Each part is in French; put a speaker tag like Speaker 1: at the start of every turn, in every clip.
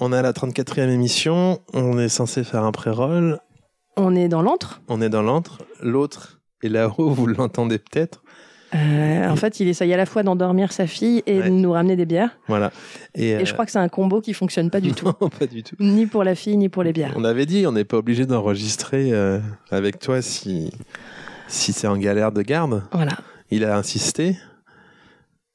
Speaker 1: On est à la 34e émission, on est censé faire un pré-roll,
Speaker 2: On est dans l'antre.
Speaker 1: on est dans l'antre, l'autre est là-haut, vous l'entendez peut-être.
Speaker 2: Euh, en fait, il essaye à la fois d'endormir sa fille et
Speaker 1: Ouais.
Speaker 2: de nous ramener des bières.
Speaker 1: Voilà. Et, euh,
Speaker 2: Et je crois que c'est un combo qui fonctionne pas du tout.
Speaker 1: Non, pas du tout.
Speaker 2: Ni pour la fille, ni pour les bières.
Speaker 1: On avait dit, on n'est pas obligé d'enregistrer euh, avec toi si, si c'est en galère de garde.
Speaker 2: Voilà.
Speaker 1: Il a insisté.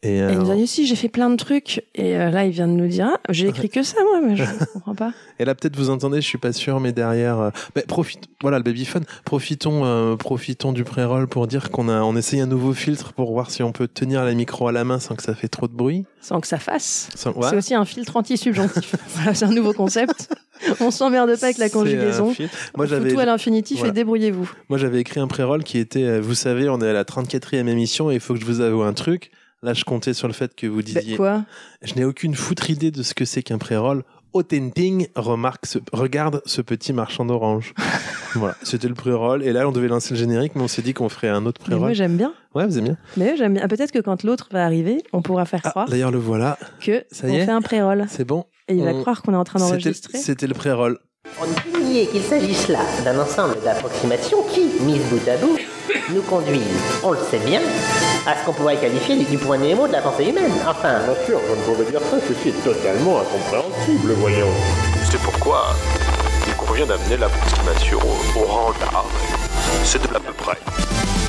Speaker 1: Et,
Speaker 2: Et il nous
Speaker 1: euh,
Speaker 2: a dit, si, j'ai fait plein de trucs. Et euh, là, il vient de nous dire, ah, j'ai écrit que ça, moi, mais je comprends pas.
Speaker 1: Et là, peut-être vous entendez, je suis pas sûr, mais derrière, euh, mais profite, voilà le babyphone. Profitons, euh, profitons du pré-roll pour dire qu'on a, on essaye un nouveau filtre pour voir si on peut tenir la micro à la main sans que ça fait trop de bruit.
Speaker 2: Sans que ça fasse.
Speaker 1: Sans-
Speaker 2: C'est
Speaker 1: voilà.
Speaker 2: aussi un filtre anti-subjonctif. voilà, c'est un nouveau concept. On s'emmerde pas avec la
Speaker 1: C'est, euh,
Speaker 2: conjugaison.
Speaker 1: filtre. moi,
Speaker 2: On fout
Speaker 1: j'avais,
Speaker 2: tout à l'infinitif
Speaker 1: voilà.
Speaker 2: et débrouillez-vous.
Speaker 1: moi, j'avais écrit un pré-roll qui était, euh, vous savez, on est à la 34e émission et il faut que je vous avoue un truc. Là, je comptais sur le fait que vous
Speaker 2: Bah,
Speaker 1: disiez,
Speaker 2: quoi
Speaker 1: je n'ai aucune foutre idée de ce que c'est qu'un pré-roll. Autenting remarque ce- regarde ce petit marchand d'orange. voilà, c'était le pré-roll. Et là, on devait lancer le générique, mais on s'est dit qu'on ferait un autre
Speaker 2: Mais
Speaker 1: pré-roll.
Speaker 2: moi, j'aime bien.
Speaker 1: Ouais, vous aimez bien.
Speaker 2: Mais j'aime bien. Ah, Peut-être que quand l'autre va arriver, on pourra faire
Speaker 1: Ah,
Speaker 2: croire
Speaker 1: D'ailleurs, le voilà.
Speaker 2: que
Speaker 1: ça
Speaker 2: on
Speaker 1: y est.
Speaker 2: fait un pré-roll.
Speaker 1: C'est bon.
Speaker 2: Et il va
Speaker 1: On-
Speaker 2: croire qu'on est en train
Speaker 1: C'était
Speaker 2: d'enregistrer.
Speaker 1: c'était le pré-roll.
Speaker 3: On ne peut nier qu'il s'agisse là d'un ensemble d'approximations qui, mises bout à bout, nous conduisent, on le sait bien, à ce qu'on pourrait qualifier du- du point némo de la pensée humaine. Enfin,
Speaker 4: Bien sûr, je ne pouvais dire ça, ceci est totalement incompréhensible, voyons.
Speaker 5: C'est pourquoi il convient d'amener l'approximation au, au rang d'art. C'est de l'à peu près.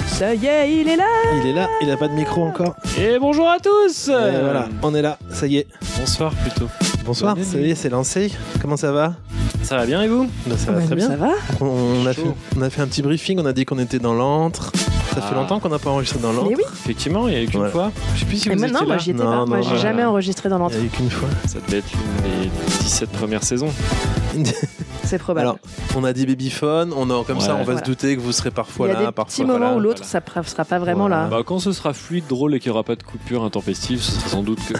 Speaker 2: Ça y est, il est là
Speaker 1: Il est là, il a pas de micro encore.
Speaker 6: Et bonjour à tous
Speaker 1: Et voilà, on est là, ça y est.
Speaker 6: Bonsoir plutôt.
Speaker 1: Bonsoir,
Speaker 6: Bienvenue.
Speaker 1: ça y est, c'est lancé. Comment ça va
Speaker 6: Ça va bien et vous
Speaker 1: Ben, Ça va
Speaker 2: Bah,
Speaker 1: très bien.
Speaker 2: Ça va
Speaker 1: On, on a fait,
Speaker 6: Chaud.
Speaker 1: on a fait un petit briefing, on a dit qu'on était dans l'antre. Ça fait
Speaker 6: Ah.
Speaker 1: longtemps qu'on n'a pas enregistré dans l'antre.
Speaker 2: Mais oui.
Speaker 6: Effectivement, il y a eu qu'une
Speaker 1: Ouais.
Speaker 6: fois. Je sais plus si
Speaker 2: Et
Speaker 6: vous
Speaker 2: maintenant,
Speaker 6: étiez là.
Speaker 2: moi, j'y étais
Speaker 1: Non,
Speaker 2: pas. moi,
Speaker 1: non,
Speaker 2: j'ai
Speaker 6: euh,
Speaker 2: jamais enregistré dans
Speaker 1: Il n'y
Speaker 2: l'entrée.
Speaker 1: a eu qu'une fois.
Speaker 2: Oh,
Speaker 6: Ça devait être l'une des 17 premières saisons.
Speaker 2: C'est probable.
Speaker 1: Alors, on a dit babyphone, on a, comme ça,
Speaker 6: Ouais.
Speaker 1: on va
Speaker 2: Voilà.
Speaker 1: se douter que vous serez parfois
Speaker 2: il y a
Speaker 1: là,
Speaker 2: des
Speaker 1: parfois
Speaker 2: petits
Speaker 1: pas
Speaker 2: moments
Speaker 1: là.
Speaker 2: où l'autre,
Speaker 6: voilà.
Speaker 2: ça pra- sera pas vraiment
Speaker 1: Ah.
Speaker 2: là.
Speaker 6: Bah, quand ce sera fluide, drôle et qu'il n'y aura pas de coupure intempestive, ce sera sans doute que.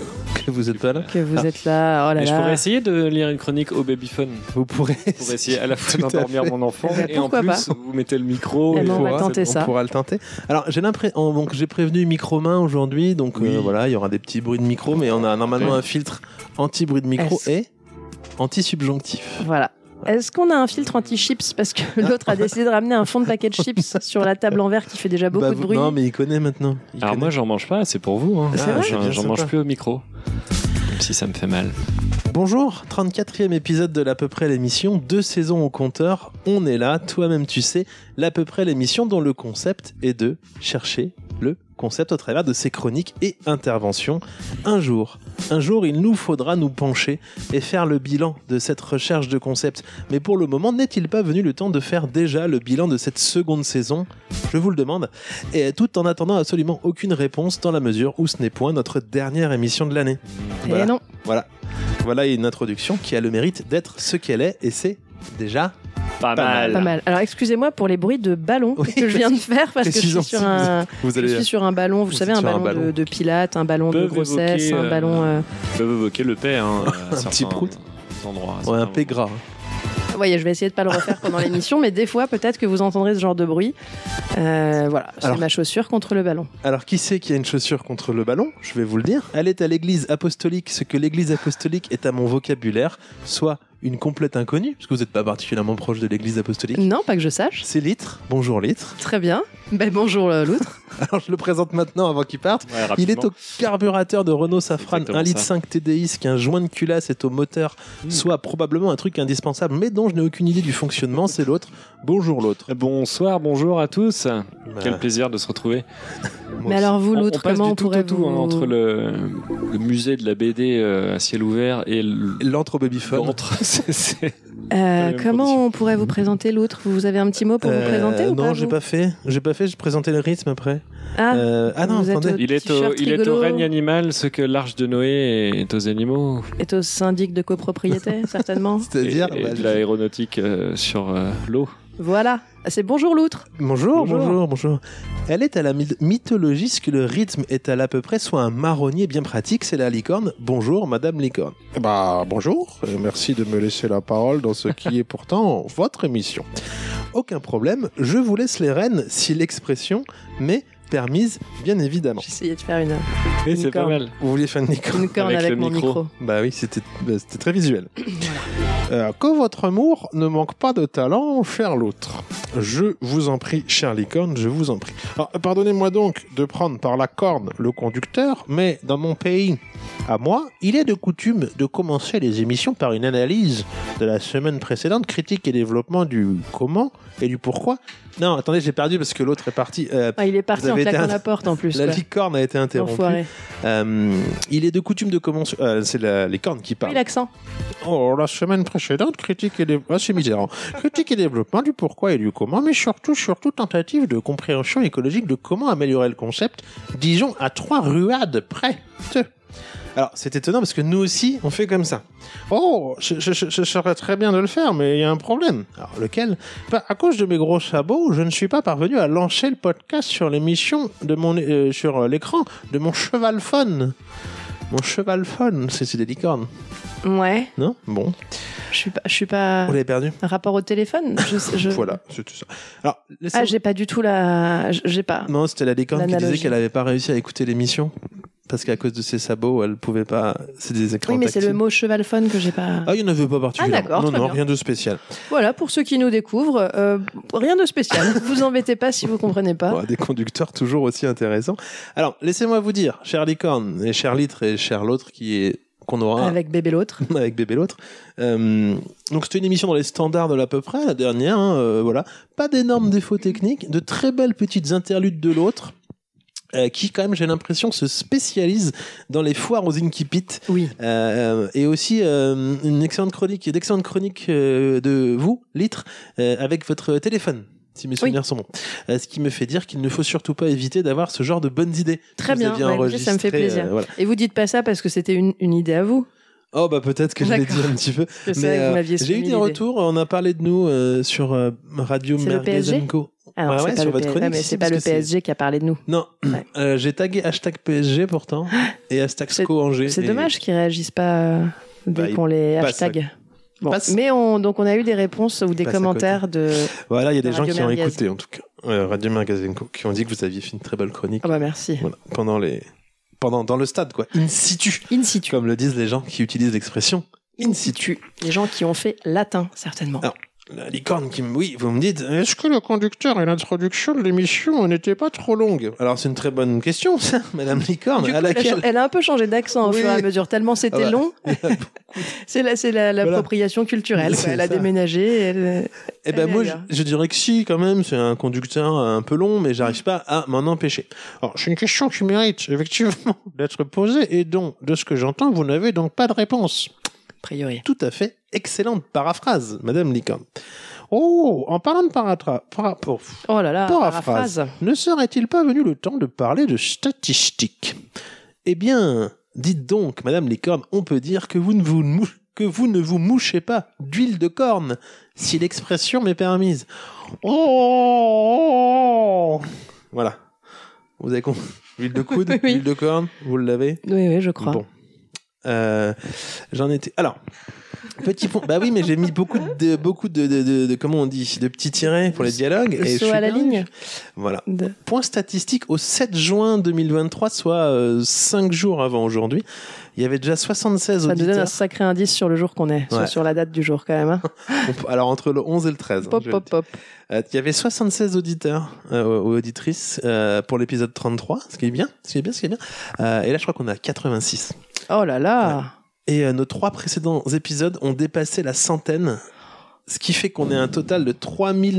Speaker 1: Que vous êtes pas là.
Speaker 2: hein, Que vous êtes là, oh là
Speaker 6: Mais je pourrais
Speaker 2: là.
Speaker 6: essayer de lire une chronique au babyphone
Speaker 1: Vous pourrez.
Speaker 6: pour essayer à la fois
Speaker 1: Tout à
Speaker 6: d'endormir
Speaker 1: fait.
Speaker 6: mon enfant
Speaker 2: Eh ben,
Speaker 6: et en
Speaker 2: pourquoi
Speaker 6: plus
Speaker 2: pas.
Speaker 6: vous mettez le micro.
Speaker 2: Eh
Speaker 6: et
Speaker 2: ben, on va
Speaker 6: voilà,
Speaker 2: tenter.
Speaker 6: c'est-
Speaker 2: ça.
Speaker 1: On pourra le tenter. Alors, j'ai l'impression, donc j'ai prévenu micro main aujourd'hui, donc euh,
Speaker 6: Oui.
Speaker 1: voilà, il y aura des petits bruits de micro, mais on a normalement
Speaker 6: Ouais.
Speaker 1: un filtre anti bruit de micro
Speaker 2: Est-ce-
Speaker 1: et anti subjonctif.
Speaker 2: Voilà. Est-ce qu'on a un filtre anti-chips Parce
Speaker 1: Ah.
Speaker 2: que l'autre a décidé de ramener un fond de paquet de chips sur la table en verre qui fait déjà beaucoup
Speaker 1: Bah,
Speaker 2: de
Speaker 1: vous-
Speaker 2: bruit.
Speaker 1: Non, mais il connaît maintenant. Il
Speaker 6: Alors
Speaker 1: connaît.
Speaker 6: moi j'en mange pas, c'est pour vous. Hein.
Speaker 1: C'est vrai
Speaker 6: j'en-
Speaker 1: C'est bien
Speaker 6: j'en
Speaker 1: sympa.
Speaker 6: mange plus au micro. Même si ça me fait mal.
Speaker 1: Bonjour, 34e épisode de l'à peu près l'émission, deux saisons au compteur, on est là, toi-même tu sais, l'à peu près l'émission dont le concept est de chercher le concept au travers de ses chroniques et interventions. Un jour, un jour il nous faudra nous pencher et faire le bilan de cette recherche de concept, mais pour le moment n'est-il pas venu le temps de faire déjà le bilan de cette seconde saison Je vous le demande, et tout en attendant absolument aucune réponse dans la mesure où ce n'est point notre dernière émission de l'année.
Speaker 2: Et
Speaker 1: Voilà.
Speaker 2: Eh non,
Speaker 1: Voilà. Voilà une introduction qui a le mérite d'être ce qu'elle est et c'est déjà.
Speaker 6: Pas, mal.
Speaker 2: pas mal. Alors excusez-moi pour les bruits de ballon
Speaker 1: Oui,
Speaker 2: que je viens de faire parce que je
Speaker 1: précisons
Speaker 2: suis
Speaker 1: si
Speaker 2: sur un,
Speaker 1: Vous
Speaker 2: je suis sur un ballon, vous
Speaker 1: Vous
Speaker 2: savez,
Speaker 1: êtes
Speaker 2: un
Speaker 1: sur un
Speaker 2: ballon, De,
Speaker 1: ballon.
Speaker 2: de pilates, un ballon de
Speaker 6: Peuvent
Speaker 2: grossesse,
Speaker 6: évoquer,
Speaker 2: un
Speaker 6: euh,
Speaker 2: ballon. euh,
Speaker 6: Ils peuvent évoquer le paix. Hein, à
Speaker 1: Un petit
Speaker 6: certains
Speaker 1: prout.
Speaker 6: endroits, à
Speaker 1: Ouais,
Speaker 6: certains
Speaker 1: un P gras. hein.
Speaker 2: Ouais, je vais essayer de pas le refaire pendant l'émission, mais des fois, peut-être que vous entendrez ce genre de bruit. Euh, voilà, c'est
Speaker 1: Alors-
Speaker 2: ma chaussure contre le ballon.
Speaker 1: Alors qui c'est qui a une chaussure contre le ballon Je vais vous le dire. Elle est à l'église apostolique, ce que l'église apostolique est à mon vocabulaire, soit une complète inconnue, parce que vous n'êtes pas particulièrement proche de l'église apostolique.
Speaker 2: Non, pas que je sache.
Speaker 1: C'est Litre. Bonjour Litre.
Speaker 2: Très bien. Ben bonjour euh, l'autre.
Speaker 1: Alors je le présente maintenant avant qu'il parte.
Speaker 6: Ouais,
Speaker 1: Il
Speaker 6: rapidement.
Speaker 1: est au carburateur de Renault Safran,
Speaker 6: Exactement
Speaker 1: 1,5 litre
Speaker 6: ça.
Speaker 1: 5 TDI, ce qu'un joint de culasse est au moteur,
Speaker 6: Mmh.
Speaker 1: soit probablement un truc indispensable, mais dont je n'ai aucune idée du fonctionnement, c'est l'autre. Bonjour l'autre.
Speaker 6: Bonsoir, bonjour à tous.
Speaker 1: Bah.
Speaker 6: Quel plaisir de se retrouver.
Speaker 2: Mais alors vous
Speaker 6: On- on
Speaker 2: l'autre,
Speaker 6: passe
Speaker 2: comment
Speaker 6: du
Speaker 2: on
Speaker 6: tout au
Speaker 2: pourrait
Speaker 6: tout
Speaker 2: vous
Speaker 6: hein, entre le, le musée de la BD euh, à ciel ouvert et le-
Speaker 1: L'antre au babyphone.
Speaker 6: l'antre. C'est- c'est-
Speaker 2: Euh,
Speaker 6: condition.
Speaker 2: comment on pourrait vous présenter l'autre Vous avez un petit mot pour vous
Speaker 1: Euh,
Speaker 2: présenter ou
Speaker 1: non,
Speaker 2: pas,
Speaker 1: j'ai
Speaker 2: vous
Speaker 1: pas fait. J'ai pas fait. Je présentais le rythme après.
Speaker 2: Ah,
Speaker 1: Euh, ah non,
Speaker 2: vous êtes
Speaker 1: attendez.
Speaker 2: Le
Speaker 6: Il est au,
Speaker 2: t-shirt
Speaker 6: il est au
Speaker 2: rigolo.
Speaker 6: règne animal ce que l'arche de Noé est aux animaux.
Speaker 2: est au syndic de copropriété certainement.
Speaker 1: C'est-à-dire,
Speaker 6: Et- et
Speaker 1: bah,
Speaker 6: de l'aéronautique euh, sur euh, l'eau.
Speaker 2: Voilà. C'est bonjour l'outre.
Speaker 1: bonjour,
Speaker 6: Bonjour.
Speaker 1: bonjour, bonjour. Elle est à la myth- mythologie ce que le rythme est à l'à peu près soit un marronnier bien pratique, c'est la licorne. Bonjour, Madame Licorne.
Speaker 4: Eh Bah, bonjour, et merci de me laisser la parole dans ce qui est pourtant votre émission.
Speaker 1: Aucun problème, je vous laisse les rênes si l'expression m'est permise, bien évidemment.
Speaker 2: J'essayais de faire une,
Speaker 6: Et
Speaker 2: Une
Speaker 6: c'est pas
Speaker 2: corne.
Speaker 6: mal.
Speaker 1: Vous vouliez faire une licorne
Speaker 2: une corne
Speaker 6: Avec
Speaker 2: avec,
Speaker 6: le
Speaker 2: mon
Speaker 6: micro.
Speaker 2: micro.
Speaker 1: Bah oui, c'était bah, c'était très visuel.
Speaker 2: Voilà.
Speaker 4: Euh, que votre amour ne manque pas de talent, cher l'autre. Je vous en prie, cher licorne, je vous en prie. Alors, euh, pardonnez-moi donc de prendre par la corne le conducteur, mais dans mon pays, à moi, il est de coutume de commencer les émissions par une analyse de la semaine précédente, critique et développement du comment et du pourquoi. Non, attendez, j'ai perdu parce que l'autre est parti. Euh,
Speaker 2: Ah, il est
Speaker 1: Vous
Speaker 2: parti en
Speaker 1: avez été
Speaker 2: claquant
Speaker 1: un-
Speaker 2: la porte en plus.
Speaker 1: la
Speaker 2: quoi.
Speaker 1: licorne a été interrompue.
Speaker 2: Enfoiré.
Speaker 1: Euh, il est de coutume de commencer. euh, c'est la licorne qui
Speaker 2: Oui,
Speaker 1: parle.
Speaker 2: l'accent.
Speaker 4: Oh, la semaine précédente, critique et développement. c'est misérant. Critique et développement du pourquoi et du comment, mais surtout, surtout tentative de compréhension écologique de comment améliorer le concept, disons à trois ruades près. Te.
Speaker 1: Alors, c'est étonnant parce que nous aussi, on fait comme ça.
Speaker 4: Oh, ce, ce- ce- ce serait très bien de le faire, mais il y a un problème. Alors, lequel Bah, À cause de mes gros sabots, je ne suis pas parvenu à lancer le podcast sur l'émission de mon euh, sur euh, l'écran de mon cheval phone. Mon cheval phone, c'est c'est des licornes,
Speaker 2: Ouais.
Speaker 4: non Bon,
Speaker 2: Je suis pas. Je suis pas...
Speaker 1: On l'avait perdu.
Speaker 2: Rapport au téléphone. Je, je-
Speaker 4: voilà, c'est tout ça.
Speaker 1: Alors,
Speaker 2: Euh. Ah,
Speaker 1: laissez-moi-
Speaker 2: j'ai pas du tout la. J'ai pas.
Speaker 1: Non, c'était la licorne qui
Speaker 2: L'analogie.
Speaker 1: disait qu'elle n'avait pas réussi à écouter l'émission parce qu'à cause de ses sabots, elle pouvait pas. C'est des écrans
Speaker 2: Oui, mais c'est
Speaker 1: tactiles.
Speaker 2: le mot chevalphone que j'ai pas.
Speaker 1: Ah, il n'y en avait pas particulièrement.
Speaker 2: d'accord,
Speaker 1: non,
Speaker 2: très
Speaker 1: non,
Speaker 2: bien.
Speaker 1: rien de spécial.
Speaker 2: Voilà, pour ceux qui nous découvrent, euh, rien de spécial. vous embêtez pas si vous comprenez pas.
Speaker 1: Bon, des conducteurs toujours aussi intéressants. Alors, laissez-moi vous dire, cher licorne et cher litre et cher l'autre qui est qu'on aura
Speaker 2: Avec bébé l'autre.
Speaker 1: avec bébé l'autre. Euh, donc c'était une émission dans les standards de l'à peu près, la dernière, hein, euh, voilà. Pas d'énormes défauts techniques, de très belles petites interludes de l'autre. euh, qui quand même j'ai l'impression se spécialise dans les foires aux incipits
Speaker 2: Oui.
Speaker 1: euh, et aussi euh, une excellente chronique d'excellentes chroniques euh, de vous litre euh, avec votre téléphone si mes souvenirs sont bons Euh, ce qui me fait dire qu'il ne faut surtout pas éviter d'avoir ce genre de bonnes idées
Speaker 2: Très
Speaker 1: Vous
Speaker 2: bien.
Speaker 1: aviez
Speaker 2: Bah, écoutez, ça me fait
Speaker 1: enregistré,
Speaker 2: plaisir.
Speaker 1: euh, voilà.
Speaker 2: Et vous dites pas ça parce que c'était une, une idée à vous.
Speaker 1: oh bah peut-être que je l'ai
Speaker 2: D'accord.
Speaker 1: dit un petit peu
Speaker 2: Parce que C'est
Speaker 1: mais,
Speaker 2: vrai que
Speaker 1: euh,
Speaker 2: vous m'aviez
Speaker 1: j'ai eu
Speaker 2: soumis
Speaker 1: des
Speaker 2: l'idée.
Speaker 1: retours, on a parlé de nous euh, sur euh, Radio
Speaker 2: C'est le
Speaker 1: Merguez
Speaker 2: PSG?
Speaker 1: Co.
Speaker 2: Ah non,
Speaker 1: Bah
Speaker 2: c'est
Speaker 1: ouais,
Speaker 2: pas
Speaker 1: sur
Speaker 2: le
Speaker 1: votre
Speaker 2: P-
Speaker 1: chronique,
Speaker 2: non, mais
Speaker 1: si,
Speaker 2: c'est pas
Speaker 1: parce
Speaker 2: le
Speaker 1: que c'est-
Speaker 2: PSG qui a parlé de nous.
Speaker 1: Non,
Speaker 2: Ouais.
Speaker 1: euh, j'ai tagué hashtag PSG pourtant et hashtag
Speaker 2: C'est-
Speaker 1: SCO Angers.
Speaker 2: C'est
Speaker 1: Et-
Speaker 2: dommage qu'ils réagissent pas euh, dès
Speaker 1: Bah, ils
Speaker 2: qu'on les
Speaker 1: passent à-
Speaker 2: hashtag. Bon,
Speaker 1: passent-
Speaker 2: mais on, donc on a eu des réponses ou des
Speaker 1: passent à
Speaker 2: commentaires de.
Speaker 1: Voilà, il y a des
Speaker 2: de
Speaker 1: gens
Speaker 2: Radio
Speaker 1: qui ont
Speaker 2: Merguez.
Speaker 1: écouté en tout cas euh, Radio Merguez Co, qui ont dit que vous aviez fait une très belle chronique.
Speaker 2: Ah bah merci.
Speaker 1: Voilà, pendant les pendant dans le stade quoi, in situ,
Speaker 2: In situ.
Speaker 1: comme le disent les gens qui utilisent l'expression in situ.
Speaker 2: Les gens qui ont fait latin, certainement.
Speaker 1: Ah. La licorne qui me oui, vous me dites euh,
Speaker 4: Est-ce que le conducteur et l'introduction de l'émission n'étaient pas trop longues
Speaker 1: alors c'est une très bonne question ça, madame licorne,
Speaker 2: Du
Speaker 1: Ah, à
Speaker 2: coup, elle a
Speaker 1: laquelle
Speaker 2: cha- elle a un peu changé d'accent au
Speaker 1: Oui.
Speaker 2: fur et à mesure, tellement c'était
Speaker 1: Ah bah.
Speaker 2: long. c'est la- c'est la- l'appropriation culturelle. quoi.
Speaker 1: C'est
Speaker 2: Elle a
Speaker 1: ça.
Speaker 2: déménagé. elle-
Speaker 1: Eh ben
Speaker 2: Elle est
Speaker 1: moi, je,
Speaker 2: ailleurs.
Speaker 1: je dirais que si, quand même, c'est un conducteur un peu long, mais j'arrive pas à m'en empêcher.
Speaker 4: Alors, c'est une question qui mérite effectivement d'être posée et dont, de ce que j'entends, vous n'avez donc pas de réponse.
Speaker 2: A priori.
Speaker 1: Tout à fait excellente paraphrase, Madame Licorne.
Speaker 4: Oh, en parlant de paratra... para- pour-
Speaker 2: Oh là là,
Speaker 4: Paraphrase.
Speaker 2: paraphrase.
Speaker 4: ne serait-il pas venu le temps de parler de
Speaker 1: Statistique. Eh bien, dites donc, Madame Licorne, on peut dire que vous ne vous mou- que vous ne vous mouchez pas d'huile de corne, si l'expression m'est permise.
Speaker 4: Oh
Speaker 1: Voilà. Vous avez compris Huile de coude,
Speaker 2: Oui.
Speaker 1: huile de corne, vous l'avez
Speaker 2: Oui, oui, je crois.
Speaker 1: Bon. Euh, J'en étais. Alors, petit point. bah oui, mais j'ai mis beaucoup de beaucoup de, de, de- de- comment on dit de petits tirets pour les dialogues.
Speaker 2: Le
Speaker 1: et je
Speaker 2: saut
Speaker 1: suis
Speaker 2: à la
Speaker 1: perdu.
Speaker 2: ligne.
Speaker 1: Voilà.
Speaker 2: De-
Speaker 1: Point statistique au 7 juin 2023, soit 5 jours avant aujourd'hui, il y avait déjà 76
Speaker 2: Ça nous donne un
Speaker 1: auditeurs.
Speaker 2: sacré indice sur le jour qu'on est, sur-
Speaker 1: Ouais.
Speaker 2: sur, la date du jour quand même. hein.
Speaker 1: On peut- Alors entre le 11 et le 13. hein,
Speaker 2: Pop,
Speaker 1: je vais le
Speaker 2: pop, pop.
Speaker 1: Euh, Il y avait 76 auditeurs euh, ou auditrices euh, pour l'épisode 33, ce qui est bien, ce qui est bien, ce qui est bien. Euh, et là, je crois qu'on a 86.
Speaker 2: Oh là là.
Speaker 1: Et euh, nos trois précédents épisodes ont dépassé la centaine, ce qui fait qu'on est à un total de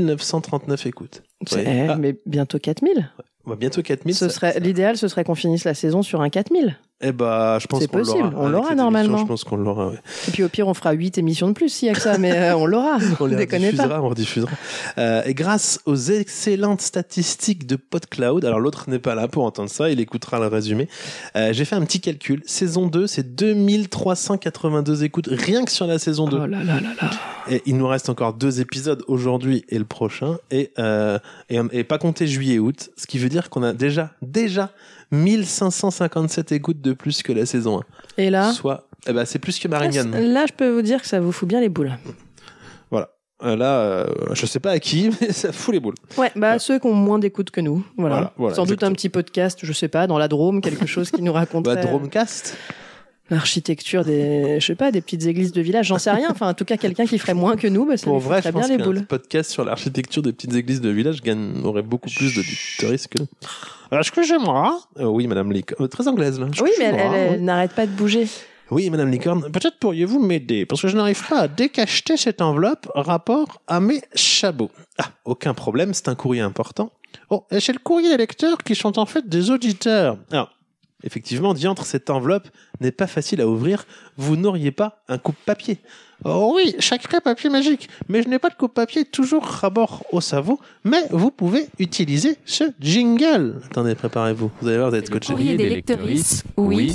Speaker 1: 3939 écoutes.
Speaker 2: C'est-
Speaker 1: Ouais.
Speaker 2: eh,
Speaker 1: Ah.
Speaker 2: Mais bientôt 4000.
Speaker 1: On va bientôt 4000.
Speaker 2: Ce
Speaker 1: ça-
Speaker 2: serait
Speaker 1: ça-
Speaker 2: L'idéal, ce serait qu'on finisse la saison sur un 4000.
Speaker 1: Eh bah, je pense
Speaker 2: C'est
Speaker 1: qu'on l'aura.
Speaker 2: possible, on
Speaker 1: Avec
Speaker 2: l'aura
Speaker 1: les émissions,
Speaker 2: normalement.
Speaker 1: Je pense qu'on l'aura, ouais.
Speaker 2: Et puis au pire, on fera 8 émissions de plus s'il y a que ça, mais euh, on l'aura.
Speaker 1: On les
Speaker 2: Déconnez
Speaker 1: rediffusera,
Speaker 2: pas.
Speaker 1: on rediffusera. Euh, et grâce aux excellentes statistiques de PodCloud, alors l'autre n'est pas là pour entendre ça, il écoutera le résumé. Euh, J'ai fait un petit calcul. Saison 2, c'est 2382 écoutes, rien que sur la saison 2.
Speaker 2: Oh là là là là.
Speaker 1: Et il nous reste encore deux épisodes aujourd'hui et le prochain, et, euh, et, et pas compter juillet-août, ce qui veut dire qu'on a déjà, déjà 1557 écoutes de plus que la saison
Speaker 2: Et
Speaker 1: 1.
Speaker 2: là,
Speaker 1: Soit, eh ben, c'est plus que
Speaker 2: là,
Speaker 1: Marignane.
Speaker 2: là, je peux vous dire que ça vous fout bien les boules.
Speaker 1: Euh, là, euh, je sais pas à qui, mais ça fout les boules.
Speaker 2: Ouais, bah ceux qui ont moins d'écoute que nous. Voilà.
Speaker 1: Voilà, voilà,
Speaker 2: Sans doute
Speaker 1: exactement.
Speaker 2: euh, un petit podcast, je sais pas, dans la Drôme, quelque chose qui nous raconterait.
Speaker 1: Bah, Dromecast
Speaker 2: l'architecture des, je sais pas, des petites églises de village, j'en sais rien. Enfin, en tout cas, quelqu'un qui ferait moins que nous, bah, ça
Speaker 1: Pour
Speaker 2: lui
Speaker 1: vrai, je
Speaker 2: foutrait bien
Speaker 1: pense
Speaker 2: les
Speaker 1: qu'un
Speaker 2: boules.
Speaker 1: podcast sur l'architecture des petites églises de village gagne, aurait beaucoup plus d'auditoristes que nous.
Speaker 4: Alors, ce que j'aimerais,
Speaker 1: Euh, oui, Madame Licorne. Euh, Très anglaise, là.
Speaker 2: Oui, mais elle,
Speaker 4: Excuse-moi,
Speaker 2: elle-
Speaker 4: hein.
Speaker 2: elle n'arrête pas de bouger.
Speaker 1: Oui, Madame Licorne.
Speaker 4: peut-être pourriez-vous m'aider, parce que je n'arrive pas à décacheter cette enveloppe rapport à mes chabots.
Speaker 1: Ah, aucun problème, c'est un courrier important.
Speaker 4: Oh, et c'est le courrier des lecteurs qui sont en fait des auditeurs.
Speaker 1: Alors, Ah, effectivement, diantre, cette enveloppe n'est pas facile à ouvrir. Vous n'auriez pas un coupe-papier.
Speaker 4: Oh oui, sacré papier magique. Mais je n'ai pas de coupe-papier toujours rapport au savon, mais vous pouvez utiliser ce jingle.
Speaker 1: Attendez, préparez-vous. Vous allez voir, vous êtes scotché.
Speaker 7: courrier des lectrices, oui.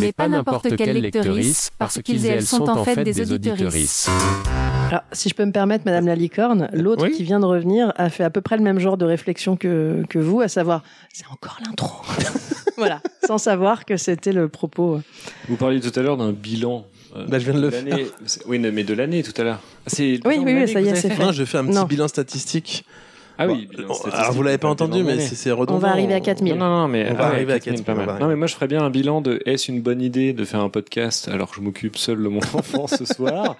Speaker 8: Mais pas n'importe quelle lectrice, parce qu'ils et elles sont en fait des auditrices.
Speaker 7: auditrices.
Speaker 2: Alors, si je peux me permettre, Madame la Licorne, l'autre
Speaker 4: Oui.
Speaker 2: qui vient de revenir a fait à peu près le même genre de réflexion que, que vous, à savoir, c'est encore l'intro. voilà, sans savoir que c'était le propos. euh,
Speaker 6: Vous parliez tout à l'heure d'un bilan. euh,
Speaker 1: Bah, je viens de le
Speaker 6: l'année- c'est- Oui, mais de l'année tout à l'heure. Ah, c'est le
Speaker 2: Oui,
Speaker 6: bilan de
Speaker 2: oui, oui,
Speaker 6: l'année
Speaker 2: ça
Speaker 6: que
Speaker 2: y
Speaker 6: vous
Speaker 2: est,
Speaker 6: avez
Speaker 2: c'est fait.
Speaker 1: Non, je fais un petit
Speaker 2: Non.
Speaker 1: bilan statistique.
Speaker 6: Ah oui,
Speaker 1: Bon,
Speaker 6: bilan
Speaker 1: alors,
Speaker 6: statistique,
Speaker 1: vous l'avez pas
Speaker 6: le bilan de
Speaker 1: entendu, mais
Speaker 6: l'année.
Speaker 1: c'est c'est
Speaker 2: On
Speaker 1: redondant.
Speaker 2: va arriver à
Speaker 6: Non,
Speaker 2: 4000.
Speaker 6: non, non, mais
Speaker 1: On va
Speaker 6: ouais,
Speaker 1: arriver à
Speaker 6: 4000,
Speaker 1: 4000,
Speaker 6: pas mal.
Speaker 1: on va
Speaker 6: Non, mais moi je ferais bien un bilan de est-ce une bonne idée de faire un podcast alors que je m'occupe seul de mon enfant ce soir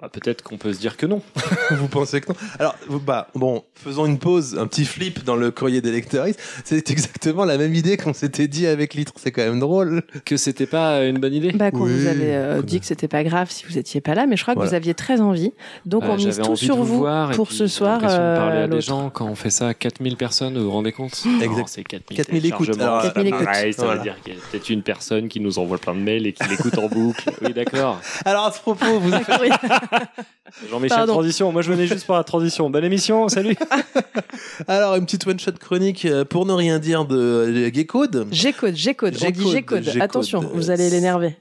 Speaker 6: Bah, Peut-être qu'on peut se dire que non.
Speaker 1: Vous pensez que non Alors, vous- bah, bon, faisons une pause, un petit flip dans le courrier des lecteuristes. C'est exactement la même idée qu'on s'était dit avec Litre. C'est quand même drôle.
Speaker 6: Que c'était pas une bonne idée
Speaker 2: Bah, quand
Speaker 1: Oui,
Speaker 2: vous avez euh,
Speaker 1: écoute.
Speaker 2: dit que c'était pas grave si vous étiez pas là, mais je crois que
Speaker 1: Voilà.
Speaker 2: vous aviez très envie. Donc,
Speaker 6: Bah,
Speaker 2: on mise
Speaker 6: j'avais
Speaker 2: tout
Speaker 6: envie
Speaker 2: sur
Speaker 6: de
Speaker 2: vous
Speaker 6: voir, et
Speaker 2: pour
Speaker 6: puis
Speaker 2: ce
Speaker 6: j'ai
Speaker 2: soir,
Speaker 6: l'impression de parler
Speaker 2: euh,
Speaker 6: à des
Speaker 2: l'autres.
Speaker 6: gens quand on fait ça à 4000 personnes, vous vous rendez compte
Speaker 1: Exact.
Speaker 6: Non, C'est 4000,
Speaker 1: 4000 écoutes.
Speaker 6: téléchargements.
Speaker 1: Alors,
Speaker 2: 4000 écoutes.
Speaker 6: Ouais, ça
Speaker 1: Voilà.
Speaker 6: veut dire qu'il y a peut-être une personne qui nous envoie plein de mails et qui l'écoute en boucle. Oui, d'accord.
Speaker 1: Alors, à ce propos, vous
Speaker 2: Ah
Speaker 6: Jean-Michel
Speaker 2: Pardon.
Speaker 6: Transition, moi je venais juste pour la transition. Bonne émission, salut
Speaker 1: Alors, une petite one-shot chronique euh, pour ne rien dire de euh, Gecode.
Speaker 2: G-code, G-code, on dit
Speaker 1: G-code,
Speaker 2: G-code.
Speaker 1: G-code.
Speaker 2: Attention, vous allez l'énerver.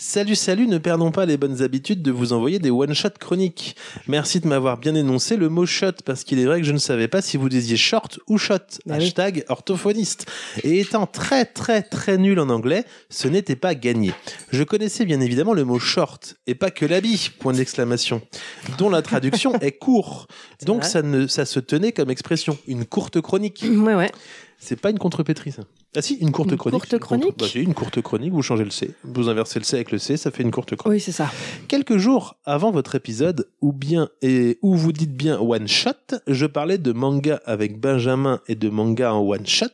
Speaker 1: Salut, salut, ne perdons pas les bonnes habitudes de vous envoyer des one-shot chroniques. Merci de m'avoir bien énoncé le mot shot parce qu'il est vrai que je ne savais pas si vous disiez short ou shot.
Speaker 2: Bah oui.
Speaker 1: hashtag orthophoniste. Et étant très, très, très nul en anglais, ce n'était pas gagné. Je connaissais bien évidemment le mot short et pas que l'habit, point d'exclamation, dont la traduction est court.
Speaker 2: C'est
Speaker 1: Donc
Speaker 2: vrai.
Speaker 1: ça, ne, ça se tenait comme expression, une courte chronique.
Speaker 2: Ouais, ouais.
Speaker 1: C'est pas une contrepétrie, ça. Ah si, une courte
Speaker 2: Une
Speaker 1: chronique.
Speaker 2: courte chronique
Speaker 1: Bah si, une courte chronique, vous changez le C. Vous inversez le C avec le C, ça fait une courte chronique.
Speaker 2: Oui, c'est ça.
Speaker 1: Quelques jours avant votre épisode, ou bien, et où vous dites bien one shot, je parlais de manga avec Benjamin et de manga en one shot.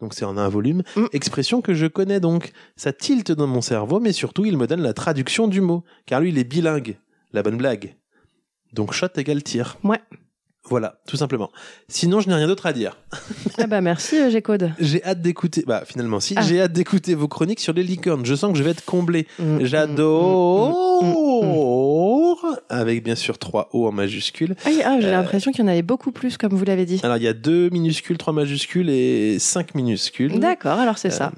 Speaker 1: Donc c'est en un volume.
Speaker 2: Mm.
Speaker 1: Expression que je connais donc. Ça tilte dans mon cerveau, mais surtout il me donne la traduction du mot. Car lui, il est bilingue. La bonne blague. Donc shot égale tir.
Speaker 2: Ouais.
Speaker 1: Voilà, tout simplement. Sinon, je n'ai rien d'autre à dire.
Speaker 2: Ah bah merci euh, G-code.
Speaker 1: J'ai hâte d'écouter. Bah, finalement, si.
Speaker 2: Ah.
Speaker 1: J'ai hâte d'écouter vos chroniques sur les licornes. Je sens que je vais être comblé.
Speaker 2: Mm, mm, mm.
Speaker 1: J'adore. Avec bien sûr trois O en majuscule.
Speaker 2: Ah, oui, ah, j'ai
Speaker 1: Euh,
Speaker 2: l'impression qu'il y en avait beaucoup plus, comme vous l'avez dit.
Speaker 1: Alors, il y a deux minuscules, trois majuscules et cinq minuscules.
Speaker 2: D'accord, alors c'est
Speaker 1: Euh,
Speaker 2: ça.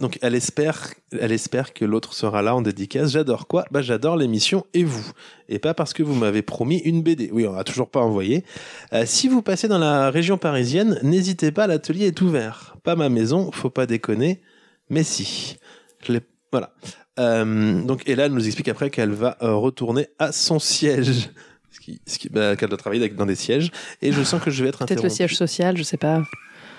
Speaker 1: Donc, elle espère, elle espère que l'autre sera là en dédicace. J'adore quoi Bah, j'adore l'émission et vous. Et pas parce que vous m'avez promis une BD. Oui, on n'a toujours pas envoyé. Euh, si vous passez dans la région parisienne, n'hésitez pas, l'atelier est ouvert. Pas ma maison, faut pas déconner, mais si. Je l'ai- voilà. Euh, donc, et là, elle nous explique après qu'elle va euh, retourner à son siège. Ce qui, ce qui- bah, qu'elle doit travailler avec- dans des sièges. Et je sens que je vais être
Speaker 2: Peut-être le
Speaker 1: interrompu.
Speaker 2: siège social, je sais pas.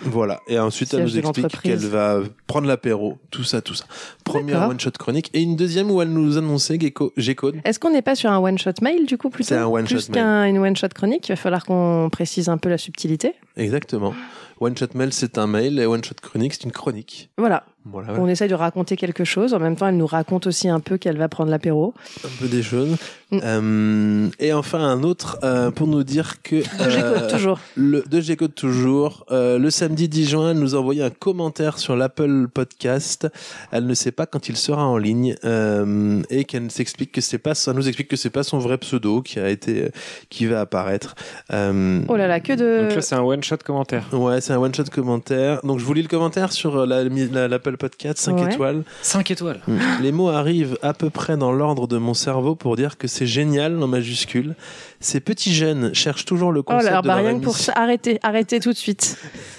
Speaker 1: Voilà. Et ensuite, elle
Speaker 2: Siège
Speaker 1: nous
Speaker 2: de
Speaker 1: explique
Speaker 2: l'entreprise.
Speaker 1: qu'elle va prendre l'apéro, tout ça, tout ça. Première
Speaker 2: D'accord.
Speaker 1: one-shot chronique. Et une deuxième où elle nous annonçait Gecko- G-Code.
Speaker 2: Est-ce qu'on n'est pas sur un one-shot mail du coup plutôt
Speaker 1: C'est un one-shot
Speaker 2: Plus
Speaker 1: mail.
Speaker 2: qu'une one-shot chronique, il va falloir qu'on précise un peu la subtilité.
Speaker 1: Exactement. One-shot mail, c'est un mail. Et one-shot chronique, c'est une chronique.
Speaker 2: Voilà,
Speaker 1: Voilà, voilà.
Speaker 2: on essaye de raconter quelque chose. En même temps, elle nous raconte aussi un peu qu'elle va prendre l'apéro.
Speaker 1: un peu des choses.
Speaker 2: Mm.
Speaker 1: Euh, et enfin, un autre euh, pour nous dire que. euh,
Speaker 2: G-code toujours.
Speaker 1: Le, de G-Code toujours. Euh, le samedi 10 juin, elle nous a envoyé un commentaire sur l'Apple Podcast. Elle ne sait pas quand il sera en ligne euh, et qu'elle s'explique que c'est pas, ça nous explique que c'est pas son vrai pseudo qui a été, euh, qui va apparaître. Euh,
Speaker 2: Oh là là, que de.
Speaker 6: Donc là, c'est un one-shot commentaire.
Speaker 1: Ouais, c'est un one shot commentaire. Donc je vous lis le commentaire sur euh, la- mi- la- l'Apple Apple Podcast, 5
Speaker 2: Ouais. Mm.
Speaker 1: étoiles.
Speaker 6: 5 étoiles.
Speaker 1: Les mots arrivent à peu près dans l'ordre de mon cerveau pour dire que c'est génial en majuscule. Ces petits jeunes cherchent toujours le
Speaker 2: Oh
Speaker 1: concept
Speaker 2: là, alors,
Speaker 1: de
Speaker 2: bah,
Speaker 1: leur
Speaker 2: rien que
Speaker 1: émission.
Speaker 2: pour ça, arrêtez, arrêtez tout de suite.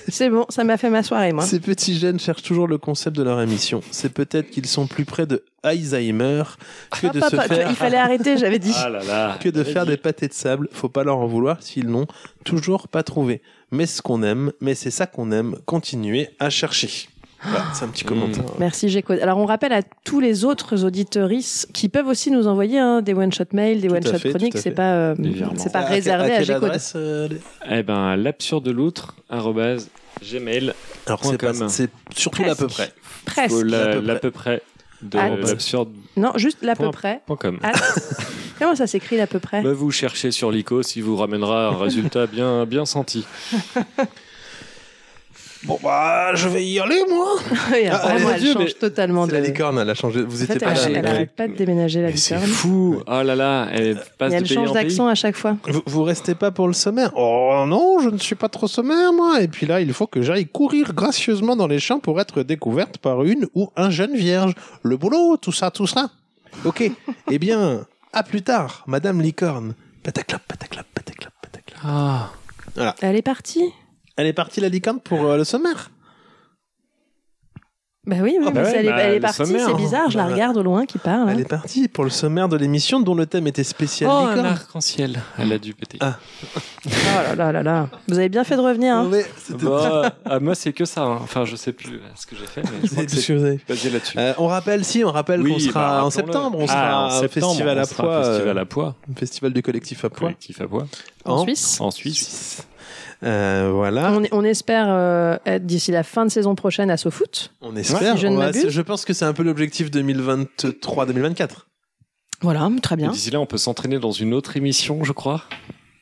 Speaker 2: C'est bon, ça m'a fait ma soirée, moi.
Speaker 1: Ces petits jeunes cherchent toujours le concept de leur émission. C'est peut-être qu'ils sont plus près de Alzheimer que
Speaker 2: Ah,
Speaker 1: de
Speaker 2: pas-
Speaker 1: se
Speaker 2: pas-
Speaker 1: faire
Speaker 2: Il fallait arrêter, j'avais dit.
Speaker 6: Ah là là.
Speaker 1: que de faire des pâtés de sable. Faut pas leur en vouloir s'ils n'ont toujours pas trouvé. Mais ce qu'on aime, mais c'est ça qu'on aime. Continuez à chercher. Voilà, c'est un petit commentaire.
Speaker 2: Merci, Géco. Alors, on rappelle à tous les autres auditorices qui peuvent aussi nous envoyer hein, des one-shot mails, des
Speaker 1: à
Speaker 2: one-shot
Speaker 1: fait,
Speaker 2: chroniques.
Speaker 1: tout à
Speaker 2: C'est
Speaker 1: fait.
Speaker 2: pas, euh,
Speaker 6: Des virements.
Speaker 2: c'est pas
Speaker 1: À- à-
Speaker 2: réservé à,
Speaker 1: quelle
Speaker 2: Géco.
Speaker 1: adresse, euh, les-
Speaker 6: Eh ben, l'absurde de l'outre, arrobase, gmail.
Speaker 1: Alors
Speaker 6: Point
Speaker 1: c'est pas-
Speaker 6: com.
Speaker 1: c'est surtout à peu près.
Speaker 2: Presque. Presque.
Speaker 6: Ou
Speaker 1: à
Speaker 6: la-
Speaker 1: peu
Speaker 6: l'à peu près de
Speaker 2: Ah.
Speaker 6: l'absurde.com.
Speaker 2: Non, juste l'à peu
Speaker 6: Point.
Speaker 2: près. Ah, Comment ça s'écrit l'à peu près
Speaker 6: Bah, vous cherchez sur l'ICO si vous ramènera un résultat bien, bien senti.
Speaker 4: Bon, bah, je vais y aller, moi.
Speaker 2: Oui, alors,
Speaker 1: Ah,
Speaker 2: Vraiment,
Speaker 1: mon
Speaker 2: elle
Speaker 1: Dieu,
Speaker 2: change
Speaker 1: mais
Speaker 2: totalement
Speaker 1: C'est
Speaker 2: de.
Speaker 1: la licorne, elle a changé. Vous
Speaker 2: En
Speaker 1: étiez
Speaker 2: fait, elle
Speaker 1: pas
Speaker 6: Ah,
Speaker 1: là.
Speaker 6: j'ai-
Speaker 2: elle
Speaker 6: ouais.
Speaker 2: arrête pas de déménager la
Speaker 1: Mais c'est Euh,
Speaker 2: licorne.
Speaker 6: Fou Oh là là, elle passe
Speaker 2: Et
Speaker 6: de
Speaker 2: elle
Speaker 6: pays
Speaker 2: change
Speaker 6: en pays.
Speaker 2: d'accent à chaque fois.
Speaker 4: Vous, vous restez pas pour le sommaire Oh non, je ne suis pas trop sommaire, moi. Et puis là, il faut que j'aille courir gracieusement dans les champs pour être découverte par une ou un jeune vierge. Le boulot, tout ça, tout ça.
Speaker 1: Ok, eh bien, à plus tard, Madame Licorne. Pataclap, pataclap, pataclap, pataclap.
Speaker 6: Ah.
Speaker 2: Elle est partie
Speaker 1: Elle est partie la licorne pour euh, le sommaire.
Speaker 2: Bah oui, oui,
Speaker 6: Ah bah
Speaker 2: mais
Speaker 6: ouais,
Speaker 2: elle, est,
Speaker 6: bah,
Speaker 2: elle est
Speaker 6: le
Speaker 2: partie,
Speaker 6: sommaire,
Speaker 2: c'est
Speaker 6: hein.
Speaker 2: bizarre, je la
Speaker 1: Bah,
Speaker 2: regarde au loin qui parle.
Speaker 1: Elle
Speaker 2: hein.
Speaker 1: est partie pour le sommaire de l'émission dont le thème était spécial
Speaker 6: Oh,
Speaker 1: licorne.
Speaker 6: arc-en-ciel. Elle a dû péter.
Speaker 1: Ah.
Speaker 2: Oh là là là là. Vous avez bien fait de revenir. hein.
Speaker 1: Ouais, c'était-
Speaker 6: Bah, ah, moi, c'est que ça. hein. Enfin, je sais plus euh, ce que j'ai fait, mais je crois
Speaker 1: c'était-
Speaker 6: que c'est
Speaker 1: c'était-
Speaker 6: basé là-dessus.
Speaker 1: Euh, on rappelle, si, on rappelle qu'on
Speaker 6: Oui,
Speaker 1: sera
Speaker 6: bah,
Speaker 1: en
Speaker 6: rappelons-le.
Speaker 1: septembre, on
Speaker 6: Ah,
Speaker 1: sera
Speaker 6: en septembre,
Speaker 1: au Festival
Speaker 6: on
Speaker 1: à
Speaker 6: sera
Speaker 1: Poix,
Speaker 6: au Festival
Speaker 1: euh,
Speaker 6: à Poix,
Speaker 1: festival du collectif à Poix,
Speaker 6: collectif à Poix,
Speaker 2: En
Speaker 1: en
Speaker 2: Suisse.
Speaker 6: en Suisse.
Speaker 1: Suisse. Euh, voilà,
Speaker 2: On, on espère euh, être d'ici la fin de saison prochaine à SoFoot.
Speaker 1: on espère.
Speaker 2: si je ne
Speaker 1: on va-
Speaker 2: m'abuse.
Speaker 1: je pense que c'est un peu l'objectif 2023-2024.
Speaker 2: Voilà, très
Speaker 6: Et
Speaker 2: bien.
Speaker 6: D'ici là, on peut s'entraîner dans une autre émission, je crois.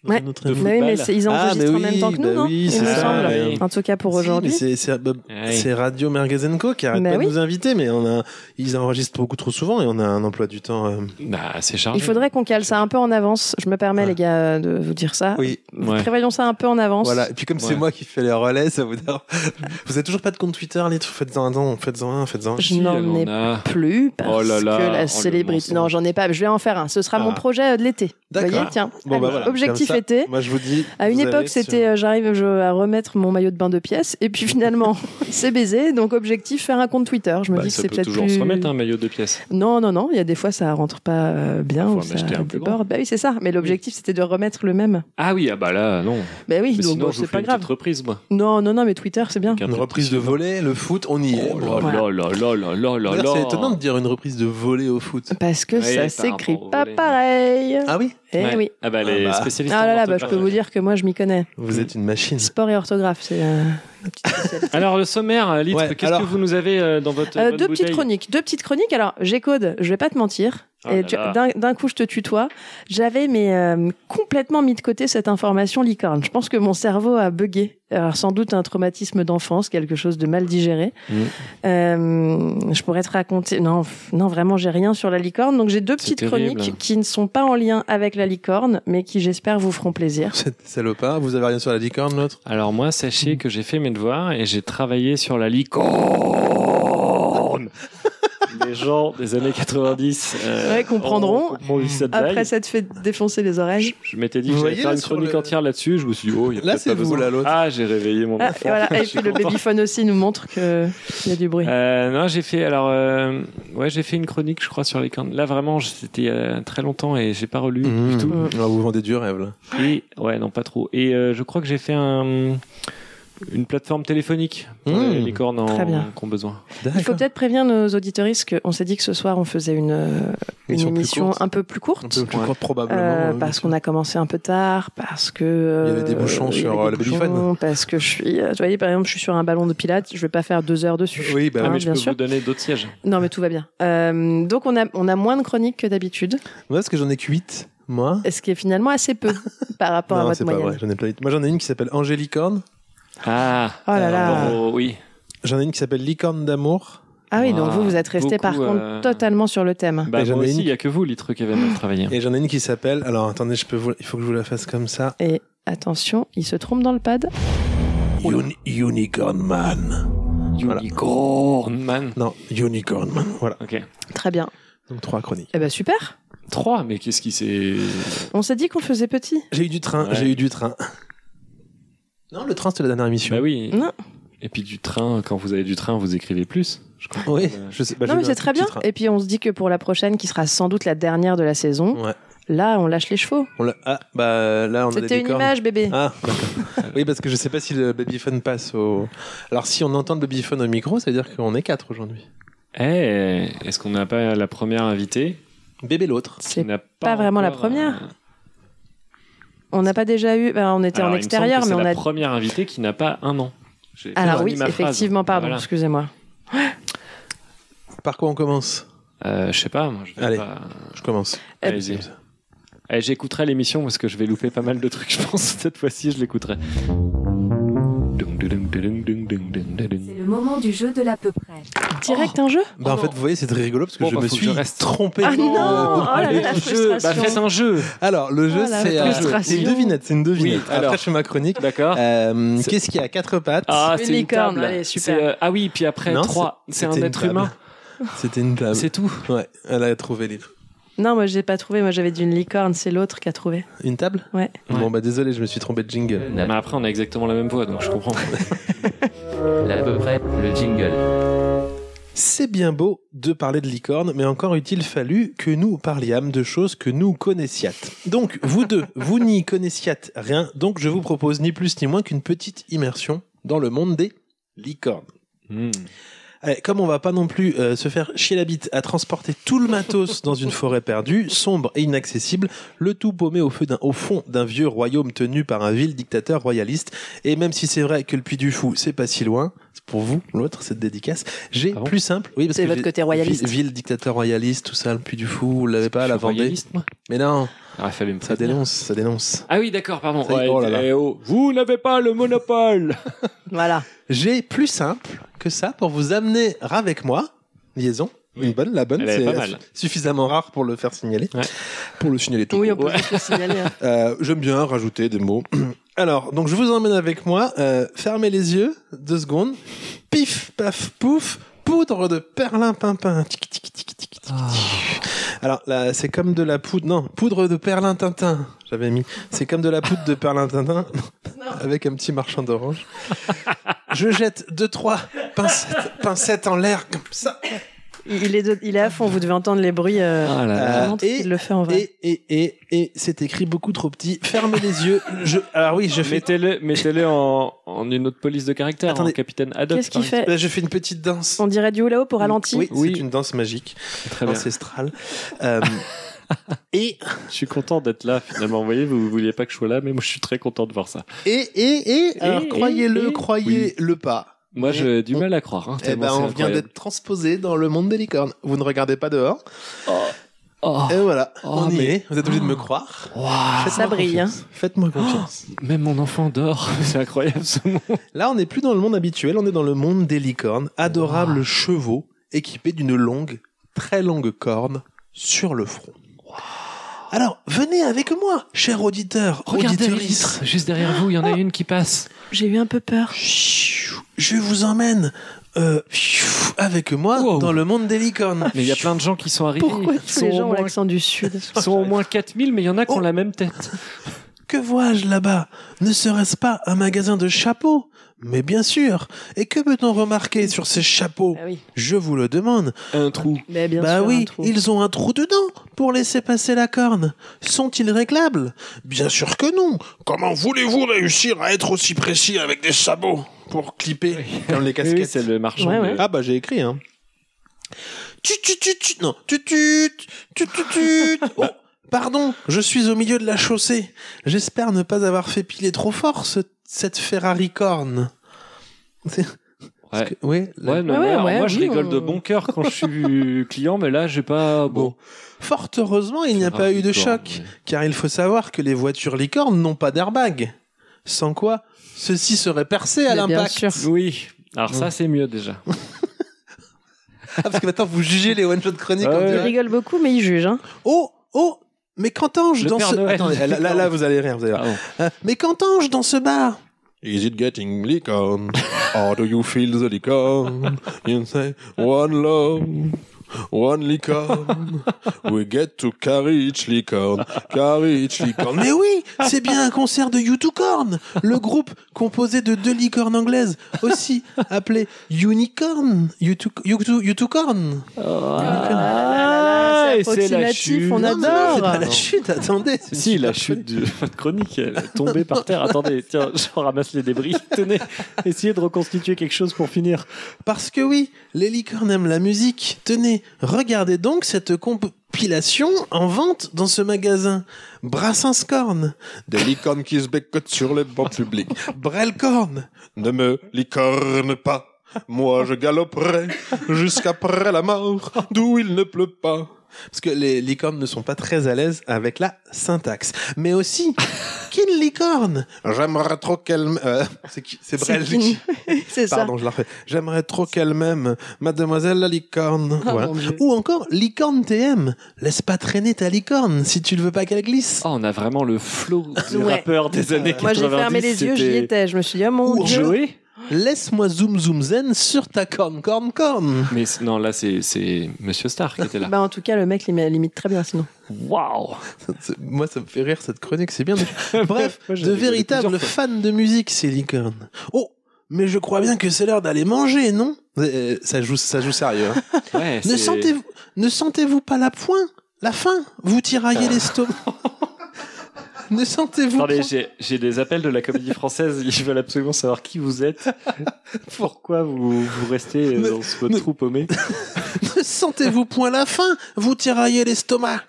Speaker 2: Ouais.
Speaker 1: Notre-
Speaker 2: Bah oui, mais c'est- ils
Speaker 1: Ah,
Speaker 2: enregistrent
Speaker 1: mais
Speaker 2: en même
Speaker 1: oui,
Speaker 2: temps que nous,
Speaker 1: bah
Speaker 2: non
Speaker 1: oui,
Speaker 2: Il
Speaker 1: c'est
Speaker 2: me
Speaker 1: ça,
Speaker 2: semble.
Speaker 1: oui.
Speaker 2: En tout cas pour
Speaker 1: Si,
Speaker 2: aujourd'hui.
Speaker 1: mais c'est- C'est bah,
Speaker 6: Ouais.
Speaker 1: c'est Radio Merguez Co qui arrête
Speaker 2: Bah
Speaker 1: pas
Speaker 2: oui.
Speaker 1: de nous inviter, mais on a, ils enregistrent beaucoup trop souvent et on a un emploi du temps. euh,
Speaker 6: Bah, c'est chargé.
Speaker 2: Il faudrait qu'on cale ça un peu en avance. Je me permets,
Speaker 1: Ouais.
Speaker 2: les gars, de vous dire ça.
Speaker 1: Oui,
Speaker 6: Ouais.
Speaker 2: Prévoyons ça un peu en avance.
Speaker 1: voilà. Et puis comme c'est
Speaker 6: Ouais.
Speaker 1: moi qui fais les relais, ça vous donne- Vous avez toujours pas de compte Twitter, les trucs. Faites-en un, non, faites-en un, faites-en un.
Speaker 2: Je
Speaker 6: Si,
Speaker 2: n'en
Speaker 6: elle en
Speaker 2: ai
Speaker 6: a.
Speaker 2: plus parce
Speaker 6: Oh là là,
Speaker 2: que
Speaker 6: oh,
Speaker 2: la
Speaker 6: le
Speaker 2: célébrité. Non,
Speaker 6: mensonge.
Speaker 2: j'en ai pas. Je vais en faire un. Ce sera
Speaker 1: Ah.
Speaker 2: mon projet euh, de l'été. Vous
Speaker 1: D'accord.
Speaker 2: voyez, tiens.
Speaker 1: Bon, bah
Speaker 2: Allez,
Speaker 1: voilà.
Speaker 2: Objectif
Speaker 1: Comme ça,
Speaker 2: été.
Speaker 1: Moi, je vous dis.
Speaker 2: À une
Speaker 1: vous allez
Speaker 2: époque,
Speaker 1: sur-
Speaker 2: c'était euh, j'arrive je- à remettre mon maillot de bain de pièces et puis finalement, c'est baisé. Donc objectif, faire un compte Twitter. Je me
Speaker 6: Bah,
Speaker 2: dis que
Speaker 6: ça
Speaker 2: c'est
Speaker 6: peut
Speaker 2: peut-être
Speaker 6: toujours
Speaker 2: plus.
Speaker 6: se remettre hein. un maillot de pièces.
Speaker 2: Non, non, non. Il y a des fois, ça rentre pas euh, bien
Speaker 6: Faut
Speaker 2: ou
Speaker 6: en
Speaker 2: ça
Speaker 6: acheter un plus grand.
Speaker 2: déborde. Bah oui, c'est ça. Mais l'objectif, c'était de remettre le même.
Speaker 6: Ah oui, ah bah là, non.
Speaker 2: Bah oui, donc
Speaker 6: Mais sinon,
Speaker 2: bon,
Speaker 6: je vous
Speaker 2: c'est
Speaker 6: fais
Speaker 2: pas
Speaker 6: une
Speaker 2: grave.
Speaker 6: petite reprise, moi.
Speaker 2: Non, non, non. Mais Twitter, c'est bien.
Speaker 1: Une reprise de volet, le foot, on y est.
Speaker 6: Oh là
Speaker 2: Voilà.
Speaker 6: là là là là là là
Speaker 1: D'ailleurs,
Speaker 6: là.
Speaker 1: C'est étonnant de dire une reprise de volet au foot.
Speaker 2: Parce que
Speaker 6: Oui,
Speaker 2: ça
Speaker 6: par
Speaker 2: s'écrit
Speaker 6: rapport au
Speaker 2: pas
Speaker 6: volet.
Speaker 2: pareil.
Speaker 1: Ah oui,
Speaker 2: Eh
Speaker 6: Ouais.
Speaker 2: oui.
Speaker 6: Ah bah,
Speaker 1: Ah
Speaker 6: les
Speaker 1: bah.
Speaker 6: spécialistes.
Speaker 2: Ah
Speaker 6: en
Speaker 2: là là, bah, je peux
Speaker 6: orthographe.
Speaker 2: vous dire que moi, je m'y connais.
Speaker 1: vous êtes une machine.
Speaker 2: Sport et orthographe, c'est euh, ma petite spécialité.
Speaker 6: Alors, le sommaire, euh, Litre,
Speaker 1: Ouais,
Speaker 6: qu'est-ce
Speaker 1: alors-
Speaker 6: que vous nous avez euh, dans votre.
Speaker 2: Euh,
Speaker 6: bonne
Speaker 2: deux petites
Speaker 6: bouteille
Speaker 2: chroniques. Deux petites chroniques. Alors, j'ai code, je vais pas te mentir.
Speaker 6: Ah
Speaker 2: Et
Speaker 6: là
Speaker 2: tu-
Speaker 6: là.
Speaker 2: d'un- D'un coup, je te tutoie. J'avais mais euh, complètement mis de côté cette information licorne. Je pense que mon cerveau a bugué. Alors, sans doute un traumatisme d'enfance, quelque chose de mal digéré.
Speaker 6: Mhm.
Speaker 2: Euh, je pourrais te raconter. Non, pff, non, vraiment, j'ai rien sur la licorne. Donc, j'ai deux
Speaker 6: C'est
Speaker 2: petites
Speaker 6: terrible.
Speaker 2: chroniques qui ne sont pas en lien avec la licorne, mais qui, j'espère, vous feront plaisir.
Speaker 1: Cette salopard, vous avez rien sur la licorne, l'autre
Speaker 6: Alors moi,
Speaker 1: Mm.
Speaker 6: sachez que j'ai fait mes devoirs et j'ai travaillé sur la licorne. Les gens des années 90 euh,
Speaker 2: Ouais, comprendront.
Speaker 6: ont- ont eu cette
Speaker 2: Après
Speaker 6: blague.
Speaker 2: s'être fait défoncer les oreilles.
Speaker 6: Je m'étais dit
Speaker 1: Vous
Speaker 6: que j'allais
Speaker 1: voyez,
Speaker 6: faire
Speaker 1: là,
Speaker 6: une
Speaker 1: sur
Speaker 6: chronique
Speaker 1: le-
Speaker 6: entière là-dessus. Je me suis dit, oh, il y a
Speaker 1: Là,
Speaker 6: peut-être
Speaker 1: c'est
Speaker 6: pas
Speaker 1: vous,
Speaker 6: besoin.
Speaker 1: là, l'autre.
Speaker 6: Ah, j'ai réveillé mon
Speaker 2: Ah,
Speaker 6: enfant.
Speaker 2: voilà.
Speaker 6: Je
Speaker 2: Et
Speaker 6: suis
Speaker 2: puis le
Speaker 6: content.
Speaker 2: babyphone aussi nous montre qu'il y a du bruit.
Speaker 6: Euh, non, j'ai fait alors euh, ouais, j'ai fait une chronique, je crois, sur les cornes. Là, vraiment, je- c'était il y a très longtemps et j'ai pas relu du tout.
Speaker 1: Mmh. Ah, vous vendez du rêve, là.
Speaker 6: Et ouais, non, pas trop. Et euh, je crois que j'ai fait un, une plateforme téléphonique pour
Speaker 1: Mmh.
Speaker 6: les licornes en,
Speaker 2: Très bien.
Speaker 6: qui ont besoin.
Speaker 2: Il faut
Speaker 1: D'accord.
Speaker 2: peut-être prévenir nos auditoristes qu'on s'est dit que ce soir on faisait une, euh, une
Speaker 1: Émission plus
Speaker 2: émission
Speaker 1: courte.
Speaker 2: un peu plus
Speaker 1: Un
Speaker 2: courte.
Speaker 1: peu plus
Speaker 6: Ouais.
Speaker 1: court, probablement.
Speaker 2: euh,
Speaker 1: hein,
Speaker 2: parce
Speaker 1: bien
Speaker 2: qu'on a commencé un peu tard, parce que euh,
Speaker 1: Il y avait des bouchons
Speaker 2: il y
Speaker 1: sur,
Speaker 2: avait des
Speaker 1: euh, le
Speaker 2: bouchons,
Speaker 1: babyphone.
Speaker 2: Parce que je suis, euh, tu voyez, par exemple, je suis sur un ballon de pilates, je vais pas faire deux heures dessus.
Speaker 1: sûr. Oui, bah,
Speaker 2: Ah,
Speaker 6: mais je
Speaker 2: bien
Speaker 6: peux
Speaker 2: sûr.
Speaker 6: vous donner d'autres sièges.
Speaker 2: Non, mais tout va bien. Euh, donc on a on a moins de chroniques que d'habitude,
Speaker 1: Moi, parce que j'en ai que 8, moi.
Speaker 2: ce qui est finalement assez peu par rapport à
Speaker 1: non,
Speaker 2: votre
Speaker 1: c'est pas vrai,
Speaker 2: moyenne.
Speaker 1: j'en ai plein 8. Moi, j'en ai une qui s'appelle Angélicorne.
Speaker 6: Ah,
Speaker 2: Oh là là.
Speaker 6: Oh, oui.
Speaker 1: J'en ai une qui s'appelle Licorne d'amour.
Speaker 2: Ah oui, donc
Speaker 6: Wow.
Speaker 2: vous vous êtes resté par
Speaker 6: Beaucoup,
Speaker 2: contre
Speaker 6: euh,
Speaker 2: totalement sur le thème.
Speaker 6: Bah,
Speaker 1: Et j'en
Speaker 6: moi
Speaker 1: ai
Speaker 6: aussi, il
Speaker 1: une-
Speaker 6: n'y a que vous, les trucs qui avaient mal travaillé.
Speaker 1: Et j'en ai une qui s'appelle. Alors, attendez, je peux vous... il faut que je vous la fasse comme ça.
Speaker 6: bah.
Speaker 2: Et attention, il se trompe dans le pad.
Speaker 1: Unicorn Man.
Speaker 9: Voilà.
Speaker 6: Unicorn Man.
Speaker 1: Non, Unicorn Man. Voilà.
Speaker 6: Ok.
Speaker 2: Très bien.
Speaker 1: Donc trois chroniques.
Speaker 2: Eh ben super.
Speaker 6: 3, mais qu'est-ce qui s'est.
Speaker 2: On s'est dit qu'on le faisait petit.
Speaker 1: J'ai eu du train,
Speaker 6: Ouais.
Speaker 1: j'ai eu du train. Non, le train, c'était la dernière émission.
Speaker 6: Bah oui.
Speaker 2: Non.
Speaker 6: Et puis du train, quand vous avez du train, vous écrivez plus. Je crois.
Speaker 1: Oui,
Speaker 6: Euh,
Speaker 1: je sais bah,
Speaker 2: non
Speaker 1: j'ai
Speaker 2: mais
Speaker 1: eu un
Speaker 2: c'est
Speaker 1: tout
Speaker 2: très
Speaker 1: petit
Speaker 2: bien.
Speaker 1: train.
Speaker 2: Et puis on se dit que pour la prochaine, qui sera sans doute la dernière de la saison,
Speaker 1: Ouais.
Speaker 2: là on lâche les chevaux.
Speaker 1: On l'a- ah, bah là, on a des
Speaker 2: C'était une
Speaker 1: décors.
Speaker 2: image bébé.
Speaker 1: Ah, d'accord. oui, parce que je sais pas si le babyphone passe au. Alors, si on entend le babyphone au micro, ça veut dire qu'on est quatre aujourd'hui.
Speaker 6: Eh, est-ce qu'on n'a pas la première invitée
Speaker 1: Bébé l'autre.
Speaker 2: C'est-
Speaker 6: Qui n'a
Speaker 2: pas vraiment la
Speaker 6: encore,
Speaker 2: première.
Speaker 6: euh,
Speaker 2: On n'a pas déjà eu. ben, on était
Speaker 6: alors,
Speaker 2: en
Speaker 6: il me
Speaker 2: extérieur,
Speaker 6: semble
Speaker 2: mais
Speaker 6: que
Speaker 2: on
Speaker 6: C'est
Speaker 2: a.
Speaker 6: la première invitée qui n'a pas un an. J'ai
Speaker 2: Alors
Speaker 6: perdu
Speaker 2: oui,
Speaker 6: ma phrase.
Speaker 2: effectivement, pardon,
Speaker 6: Voilà.
Speaker 2: excusez-moi.
Speaker 1: Par quoi on commence
Speaker 6: Euh, je sais pas, moi, je vais
Speaker 1: Allez.
Speaker 6: pas-
Speaker 2: Euh,
Speaker 1: Je commence.
Speaker 6: Allez-y. Eh, J'écouterai l'émission parce que je vais louper pas mal de trucs, je pense. Cette fois-ci, je l'écouterai. Dun, dun, dun, dun, dun, dun, dun, dun.
Speaker 7: C'est le moment du jeu de l'à peu près.
Speaker 2: Direct un jeu
Speaker 1: Bah, en fait, vous voyez, c'est très rigolo parce que
Speaker 6: Bon,
Speaker 1: je
Speaker 6: bah,
Speaker 1: me
Speaker 6: faut que
Speaker 1: suis
Speaker 6: je reste.
Speaker 1: trompé.
Speaker 2: Ah non Oh là là, la
Speaker 6: Le jeu, bah,
Speaker 2: frustration.
Speaker 6: faites un jeu
Speaker 1: Alors, le jeu,
Speaker 2: Oh, la
Speaker 1: c'est euh,
Speaker 2: frustration.
Speaker 1: c'est une devinette. C'est une devinette.
Speaker 6: Oui, alors.
Speaker 1: Après, je fais ma chronique.
Speaker 6: D'accord
Speaker 1: Euh,
Speaker 6: C'est-
Speaker 1: Qu'est-ce qui a quatre pattes
Speaker 6: Ah,
Speaker 2: Une
Speaker 6: c'est une
Speaker 2: licorne,
Speaker 6: table.
Speaker 2: allez, super.
Speaker 6: C'est, euh, ah oui, puis après,
Speaker 1: Non,
Speaker 6: trois. C'est un
Speaker 1: c'était une
Speaker 6: être
Speaker 1: table. Ah
Speaker 6: humain.
Speaker 1: C'était une table.
Speaker 6: C'est tout.
Speaker 1: Ouais, elle a trouvé les trucs.
Speaker 2: Non, moi j'ai pas trouvé. Moi j'avais dit une licorne, c'est l'autre qui a trouvé.
Speaker 1: Une table
Speaker 2: Ouais.
Speaker 1: Bon, bah, désolé, je me suis trompé de jingle.
Speaker 6: Mais après, on a exactement la même voix, donc je comprends.
Speaker 8: L'à peu près, le jingle.
Speaker 1: C'est bien beau de parler de licorne, mais encore eût-il fallu que nous parliâmes de choses que nous connaissiates. Donc, vous deux, vous n'y connaissiates rien, donc je vous propose ni plus ni moins qu'une petite immersion dans le monde des licornes.
Speaker 6: Hmm.
Speaker 1: Allez, Eh, comme on va pas non plus euh, se faire chier la bite à transporter tout le matos dans une forêt perdue, sombre et inaccessible, le tout paumé au, feu d'un- au fond d'un vieux royaume tenu par un vil dictateur royaliste, et même si c'est vrai que le Puy du Fou, c'est pas si loin, c'est pour vous, l'autre, cette dédicace, j'ai
Speaker 6: Ah bon
Speaker 1: plus simple. Oui, parce
Speaker 2: C'est
Speaker 1: que
Speaker 2: votre
Speaker 1: j'ai-
Speaker 2: côté royaliste.
Speaker 1: Ville, ville, dictateur royaliste, tout ça, le Puy du Fou, vous l'avez pas,
Speaker 6: Je
Speaker 1: la
Speaker 6: suis
Speaker 1: Vendée.
Speaker 6: royaliste, moi
Speaker 1: Mais non,
Speaker 6: Ah, fallait me
Speaker 1: ça
Speaker 6: prévenir.
Speaker 1: dénonce, ça dénonce.
Speaker 6: Ah oui, d'accord, pardon.
Speaker 1: Ça y est,
Speaker 6: Ouais,
Speaker 1: oh là là.
Speaker 6: eh oh, vous n'avez pas le monopole
Speaker 2: Voilà.
Speaker 1: J'ai plus simple que ça pour vous amener avec moi, liaison.
Speaker 6: Oui.
Speaker 1: Une bonne, la bonne,
Speaker 6: Elle est
Speaker 1: c'est
Speaker 6: pas mal.
Speaker 1: suffisamment rare pour le faire signaler.
Speaker 6: Ouais.
Speaker 1: Pour le signaler tout
Speaker 2: Oui, on
Speaker 1: court.
Speaker 2: peut juste le signaler. hein.
Speaker 1: Euh, J'aime bien rajouter des mots. Alors, donc je vous emmène avec moi. euh, fermez les yeux, deux secondes. Pif, paf, pouf, poudre de perlimpinpin. Tic, tic, tic, tic, tic, tic. Alors là, c'est comme de la poudre. Non, poudre de perlimpinpin. J'avais mis. C'est comme de la poudre de perlimpinpin avec un petit marchand d'orange. je jette deux trois pincettes, pincettes en l'air comme ça.
Speaker 2: Il il est, de- il est à fond. Vous devez entendre les bruits. euh,
Speaker 6: Ah là là.
Speaker 1: Euh,
Speaker 2: vraiment,
Speaker 1: et-
Speaker 2: il le fait en vrai.
Speaker 1: Et et et et c'est écrit beaucoup trop petit. Fermez les yeux. Je. Alors oui, je fais
Speaker 6: Mettez-le mettez-le en, en une autre police de caractère,
Speaker 1: Attendez.
Speaker 6: en capitaine Haddock.
Speaker 2: Qu'est-ce qu'il
Speaker 6: par
Speaker 2: fait
Speaker 1: Là, je fais une petite danse.
Speaker 2: On dirait du haut pour ralentir.
Speaker 1: Oui,
Speaker 6: Oui.
Speaker 1: c'est une danse magique,
Speaker 6: exemple. Très bien.
Speaker 1: ancestrale. Euh, et,
Speaker 6: Oh, Je suis content d'être là, finalement. Vous voyez, vous ne vouliez pas que je sois là, mais moi, je suis très content de voir ça.
Speaker 1: et, et, et, alors
Speaker 6: et,
Speaker 1: croyez-le,
Speaker 6: et.
Speaker 1: croyez le pas.
Speaker 6: Moi,
Speaker 1: Et
Speaker 6: j'ai du
Speaker 1: on-
Speaker 6: mal à croire. Hein,
Speaker 1: Eh
Speaker 6: tellement
Speaker 1: ben,
Speaker 6: c'est
Speaker 1: on vient
Speaker 6: incroyable.
Speaker 1: d'être transposé dans le monde des licornes. Vous ne regardez pas dehors.
Speaker 6: Oh,
Speaker 1: Et voilà,
Speaker 6: Oh,
Speaker 1: on y
Speaker 6: mais- oh. Ah,
Speaker 1: est. Vous êtes obligé de me croire.
Speaker 6: Eh,
Speaker 1: Oh.
Speaker 6: waouh.
Speaker 2: Ça brille. hein.
Speaker 1: Faites-moi confiance.
Speaker 6: Même mon enfant dort. C'est incroyable, ce monde.
Speaker 1: Là, on n'est plus dans le monde habituel, on est dans le monde des licornes, adorables chevaux équipés d'une longue, très longue corne sur le front. Alors, venez avec moi, cher auditeur,
Speaker 6: Regardez les
Speaker 1: auditrice.
Speaker 6: vitres. Juste derrière vous, il y en a une qui passe.
Speaker 2: J'ai eu un peu peur.
Speaker 1: Je vous emmène euh, avec moi
Speaker 6: Wow. Ah.
Speaker 1: dans le monde des licornes.
Speaker 6: Mais il y a plein de gens qui sont arrivés.
Speaker 2: Pourquoi
Speaker 6: Ils
Speaker 2: tous
Speaker 6: sont,
Speaker 2: les
Speaker 6: au
Speaker 2: gens ont
Speaker 6: moins,
Speaker 2: l'accent du sud
Speaker 6: ils sont au moins 4000, mais il y en a qui ont
Speaker 1: Oh.
Speaker 6: la même tête.
Speaker 1: Que vois-je là-bas Ne serait-ce pas un magasin de chapeaux Mais bien sûr. Et que peut-on remarquer sur ces chapeaux
Speaker 2: Ah oui.
Speaker 1: Je vous le demande.
Speaker 6: Un trou.
Speaker 2: Mais bien
Speaker 1: bah
Speaker 2: sûr, hein, un
Speaker 1: oui,
Speaker 2: trou.
Speaker 1: ils ont un trou dedans pour laisser passer la corne. Sont-ils réglables
Speaker 10: Bien sûr que non Comment voulez-vous réussir à être aussi précis avec des sabots
Speaker 1: Pour clipper comme les
Speaker 6: Oui, oui, c'est le marchand.
Speaker 2: Ouais, ouais.
Speaker 6: de-
Speaker 1: Ah bah j'ai écrit hein. Tut tut tut tut non tut tut tut tut tut. Oh, pardon, je suis au milieu de la chaussée. J'espère ne pas avoir fait piler trop fort ce- cette Ferrari corne. C'est- parce que- oui, la-
Speaker 6: Ouais, non,
Speaker 2: Ouais,
Speaker 6: moi,
Speaker 2: ouais,
Speaker 6: alors,
Speaker 2: ouais,
Speaker 6: moi, je
Speaker 2: oui,
Speaker 6: rigole
Speaker 2: on-
Speaker 6: de bon cœur quand je suis client, mais là, j'ai pas. Bon.
Speaker 1: Bon. Fort heureusement, il n'y
Speaker 6: Ah,
Speaker 1: a pas eu de choc, car il faut savoir que les voitures licornes n'ont pas d'airbag. Sans quoi, ceci serait percé à
Speaker 2: Mais bien
Speaker 1: l'impact.
Speaker 2: sûr.
Speaker 6: Oui. Alors, ça, c'est mieux déjà.
Speaker 1: Ah, parce que maintenant, vous jugez les one-shot chroniques.
Speaker 6: Ouais,
Speaker 1: en
Speaker 6: Ah ouais.
Speaker 2: Ils
Speaker 1: direct.
Speaker 2: rigolent beaucoup, mais ils jugent. hein.
Speaker 1: Oh, oh, mais qu'entends-je
Speaker 6: Le
Speaker 1: dans
Speaker 6: Père
Speaker 1: ce...
Speaker 6: Noël.
Speaker 1: Attendez, là, là, là, vous allez rire, vous allez rire.
Speaker 6: Ah bon.
Speaker 1: Euh, Mais qu'entends-je dans ce bar
Speaker 10: Is it getting licorne
Speaker 4: How um, do you feel the liquor? You say one love. One licorne, we get to carry each licorne, carry each licorne.
Speaker 1: Mais oui, c'est bien un concert de U2Corn, le groupe composé de deux licornes anglaises, aussi appelé Unicorn, U2- U2- U2Corn.
Speaker 2: Ah,
Speaker 6: et
Speaker 2: c'est approximatif, on
Speaker 1: Non, mais là, c'est
Speaker 2: adore.
Speaker 1: pas la chute, attendez. c'est
Speaker 6: Si,
Speaker 1: une
Speaker 6: la
Speaker 1: super
Speaker 6: chute de votre chronique, elle est tombée par terre. Attendez, tiens, je ramasse les débris. Tenez, essayez de reconstituer quelque chose pour finir.
Speaker 1: Parce que oui, les licornes aiment la musique. Tenez, regardez donc cette compilation en vente dans ce magasin. Brassens Corne,
Speaker 4: Des licornes qui se becquent sur les bancs publics.
Speaker 1: Brel Corne,
Speaker 4: Ne me licorne pas. Moi, je galoperai jusqu'après la mort, d'où il ne pleut pas.
Speaker 1: parce que les licornes ne sont pas très à l'aise avec la syntaxe. Mais aussi, Kin Licorne.
Speaker 4: J'aimerais trop qu'elle... m- euh,
Speaker 1: C'est qui- c'est
Speaker 2: C'est
Speaker 1: Brel.
Speaker 2: qui- C'est ça.
Speaker 1: Pardon, je la refais. J'aimerais trop qu'elle-même, mademoiselle la licorne.
Speaker 2: Ah,
Speaker 1: Voilà.
Speaker 2: mon Dieu.
Speaker 1: Ou encore, licorne TM. Laisse pas traîner ta licorne si tu ne veux pas qu'elle glisse.
Speaker 6: Oh, on a vraiment le flow du
Speaker 2: Ouais.
Speaker 6: rappeur des années 90.
Speaker 2: Moi, j'ai fermé les yeux, j'y
Speaker 6: c'était
Speaker 2: étais. Je me suis dit, oh mon
Speaker 1: Ou
Speaker 2: dieu.
Speaker 6: Joey
Speaker 2: Oh.
Speaker 1: Laisse-moi zoom zoom zen sur ta corne corne corne.
Speaker 6: Mais c- non, là, c'est- c'est Monsieur Star qui était là.
Speaker 2: Bah, en tout cas, le mec l'im- l'imite très bien, sinon.
Speaker 6: Waouh
Speaker 1: C'est- Moi, ça me fait rire cette chronique, c'est bien. de- Bref,
Speaker 6: Moi, j'ai
Speaker 1: de
Speaker 6: rigolé
Speaker 1: véritables
Speaker 6: plusieurs fois.
Speaker 1: fans de musique, ces licornes. Oh, mais je crois bien que c'est l'heure d'aller manger, non Euh, Ça joue, ça joue sérieux. hein.
Speaker 6: Ouais,
Speaker 1: ne
Speaker 6: c'est-
Speaker 1: sentez-vous, ne sentez-vous pas la pointe, la faim Vous
Speaker 2: Euh.
Speaker 1: tiraillez l'estomac. ne sentez-vous
Speaker 6: Attendez,
Speaker 1: pas
Speaker 6: j'ai- j'ai des appels de la comédie française. Ils veulent absolument savoir qui vous êtes, pourquoi vous, vous restez
Speaker 1: Mais-
Speaker 6: dans ce- votre
Speaker 1: mais-
Speaker 6: trou paumé.
Speaker 1: Ne sentez-vous point la faim Vous tiraillez l'estomac.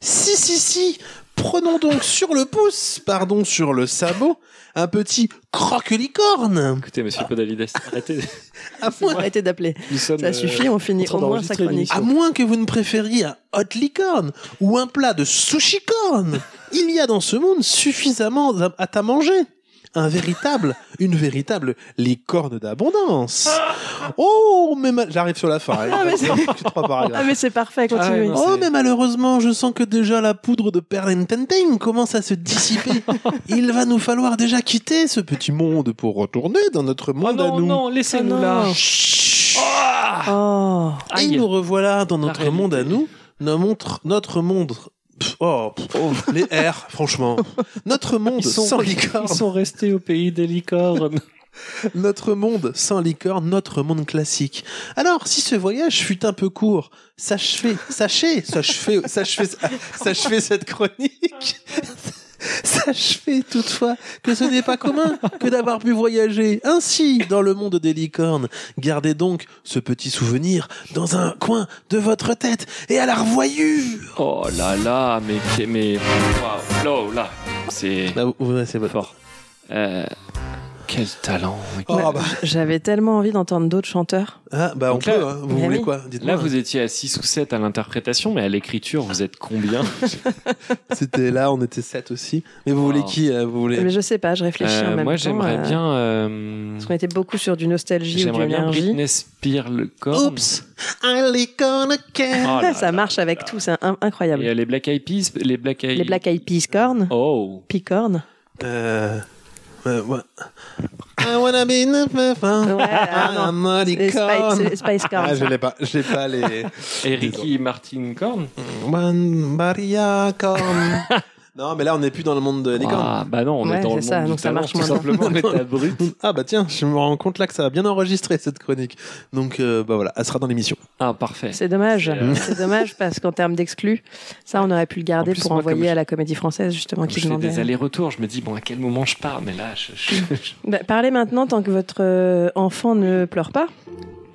Speaker 1: Si, si, si Prenons donc sur le pouce, pardon, sur le sabot, un petit croque-licorne.
Speaker 6: Écoutez, Monsieur Podalides, arrêtez.
Speaker 1: À moins,
Speaker 2: Arrêtez d'appeler.
Speaker 6: Ah. Nous sommes,
Speaker 2: Ça
Speaker 6: euh,
Speaker 2: suffit, on
Speaker 6: en
Speaker 2: finit
Speaker 6: train
Speaker 2: au moins sa
Speaker 6: d'enregistrer
Speaker 2: chronique.
Speaker 1: à moins que vous ne préfériez un hot licorne ou un plat de sushi-corne. Il y a dans ce monde suffisamment à- à t'a manger. Un véritable, une véritable licorne d'abondance. Oh, mais ma- j'arrive sur la fin. hein.
Speaker 2: Ah, mais c'est-
Speaker 1: J'ai trois paragraphes.
Speaker 2: Ah, mais c'est parfait, continue.
Speaker 6: non,
Speaker 1: Oh,
Speaker 6: C'est-
Speaker 1: mais malheureusement, je sens que déjà la poudre de Perlenpentain commence à se dissiper. Il va nous falloir déjà quitter ce petit monde pour retourner dans notre
Speaker 6: Oh
Speaker 1: monde à
Speaker 6: non,
Speaker 1: nous.
Speaker 6: non, laissez-nous
Speaker 2: Ah
Speaker 6: là. Ah.
Speaker 1: Chut. Ah,
Speaker 2: Oh.
Speaker 1: Et
Speaker 6: Aïe.
Speaker 1: nous revoilà dans notre
Speaker 6: réalité.
Speaker 1: monde à nous, notre monde, notre monde. Pff, oh, pff, les R, franchement. Notre monde
Speaker 6: Ils sont-
Speaker 1: sans licorne,
Speaker 6: Ils sont restés au pays des licornes.
Speaker 1: notre monde sans licorne, notre monde classique. Alors, si ce voyage fut un peu court, sachez, sachez, sachez, sachez, sachez cette chronique. Sachez toutefois que ce n'est pas commun que d'avoir pu voyager ainsi dans le monde des licornes. Gardez donc ce petit souvenir dans un coin de votre tête et à la revoyure.
Speaker 6: Oh là là, mais que- mais waouh, là, là, c'est
Speaker 1: Là, ouais, c'est votre.
Speaker 6: fort. Euh, quel talent.
Speaker 1: Oh,
Speaker 2: Ouais,
Speaker 1: bah.
Speaker 2: J'avais tellement envie d'entendre d'autres chanteurs.
Speaker 1: Ah, bah, on
Speaker 6: Donc
Speaker 1: peut,
Speaker 6: là-
Speaker 1: hein. Vous
Speaker 2: Mais
Speaker 1: voulez
Speaker 2: oui.
Speaker 1: quoi Dites-moi.
Speaker 6: Là, vous étiez à 6 ou 7 à l'interprétation, mais à l'écriture, vous êtes combien
Speaker 1: C'était là, on était sept aussi. Mais vous
Speaker 6: Wow.
Speaker 1: voulez qui euh, Vous voulez.
Speaker 2: Mais je sais pas, je réfléchis en
Speaker 6: Euh,
Speaker 2: même
Speaker 6: Moi,
Speaker 2: temps,
Speaker 6: j'aimerais
Speaker 2: euh,
Speaker 6: bien. euh,
Speaker 2: Parce qu'on était beaucoup sur du nostalgie ou du
Speaker 6: J'aimerais bien
Speaker 2: énergie.
Speaker 6: Britney Spears le corps. Oh
Speaker 1: Oups, I licorne again.
Speaker 2: ça marche avec tout, c'est in- incroyable.
Speaker 6: Et euh, les Black Eyed Peas, les Black Eyed.
Speaker 2: Les Black Eyed Peas cornes,
Speaker 6: Oh.
Speaker 2: picornes.
Speaker 1: Euh. euh, ouais. I wanna be in the
Speaker 2: Ouais, ah
Speaker 1: I'm
Speaker 2: non.
Speaker 1: a
Speaker 2: Les Spice,
Speaker 1: licorne.
Speaker 2: les Spice
Speaker 1: Ah,
Speaker 2: Corns.
Speaker 1: je l'ai pas, je l'ai pas les.
Speaker 6: Et Ricky Martin Korn.
Speaker 1: One Maria Corn. non, mais là, on n'est plus dans le monde de licorne.
Speaker 6: Ah, bah non, on
Speaker 2: Ouais,
Speaker 6: est
Speaker 2: c'est
Speaker 6: dans le monde
Speaker 2: ça,
Speaker 6: du
Speaker 2: donc ça
Speaker 6: talent,
Speaker 2: marche
Speaker 6: tout
Speaker 2: moins bien.
Speaker 6: simplement. On est à brut.
Speaker 1: Ah, bah tiens, je me rends compte là que ça a bien enregistré cette chronique. Donc, euh, bah voilà, elle sera dans l'émission.
Speaker 6: Ah, parfait.
Speaker 2: C'est dommage,
Speaker 6: C'est, euh,
Speaker 2: c'est dommage parce qu'en termes d'exclus, ça on aurait pu le garder
Speaker 6: En plus,
Speaker 2: pour
Speaker 6: moi, comme
Speaker 2: envoyer
Speaker 6: je-
Speaker 2: à la comédie française justement qui
Speaker 6: Je fais
Speaker 2: demandait.
Speaker 6: des allers-retours, je me dis, bon, à quel moment je pars Mais là, je. je- je-
Speaker 2: Bah, parlez maintenant tant que votre euh, enfant ne pleure pas.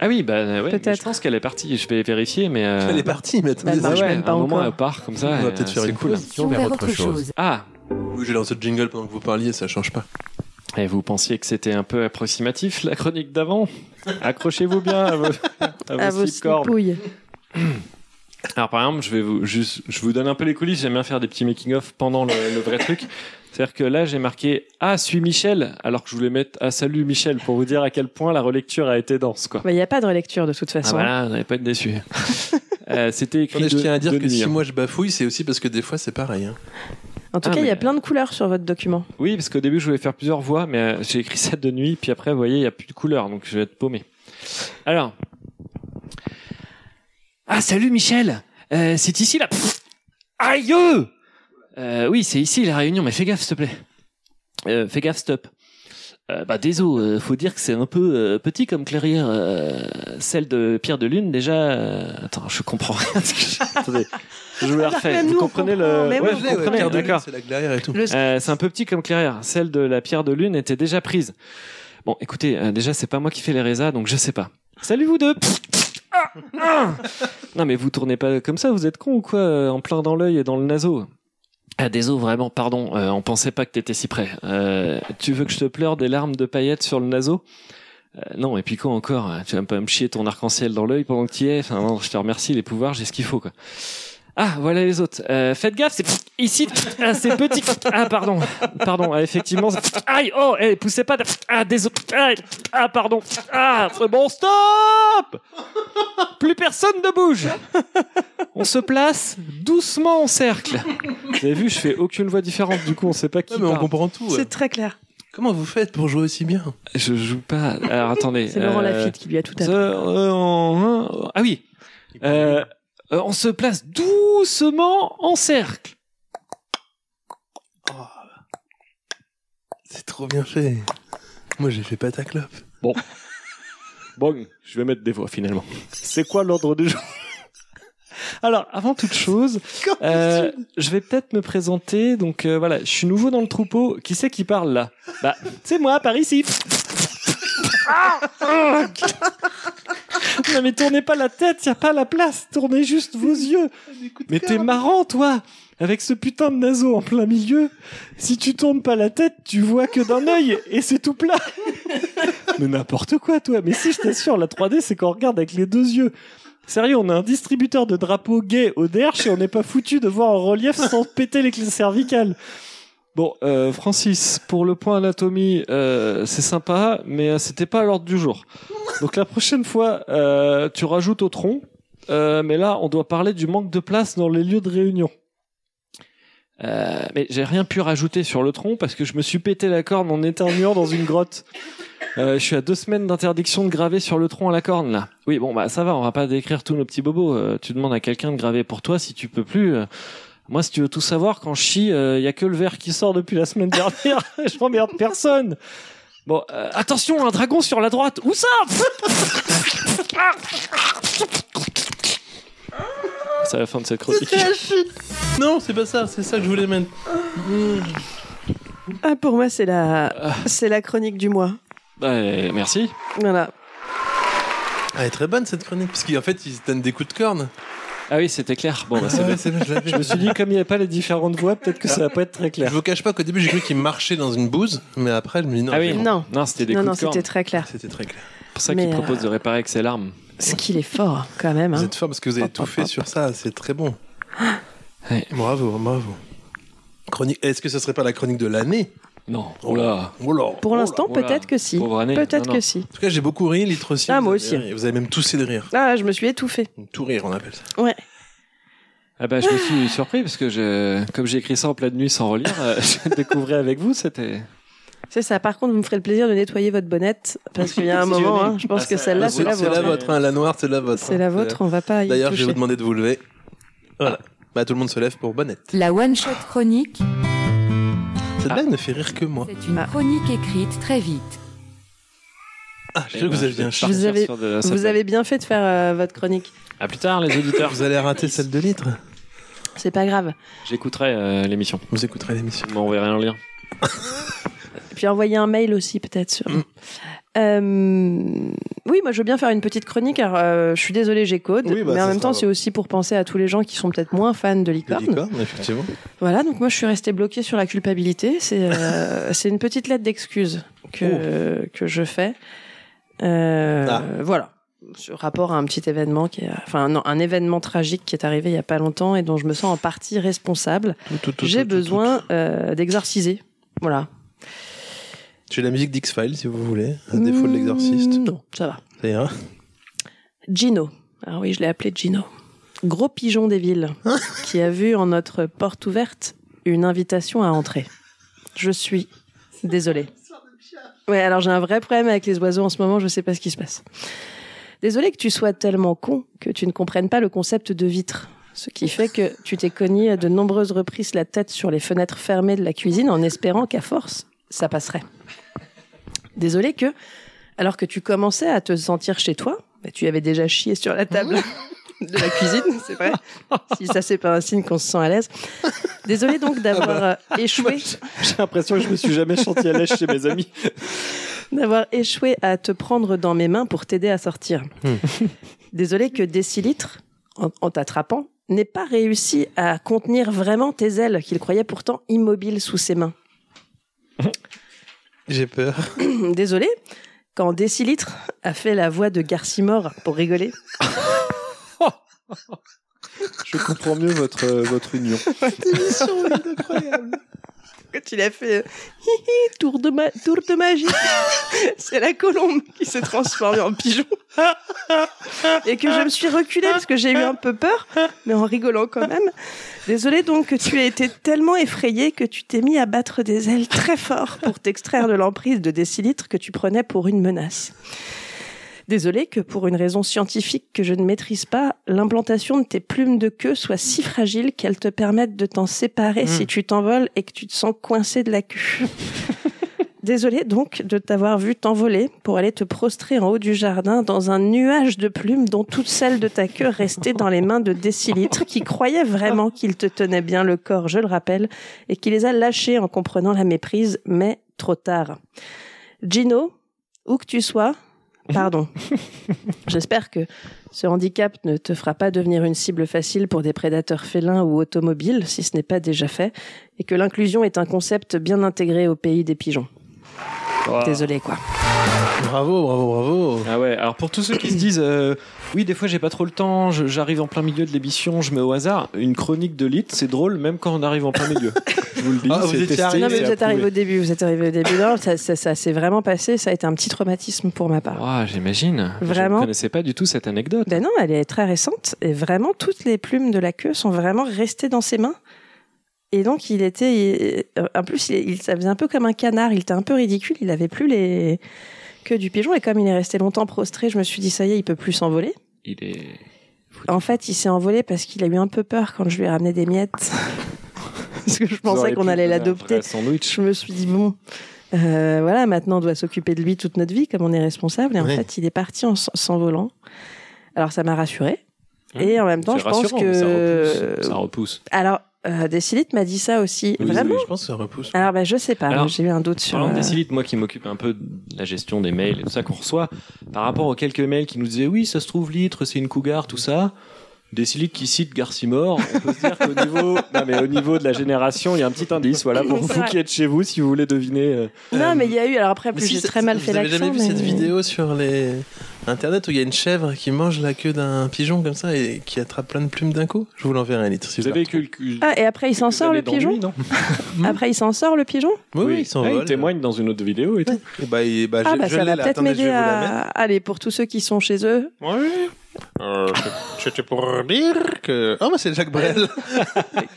Speaker 6: Ah oui, bah ouais, mais
Speaker 2: Peut-être.
Speaker 6: Je pense qu'elle est partie, je vais vérifier, mais. euh,
Speaker 1: Elle est partie, mais attendez,
Speaker 2: Elle
Speaker 6: ah
Speaker 2: marche
Speaker 6: ouais,
Speaker 2: même pas
Speaker 6: un moment,
Speaker 2: encore.
Speaker 6: elle part comme ça.
Speaker 1: On va
Speaker 6: et,
Speaker 1: peut-être
Speaker 6: euh,
Speaker 1: faire
Speaker 6: c'est
Speaker 1: une
Speaker 6: cool.
Speaker 8: Position vers autre chose.
Speaker 6: Ah,
Speaker 1: Oui, j'ai lancé le jingle pendant que vous parliez, ça change pas.
Speaker 6: et vous pensiez que c'était un peu approximatif, la chronique d'avant Accrochez-vous bien à vos, à vos
Speaker 2: à vos
Speaker 6: slip-cordes.
Speaker 2: slipouilles.
Speaker 6: Alors par exemple, je vais vous juste, je vous donne un peu les coulisses. J'aime bien faire des petits making of pendant le, le vrai truc. C'est-à-dire que là, j'ai marqué Ah, suis Michel, alors que je voulais mettre Ah, salut Michel pour vous dire à quel point la relecture a été dense, quoi.
Speaker 2: Bah, Il n'y a pas de relecture de toute
Speaker 6: Ah
Speaker 2: façon.
Speaker 6: voilà, vous n'allez pas être déçu. Euh, C'était écrit
Speaker 1: Attendez, je
Speaker 6: de-
Speaker 1: tiens à
Speaker 6: de
Speaker 1: dire que
Speaker 6: nuit,
Speaker 1: si
Speaker 6: hein.
Speaker 1: moi je bafouille, c'est aussi parce que des fois c'est pareil. hein.
Speaker 2: En tout
Speaker 6: Ah,
Speaker 2: cas, il y a
Speaker 6: mais-
Speaker 2: plein de couleurs sur votre document.
Speaker 6: Oui, parce qu'au début, je voulais faire plusieurs voix, mais euh, j'ai écrit ça de nuit, puis après, vous voyez, il n'y a plus de couleur, donc je vais être paumé. Alors. Ah, salut Michel Euh, C'est ici la. Pff Aïe Euh, Oui, c'est ici la réunion, mais fais gaffe, s'il te plaît. Euh, fais gaffe, stop. Euh, bah, désolé, euh, faut dire que c'est un peu euh, petit comme clairière. euh, celle de Pierre de Lune, déjà. euh, Attends, je comprends rien. de ce que j'ai- Attendez, je vous la
Speaker 2: Alors,
Speaker 6: refais.
Speaker 2: même Ah,
Speaker 6: Vous
Speaker 2: bah, nous, on
Speaker 6: comprenez
Speaker 2: comprend,
Speaker 6: le.
Speaker 2: mais oui,
Speaker 6: vous
Speaker 2: on comprend.
Speaker 6: comprenez,
Speaker 2: Pierre de Lune,
Speaker 6: d'accord.
Speaker 1: C'est la derrière et tout.
Speaker 2: Le-
Speaker 6: Euh, c'est un peu petit comme clairière. Celle de la pierre de lune était déjà prise. Bon, écoutez, euh, déjà, c'est pas moi qui fais les résas, donc je sais pas. Salut vous deux Ah, ah Non, mais vous tournez pas comme ça, vous êtes con ou quoi euh, En plein dans l'œil et dans le naseau. Ah, désolé, vraiment, pardon, euh, on pensait pas que t'étais si près. Euh, tu veux que je te pleure des larmes de paillettes sur le naseau Euh, Non, et puis quoi encore hein, Tu vas pas me chier ton arc-en-ciel dans l'œil pendant que t'y es Enfin, non, je te remercie, les pouvoirs, j'ai ce qu'il faut, quoi. Ah, voilà les autres. Euh, faites gaffe, c'est ici, ah, c'est petit. Ah, pardon, pardon. Ah, effectivement, c'est- aïe, oh, eh, poussez pas. Ah, désolé. Ah, Ah, pardon. Ah, c'est bon, stop. Plus personne ne bouge. On se place doucement en cercle. Vous avez vu, je fais aucune voix différente. Du coup, on sait pas qui.
Speaker 1: Ah, mais on
Speaker 6: parle.
Speaker 1: comprend tout.
Speaker 2: C'est très clair.
Speaker 1: Comment vous faites pour jouer aussi bien
Speaker 6: Je joue pas. Alors attendez.
Speaker 2: C'est Laurent
Speaker 6: euh,
Speaker 2: Lafitte qui lui a tout
Speaker 6: euh,
Speaker 2: appris.
Speaker 6: euh, on- ah oui. Euh, euh, on se place doucement en cercle.
Speaker 1: C'est trop bien fait. Moi, j'ai fait pataclop.
Speaker 6: Bon, je vais mettre des voix finalement. C'est quoi l'ordre du jour Alors, avant toute chose, euh, je vais peut-être me présenter. Donc euh, voilà, je suis nouveau dans le troupeau. Qui c'est qui parle là Bah, c'est moi, par ici. Ah Ah non mais tournez pas la tête, y a pas la place. Tournez juste vos yeux. Mais t'es marrant, toi, avec ce putain de naseau en plein milieu. Si tu tournes pas la tête, tu vois que d'un œil et c'est tout plat. Mais n'importe quoi, toi. Mais si, je t'assure, la 3D, c'est qu'on regarde avec les deux yeux. Sérieux, on a un distributeur de drapeaux gays au derche et on n'est pas foutu de voir en relief sans péter les clés cervicales. Bon, euh, Francis, pour le point anatomie, euh, c'est sympa, mais euh, c'était pas à l'ordre du jour. Donc la prochaine fois, euh, tu rajoutes au tronc. Euh, mais là, on doit parler du manque de place dans les lieux de réunion. Euh, mais j'ai rien pu rajouter sur le tronc parce que je me suis pété la corne en éternuant dans une grotte. Euh, je suis à deux semaines d'interdiction de graver sur le tronc à la corne là. Oui, bon bah ça va, on va pas décrire tous nos petits bobos. Euh, tu demandes à quelqu'un de graver pour toi si tu peux plus. Euh, moi, si tu veux tout savoir, quand je chie, euh, y a que le verre qui sort depuis la semaine dernière. je m'emmerde personne. Bon, euh, attention, un dragon sur la droite. Où ça C'est la fin de cette chronique.
Speaker 1: Non, c'est pas ça. C'est ça que je voulais mettre.
Speaker 2: Ah, pour moi, c'est
Speaker 6: Ah.
Speaker 2: la, c'est la chronique du mois.
Speaker 6: Ouais, merci.
Speaker 2: Voilà.
Speaker 1: Elle est très bonne cette chronique, parce qu'en fait, ils se donnent des coups de corne.
Speaker 6: Ah oui, c'était clair. Bon, bah, c'est bien.
Speaker 1: c'est bien, je l'avais.
Speaker 6: Je me suis dit, comme il n'y a pas les différentes voix, peut-être que ça va pas être très
Speaker 1: Je
Speaker 6: clair.
Speaker 1: vous cache pas qu'au début, j'ai cru qu'ils marchaient dans une bouse, mais après, je me dis non.
Speaker 6: Ah oui,
Speaker 1: c'est bon.
Speaker 2: Non.
Speaker 6: Non, c'était des
Speaker 2: Non, non,
Speaker 6: coups de corne.
Speaker 2: c'était très clair.
Speaker 1: C'était très clair.
Speaker 6: C'est pour ça qu'il
Speaker 2: Mais, euh,
Speaker 6: propose de réparer avec ses larmes.
Speaker 2: Ce qu'il est fort, quand même.
Speaker 1: Vous
Speaker 2: hein.
Speaker 1: êtes fort parce que vous avez tout fait sur ça. C'est très bon.
Speaker 6: Ouais.
Speaker 1: Bravo, bravo. Chronique. Est-ce que ce serait pas la chronique de l'année
Speaker 6: Non. Oh là.
Speaker 1: Oh là.
Speaker 2: Pour l'instant,
Speaker 6: oh là.
Speaker 2: peut-être que si.
Speaker 6: Pauvre année.
Speaker 2: Peut-être
Speaker 6: Non, non.
Speaker 2: que si.
Speaker 1: En tout cas, j'ai beaucoup ri, litre aussi.
Speaker 2: Ah,
Speaker 1: vous
Speaker 2: moi
Speaker 1: avez
Speaker 2: aussi.
Speaker 1: ri. Vous avez même toussé de rire.
Speaker 2: Ah, je me suis étouffée.
Speaker 1: Tout rire, on appelle ça.
Speaker 6: Ah bah, je me suis surpris parce que je, comme j'ai écrit ça en pleine nuit sans relire, euh, je découvrais avec vous, c'était.
Speaker 2: C'est ça. Par contre, vous me ferez le plaisir de nettoyer votre bonnette parce qu'il y a un moment, hein, je pense
Speaker 6: Ah,
Speaker 2: que
Speaker 6: ça-
Speaker 2: celle-là,
Speaker 1: C'est
Speaker 2: vous la
Speaker 1: la,
Speaker 2: vôtre.
Speaker 1: vôtre, hein, la noire, c'est la vôtre.
Speaker 2: C'est
Speaker 1: hein.
Speaker 2: la vôtre, on va pas y
Speaker 1: D'ailleurs, je vais vous
Speaker 2: toucher.
Speaker 1: demander de vous lever. Voilà. Bah, tout le monde se lève pour Bonnet.
Speaker 7: La One Shot Chronique,
Speaker 1: Cette blague ne fait rire que moi.
Speaker 7: c'est une
Speaker 2: Ah.
Speaker 7: chronique écrite très vite.
Speaker 1: Ah, je sais
Speaker 6: Eh
Speaker 1: que
Speaker 6: ben,
Speaker 1: vous avez
Speaker 6: je vais
Speaker 1: bien
Speaker 6: partir
Speaker 1: chargé.
Speaker 2: Vous avez-
Speaker 6: sur de- cette-
Speaker 2: Vous avez bien fait de faire euh, votre chronique.
Speaker 6: À plus tard, les auditeurs.
Speaker 1: Vous allez rater celle de litre.
Speaker 2: C'est pas grave.
Speaker 6: J'écouterai euh, l'émission.
Speaker 1: Vous écouterez l'émission.
Speaker 6: Vous m'enverrez un lien.
Speaker 2: Et puis envoyer un mail aussi, peut-être. sûrement.
Speaker 1: Mm.
Speaker 2: Euh, oui, moi, je veux bien faire une petite chronique. Alors, euh, je suis désolée, j'ai code,
Speaker 1: Oui, bah,
Speaker 2: mais
Speaker 1: ça
Speaker 2: en même
Speaker 1: sera-
Speaker 2: temps, c'est aussi pour penser à tous les gens qui sont peut-être moins fans de licorne.
Speaker 1: Licorne, effectivement.
Speaker 2: Voilà, donc moi je suis restée bloquée sur la culpabilité. C'est euh, c'est une petite lettre d'excuse que, que je fais. Euh,
Speaker 1: Oh. Ah.
Speaker 2: Voilà, ce rapport à un petit événement, qui est, enfin non, un événement tragique qui est arrivé il y a pas longtemps et dont je me sens en partie responsable.
Speaker 1: Tout, tout, tout,
Speaker 2: J'ai
Speaker 1: tout, tout,
Speaker 2: besoin euh, d'exorciser. Voilà.
Speaker 1: tout. J'ai la musique d'X-Files, si vous voulez, à défaut de l'exorciste.
Speaker 2: Mm, Non, ça va.
Speaker 1: Ça hein. ira.
Speaker 2: Gino. Ah oui, je l'ai appelé Gino. Gros pigeon des villes qui a vu en notre porte ouverte une invitation à entrer. Je suis désolée. Ouais, alors j'ai un vrai problème avec les oiseaux en ce moment, je sais pas ce qui se passe. Désolée que tu sois tellement con que tu ne comprennes pas le concept de vitre. Ce qui fait que tu t'es cogné à de nombreuses reprises la tête sur les fenêtres fermées de la cuisine en espérant qu'à force, ça passerait. Désolée que, alors que tu commençais à te sentir chez toi, bah, tu avais déjà chié sur la table de la cuisine, c'est vrai. Si ça, c'est pas un signe qu'on se sent à l'aise. Désolée donc d'avoir euh, échoué.
Speaker 6: J'ai l'impression que je me suis jamais senti à l'aise chez mes amis.
Speaker 2: d'avoir échoué à te prendre dans mes mains pour t'aider à sortir. Désolé que Décilitre, en, en t'attrapant, n'ait pas réussi à contenir vraiment tes ailes qu'il croyait pourtant immobiles sous ses mains.
Speaker 1: J'ai peur.
Speaker 2: Désolé quand Décilitre a fait la voix de Garcimore pour rigoler.
Speaker 6: Je comprends mieux votre, euh, votre union.
Speaker 1: L'émission est incroyable.
Speaker 2: Quand il a fait euh, hi, hi, tour, de ma- tour de magie, c'est la colombe qui s'est transformée en pigeon. Et que je me suis reculée parce que j'ai eu un peu peur, mais en rigolant quand même. Désolée donc que tu as été tellement effrayée que tu t'es mis à battre des ailes très fort pour t'extraire de l'emprise de décilitres que tu prenais pour une menace. Désolée que pour une raison scientifique que je ne maîtrise pas, l'implantation de tes plumes de queue soit si fragile qu'elles te permettent de t'en séparer si tu t'envoles et que tu te sens coincé de la queue. Désolée donc de t'avoir vu t'envoler pour aller te prostrer en haut du jardin dans un nuage de plumes dont toutes celles de ta queue restaient dans les mains de Décilitre qui croyait vraiment qu'il te tenait bien le corps, je le rappelle, et qui les a lâchées en comprenant la méprise, mais trop tard. Gino, où que tu sois, pardon. J'espère que ce handicap ne te fera pas devenir une cible facile pour des prédateurs félins ou automobiles, si ce n'est pas déjà fait, et que l'inclusion est un concept bien intégré au pays des pigeons. Désolé quoi.
Speaker 1: Bravo, bravo, bravo.
Speaker 6: Ah ouais, alors pour tous ceux qui se disent euh, oui, des fois j'ai pas trop le temps, je- j'arrive en plein milieu de l'émission, je mets au hasard une chronique de lit, c'est drôle même quand on arrive en plein milieu. je vous le dis,
Speaker 1: Ah, vous
Speaker 6: c'est
Speaker 1: étiez
Speaker 6: testé,
Speaker 1: arrivé,
Speaker 2: Non mais
Speaker 6: c'est
Speaker 2: vous êtes
Speaker 6: approuvé.
Speaker 2: arrivé au début, vous êtes arrivé au début. Non, ça, ça, ça s'est vraiment passé, ça a été un petit traumatisme pour ma part.
Speaker 6: Ouah, Ah, j'imagine. Je
Speaker 2: Vraiment
Speaker 6: ne connaissais pas du tout cette anecdote.
Speaker 2: Ben non, elle est très récente et vraiment toutes les plumes de la queue sont vraiment restées dans ses mains. Et donc il était, il- euh, en plus il, il- ça faisait un peu comme un canard, il était un peu ridicule, il avait plus les queues du pigeon et comme il est resté longtemps prostré, je me suis dit ça y est, il peut plus s'envoler.
Speaker 6: Il est.
Speaker 2: En fait, il s'est envolé parce qu'il a eu un peu peur quand je lui ai ramené des miettes. parce que je
Speaker 6: Vous
Speaker 2: pensais
Speaker 6: auriez
Speaker 2: qu'on
Speaker 6: pu
Speaker 2: allait
Speaker 6: donner un
Speaker 2: l'adopter.
Speaker 6: vrai Sandwich.
Speaker 2: Je me suis dit bon, euh, voilà, maintenant on doit s'occuper de lui toute notre vie comme on est responsable. Et en
Speaker 1: Oui.
Speaker 2: fait, il est parti en s- s'envolant. Alors ça m'a rassurée.
Speaker 6: Mmh.
Speaker 2: Et en même temps,
Speaker 6: C'est
Speaker 2: je pense
Speaker 6: rassurant, mais ça
Speaker 2: que.
Speaker 6: repousse. Ça repousse.
Speaker 2: Alors, euh, Décilite m'a dit ça aussi.
Speaker 6: Oui,
Speaker 2: Vraiment
Speaker 1: Je pense que ça repousse.
Speaker 2: Alors, ben, je sais pas.
Speaker 6: Alors,
Speaker 2: J'ai eu un doute sur.
Speaker 6: Parlant de
Speaker 2: euh,
Speaker 6: Décilite, moi qui m'occupe un peu de la gestion des mails et tout ça qu'on reçoit, par rapport aux quelques mails qui nous disaient oui, ça se trouve litre, c'est une cougar, tout ça. Décilite qui cite Garcimore, on peut se dire qu'au niveau, non, mais au niveau de la génération, il y a un petit indice, voilà, pour
Speaker 2: Oui, c'est
Speaker 6: vous
Speaker 2: vrai.
Speaker 6: qui êtes chez vous, si vous voulez deviner. euh,
Speaker 2: Non, mais il y a eu. Alors après,
Speaker 1: Mais
Speaker 2: plus
Speaker 1: si,
Speaker 2: Ah, j'ai
Speaker 1: ça-
Speaker 2: très mal fait
Speaker 1: Vous avez
Speaker 2: l'accent.
Speaker 1: jamais vu
Speaker 2: mais-
Speaker 1: cette vidéo sur les internet où il y a une chèvre qui mange la queue d'un pigeon comme ça et qui attrape plein de plumes d'un coup Je vous l'enverrai un litre. Si
Speaker 6: Vous
Speaker 1: je la
Speaker 6: avez que
Speaker 1: retrouve.
Speaker 6: le cul.
Speaker 2: Ah, et après, il s'en sort le pigeon
Speaker 6: non
Speaker 2: Après, il s'en sort le pigeon
Speaker 1: Oui, oui,
Speaker 6: Ah,
Speaker 1: ils s'envolent.
Speaker 6: témoigne dans une autre vidéo et tout.
Speaker 1: Et bah, et bah,
Speaker 2: Ah,
Speaker 1: je,
Speaker 2: bah
Speaker 1: je
Speaker 2: ça
Speaker 1: l'ai
Speaker 2: va
Speaker 1: là.
Speaker 2: peut-être
Speaker 1: Attendez, je
Speaker 2: m'aider
Speaker 1: vais vous la mettre.
Speaker 2: à. Allez, pour tous ceux qui sont chez eux.
Speaker 4: Oui. Euh, C'était pour dire que.
Speaker 1: Ah, bah, c'est Jacques Brel.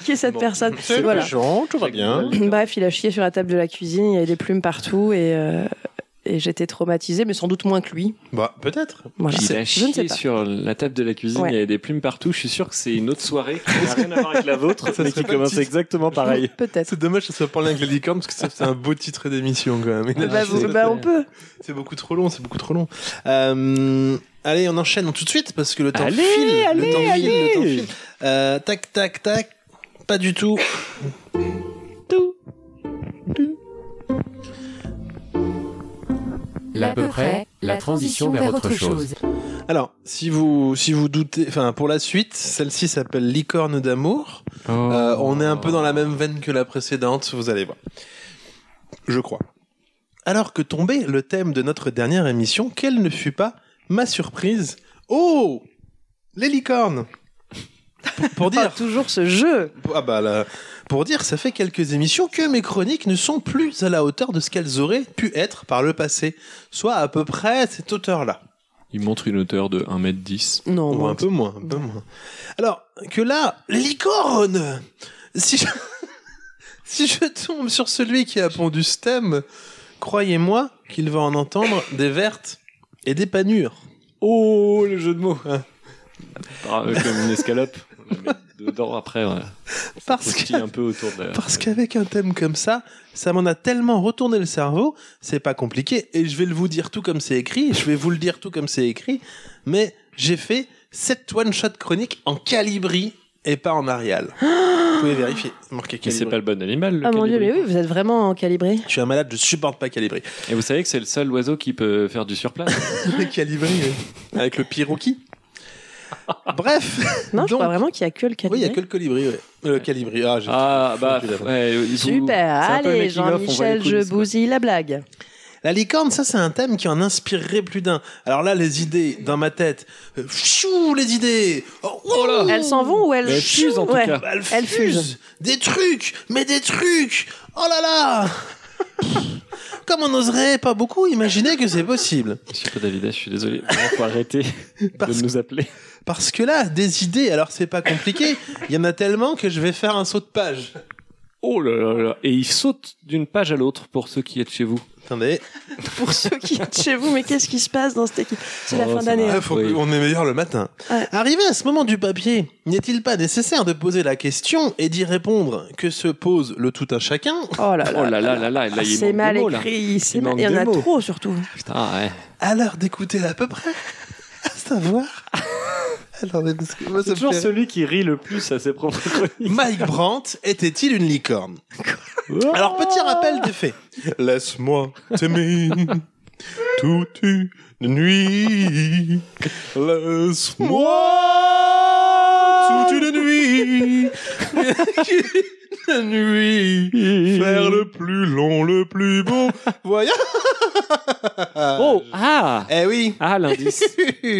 Speaker 2: Qui est cette
Speaker 1: Bon,
Speaker 2: personne
Speaker 4: C'est le
Speaker 2: Voilà.
Speaker 4: pigeon, tout va bien.
Speaker 2: Bref, il a chié sur la table de la cuisine, il y avait des plumes partout et. euh, Et j'étais traumatisée, mais sans doute moins que lui.
Speaker 1: bah, peut-être.
Speaker 2: Voilà.
Speaker 6: Il a
Speaker 2: Ah, Je ne sais
Speaker 6: chié
Speaker 2: pas.
Speaker 6: sur la table de la cuisine,
Speaker 2: Ouais.
Speaker 6: il y avait des plumes partout. Je suis sûr que c'est une autre soirée qui n'a rien à voir avec la vôtre,
Speaker 1: Ça
Speaker 6: mais
Speaker 1: serait
Speaker 6: qui
Speaker 1: pas le
Speaker 6: commence
Speaker 1: titre.
Speaker 6: exactement pareil.
Speaker 2: Peut-être.
Speaker 1: C'est dommage que ça soit pas en lien avec les licornes parce que ça, c'est un beau titre d'émission quand même.
Speaker 2: Bah, vous- bah, on peut.
Speaker 1: C'est beaucoup trop long, c'est beaucoup trop long. Euh, allez, on enchaîne tout de suite parce que le temps
Speaker 6: Allez,
Speaker 1: file. le
Speaker 6: allez,
Speaker 1: temps file,
Speaker 6: allez.
Speaker 1: le temps file. Euh, tac, tac, tac. Pas du tout.
Speaker 8: L'à peu près, la transition vers autre chose.
Speaker 1: Alors, si vous, si vous doutez, enfin, pour la suite, celle-ci s'appelle Licorne d'amour. Euh,
Speaker 6: Oh.
Speaker 1: on est un peu dans la même veine que la précédente, vous allez voir. Je crois. Alors que tombait le thème de notre dernière émission, quelle ne fut pas ma surprise Oh Les licornes Pour- Pour
Speaker 2: Ah,
Speaker 1: dire,
Speaker 2: toujours ce jeu.
Speaker 1: ah bah là, pour dire, ça fait quelques émissions que mes chroniques ne sont plus à la hauteur de ce qu'elles auraient pu être par le passé, soit à peu près à cette hauteur-là.
Speaker 6: Il montre une hauteur de 1m10.
Speaker 2: Non,
Speaker 1: Ou un peu moins, un peu moins. Alors que là, licorne Si je- Si je tombe sur celui qui a pondu ce thème, croyez-moi qu'il va en entendre des vertes et des panures.
Speaker 6: Oh, le jeu de mots Par- euh, Comme une escalope. Mais Dedans, après, voilà.
Speaker 1: Parce que-
Speaker 6: Croustille un peu autour de la-
Speaker 1: Parce qu'avec un thème comme ça, ça m'en a tellement retourné le cerveau, c'est pas compliqué. Et je vais le vous dire tout comme c'est écrit, je vais vous le dire tout comme c'est écrit, mais j'ai fait cette one-shot chronique en Calibri et pas en Arial. vous pouvez vérifier, marqué
Speaker 6: Et c'est
Speaker 1: Calibri.
Speaker 6: pas le bon animal, le
Speaker 2: Ah mon dieu, mais
Speaker 6: Calibri.
Speaker 2: oui, vous êtes vraiment calibré.
Speaker 1: Je suis un malade, je supporte pas Calibri.
Speaker 6: Et vous savez que c'est le seul oiseau qui peut faire du surplace
Speaker 1: Le Calibri, oui. avec le Piroki. Bref,
Speaker 2: Non,
Speaker 1: Donc-
Speaker 2: je crois vraiment qu'il y a que le
Speaker 1: oui,
Speaker 2: calibré.
Speaker 1: il y a que le colibri, ouais. Le Calibri, ah, j'ai-
Speaker 6: Ah bah
Speaker 1: Je l'ai pas.
Speaker 6: ouais, il faut-
Speaker 2: Super,
Speaker 6: c'est un peu le
Speaker 2: allez
Speaker 6: making-of, on voit les
Speaker 2: Jean-Michel,
Speaker 6: coulisses,
Speaker 2: je
Speaker 6: quoi.
Speaker 2: bousille la blague.
Speaker 1: La licorne, ça c'est un thème qui en inspirerait plus d'un. Alors là, les idées dans ma tête, euh, chou les idées. Oh, ouh,
Speaker 2: Elles s'en vont ou elles,
Speaker 6: Mais elles fusent, en tout
Speaker 2: Ouais.
Speaker 6: cas.
Speaker 1: bah, elles,
Speaker 2: elles
Speaker 1: fusent. Des trucs, mais des trucs. Oh là là. Comme on oserait pas beaucoup imaginer que c'est possible.
Speaker 6: Monsieur Podavida, je suis désolé, vraiment, faut arrêter
Speaker 1: Parce-
Speaker 6: de nous appeler.
Speaker 1: Parce que là, des idées, alors c'est pas compliqué. Il y en a tellement que je vais faire un saut de page.
Speaker 6: Oh là là là, et il saute d'une page à l'autre pour ceux qui êtes chez vous.
Speaker 1: Attendez.
Speaker 2: Pour ceux qui sont chez vous, mais qu'est-ce qui se passe dans cette équipe C'est la
Speaker 6: Oh,
Speaker 2: fin
Speaker 6: ça
Speaker 2: d'année.
Speaker 6: va.
Speaker 2: hein.
Speaker 1: Ah, faut
Speaker 6: Oui.
Speaker 1: que- On est meilleur le matin.
Speaker 2: Ouais.
Speaker 1: Arrivé à ce moment du papier, n'est-il pas nécessaire de poser la question et d'y répondre que se pose le tout à chacun
Speaker 2: Oh là là.
Speaker 6: Oh là là là là, là il
Speaker 2: c'est
Speaker 6: manque
Speaker 2: mal
Speaker 6: des mots, là.
Speaker 2: écrit, c'est
Speaker 6: Il
Speaker 2: mal-
Speaker 6: manque
Speaker 2: il y en
Speaker 6: des
Speaker 2: a
Speaker 6: mots.
Speaker 2: trop surtout.
Speaker 6: Putain, ouais.
Speaker 1: à l'heure d'écouter à peu près, à savoir. Attendez, parce que moi, ça
Speaker 6: C'est
Speaker 1: me
Speaker 6: toujours
Speaker 1: fait-
Speaker 6: celui qui rit le plus à ses propres chroniques.
Speaker 1: Mike Brandt était-il une licorne
Speaker 6: Ah
Speaker 1: Alors, petit rappel des faits. Laisse-moi t'aimer toute une nuit. Laisse-moi toute une nuit. Une nuit. Faire le plus long, le plus beau voyage.
Speaker 6: Oh, ah
Speaker 1: Eh oui.
Speaker 6: Ah, l'indice.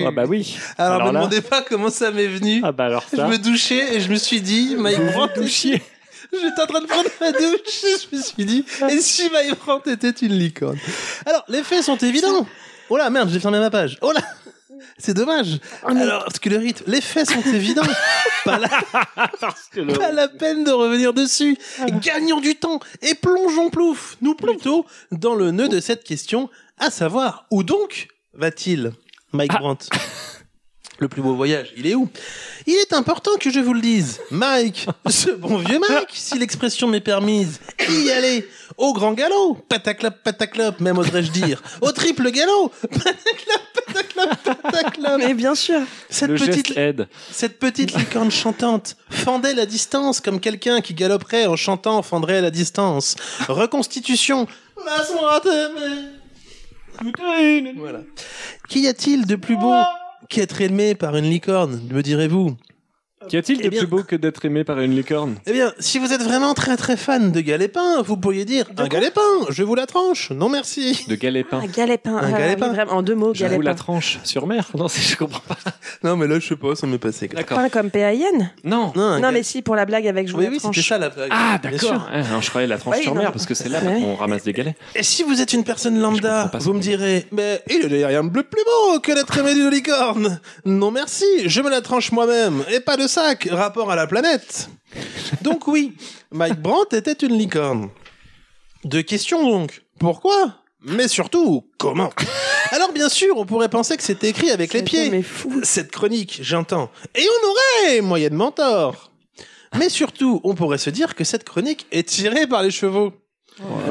Speaker 6: Ah bah oui.
Speaker 1: Alors,
Speaker 6: Alors
Speaker 1: me
Speaker 6: là-
Speaker 1: demandez pas comment ça m'est venu.
Speaker 6: Ah bah alors
Speaker 1: Je
Speaker 6: ça.
Speaker 1: me douchais et je me suis dit, Mike Brandt.
Speaker 6: Touché.
Speaker 1: J'étais en train de prendre ma douche et je me suis dit, et si Mike Brandt était une licorne Alors, les faits sont évidents. Oh là, merde, j'ai fermé ma page. Oh là c'est dommage. Alors, parce que le rythme, les faits sont évidents. pas, la, pas la peine de revenir dessus. Gagnons du temps et plongeons plouf, nous plutôt, dans le nœud de cette question, à savoir, où donc va-t-il, Mike Brandt Ah. Le plus beau voyage, il est où Il est important que je vous le dise. Mike, ce bon vieux Mike, si l'expression m'est permise, y aller au grand galop, pataclop, pataclop, même oserais-je dire, au triple galop, pataclop, pataclop, pataclop.
Speaker 2: Mais bien sûr.
Speaker 1: Cette
Speaker 6: le
Speaker 1: petite,
Speaker 6: geste aide.
Speaker 1: cette petite licorne chantante fendait la distance comme quelqu'un qui galoperait en chantant fendrait la distance. Reconstitution. Laisse-moi t'aimer. Voilà. Qu'y a-t-il de plus beau qu'être aimé par une licorne, me direz-vous
Speaker 6: Qu'y a-t-il
Speaker 1: Eh
Speaker 6: de
Speaker 1: bien-
Speaker 6: plus beau que d'être aimé par une licorne
Speaker 1: Eh bien, si vous êtes vraiment très très fan de galépin, vous pourriez dire un galépin, je vous la tranche. Non merci.
Speaker 6: De galépin.
Speaker 2: Un galépin.
Speaker 1: Un
Speaker 2: ah,
Speaker 1: galépin.
Speaker 2: oui, vraiment, en deux mots,
Speaker 6: Je vous la
Speaker 2: galépin.
Speaker 6: tranche sur mer. Non, c'est- je comprends pas.
Speaker 1: Non mais là je sais pas, ça m'est passé.
Speaker 6: D'accord.
Speaker 2: Pas comme PAIN
Speaker 6: Non.
Speaker 1: Non, un
Speaker 2: Non,
Speaker 1: gal-
Speaker 2: mais si, pour la blague avec
Speaker 1: oui
Speaker 2: Jouer
Speaker 1: oui,
Speaker 2: tranche.
Speaker 1: c'était ça la blague.
Speaker 6: Ah,
Speaker 1: Bien
Speaker 6: d'accord.
Speaker 1: sûr.
Speaker 6: Ah, non, je croyais la tranche
Speaker 2: Oui,
Speaker 6: sur
Speaker 2: non.
Speaker 6: mer parce que c'est là
Speaker 2: Ouais.
Speaker 6: qu'on ramasse des galets.
Speaker 1: Et si vous êtes une personne
Speaker 6: Je
Speaker 1: lambda,
Speaker 6: comprends pas
Speaker 1: vous
Speaker 6: ça.
Speaker 1: me direz, mais il n'y a rien de plus beau que d'être aimé d'une licorne. Non merci, je me la tranche moi-même, et pas de sac, rapport à la planète. Donc oui, Mike Brandt était une licorne. Deux questions donc. Pourquoi Mais surtout, comment Alors bien sûr, on pourrait penser que c'était écrit avec les pieds.
Speaker 2: Mais fou.
Speaker 1: Cette chronique, j'entends. Et on aurait moyennement tort. Mais surtout, on pourrait se dire que cette chronique est tirée par les chevaux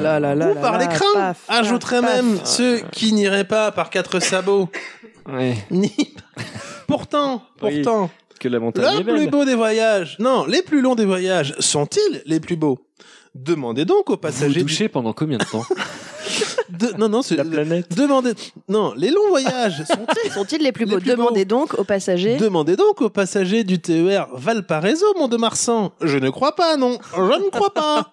Speaker 2: Là, là, là,
Speaker 1: ou
Speaker 2: là,
Speaker 1: par
Speaker 2: là,
Speaker 1: les crins.
Speaker 2: paf, paf,
Speaker 1: Ajouterait
Speaker 2: paf.
Speaker 1: même ceux qui n'iraient pas par quatre sabots.
Speaker 6: Ouais.
Speaker 1: Ni... pourtant,
Speaker 6: Oui.
Speaker 1: pourtant,
Speaker 6: Que la montagne
Speaker 1: le
Speaker 6: est belle.
Speaker 1: plus beau des voyages. Non, les plus longs des voyages sont-ils les plus beaux Demandez donc aux
Speaker 6: Vous
Speaker 1: passagers. du-
Speaker 6: douchez pendant combien de temps
Speaker 1: de- Non, non, c'est-
Speaker 6: La planète.
Speaker 1: Demandez. Non, les longs voyages sont-ils
Speaker 2: Sont-ils les plus
Speaker 1: Les
Speaker 2: beaux
Speaker 1: plus
Speaker 2: Demandez donc aux passagers.
Speaker 1: Demandez donc aux passagers du TER Valparaiso, mont de Marsan. Je ne crois pas, non. Je ne crois pas.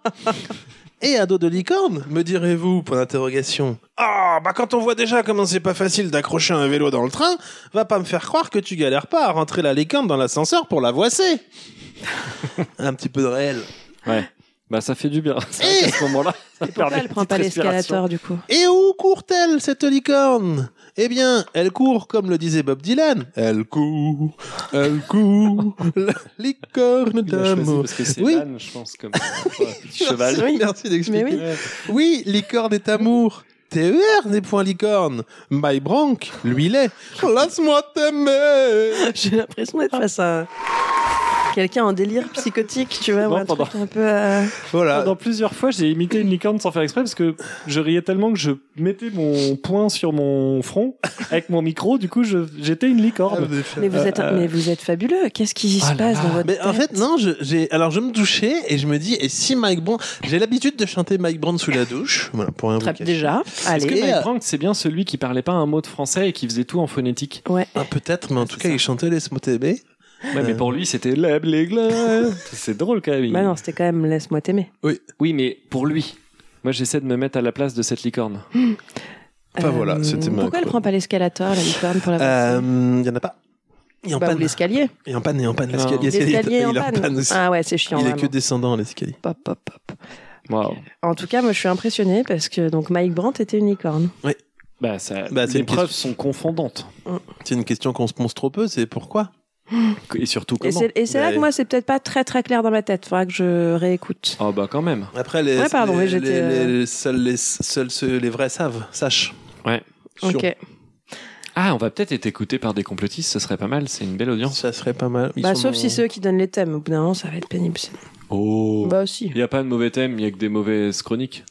Speaker 1: Et à dos de licorne, me direz-vous, point d'interrogation. Ah, bah quand on voit déjà comment c'est pas facile d'accrocher un vélo dans le train, va pas me faire croire que tu galères pas à rentrer la licorne dans l'ascenseur pour la voicer. un petit peu de réel.
Speaker 6: Ouais. Bah, ça fait du bien. C'est vrai qu'à ce moment-là, ça
Speaker 2: Pourquoi
Speaker 6: permet
Speaker 2: elle prend Eh pas l'escalator du coup
Speaker 1: Et où court-elle, cette licorne Eh bien, elle court, comme le disait Bob Dylan. Elle court, elle court, la licorne d'amour.
Speaker 6: parce que c'est
Speaker 1: Oui.
Speaker 6: l'âne, je pense, comme euh, ouais, petit cheval.
Speaker 1: Merci, merci d'expliquer.
Speaker 2: Mais
Speaker 1: Oui. licorne est amour. TER E n'est point licorne. My Brank, lui l'est. Laisse-moi t'aimer.
Speaker 2: J'ai l'impression d'être face à quelqu'un en délire psychotique, tu vois,
Speaker 6: Non,
Speaker 2: ou un
Speaker 6: pendant-
Speaker 2: truc un peu. euh,
Speaker 1: Voilà.
Speaker 6: Dans plusieurs fois, j'ai imité une licorne sans faire exprès parce que je riais tellement que je mettais mon poing sur mon front avec mon micro. Du coup, je- j'étais une
Speaker 1: Ah,
Speaker 6: licorne.
Speaker 2: Mais vous êtes,
Speaker 6: euh,
Speaker 2: mais vous êtes fabuleux. Qu'est-ce qui
Speaker 6: Ah
Speaker 2: se
Speaker 6: là
Speaker 2: passe
Speaker 6: là.
Speaker 2: dans votre
Speaker 1: Mais en
Speaker 2: tête
Speaker 1: fait, non, je- j'ai. Alors, je me douchais et je me dis, et si Mike Brandt. J'ai l'habitude de chanter Mike Brandt sous la douche. Voilà, pour rien vous
Speaker 2: Trappe
Speaker 1: cacher.
Speaker 2: déjà.
Speaker 6: Est-ce que
Speaker 2: Allez.
Speaker 1: euh,
Speaker 6: Mike Brank, c'est bien celui qui parlait pas un mot de français et qui faisait tout en phonétique
Speaker 2: Ouais.
Speaker 1: Ah, peut-être, mais en tout
Speaker 6: C'est
Speaker 1: cas,
Speaker 6: ça.
Speaker 1: il chantait Laisse-moi t'aimer.
Speaker 6: Ouais, mais pour lui, c'était la blégla. C'est drôle quand même. il-
Speaker 2: Bah non, c'était quand même laisse-moi t'aimer.
Speaker 6: Oui, mais pour lui. Moi, j'essaie de me mettre à la place de cette licorne.
Speaker 1: Enfin,
Speaker 2: Euh,
Speaker 1: voilà, c'était ma-
Speaker 2: Pourquoi elle prend pas l'escalator, la licorne pour la
Speaker 1: Euh,
Speaker 2: passer
Speaker 1: Il y en a pas. Il est en
Speaker 2: Ah, Bah, ou
Speaker 1: panne.
Speaker 2: l'escalier.
Speaker 1: Il est en panne, il est en panne. L'escalier,
Speaker 6: Non.
Speaker 1: l'escalier,
Speaker 2: L'escalier en
Speaker 1: il est en panne
Speaker 2: panne.
Speaker 1: aussi.
Speaker 2: Ah ouais, c'est chiant.
Speaker 1: il est
Speaker 2: vraiment.
Speaker 1: que descendant, l'escalier.
Speaker 2: Pop, pop, pop.
Speaker 6: Waouh.
Speaker 2: En tout cas, moi, je suis impressionnée parce que donc Mike Brandt était une licorne.
Speaker 6: Bah, ça,
Speaker 1: Bah, c'est
Speaker 6: les
Speaker 1: une
Speaker 6: preuves sont confondantes.
Speaker 1: C'est une question qu'on se pose trop peu, c'est pourquoi
Speaker 6: Et surtout
Speaker 2: Et
Speaker 6: comment
Speaker 2: c'est et c'est là
Speaker 1: Mais-
Speaker 2: que moi, c'est peut-être pas très très clair dans ma tête. Faudra que je réécoute.
Speaker 6: Ah, bah, quand même.
Speaker 1: Après, les,
Speaker 2: Ouais, pardon,
Speaker 1: les-
Speaker 2: mais j'étais, euh,
Speaker 1: les- les- seuls, les, seuls ceux- les vrais savent, sachent.
Speaker 6: Ouais.
Speaker 1: Sur-
Speaker 2: Ok.
Speaker 6: Ah, on va peut-être être écouté par des complotistes, ce serait pas mal, c'est une belle audience.
Speaker 1: Ça serait pas mal. Ils
Speaker 2: Bah,
Speaker 1: sont
Speaker 2: sauf
Speaker 1: dans-
Speaker 2: si c'est eux qui donnent les thèmes. Au bout d'un moment, ça va être pénible.
Speaker 6: Oh
Speaker 2: Bah aussi.
Speaker 6: Il n'y a pas de mauvais thème, il n'y a que des mauvaises chroniques.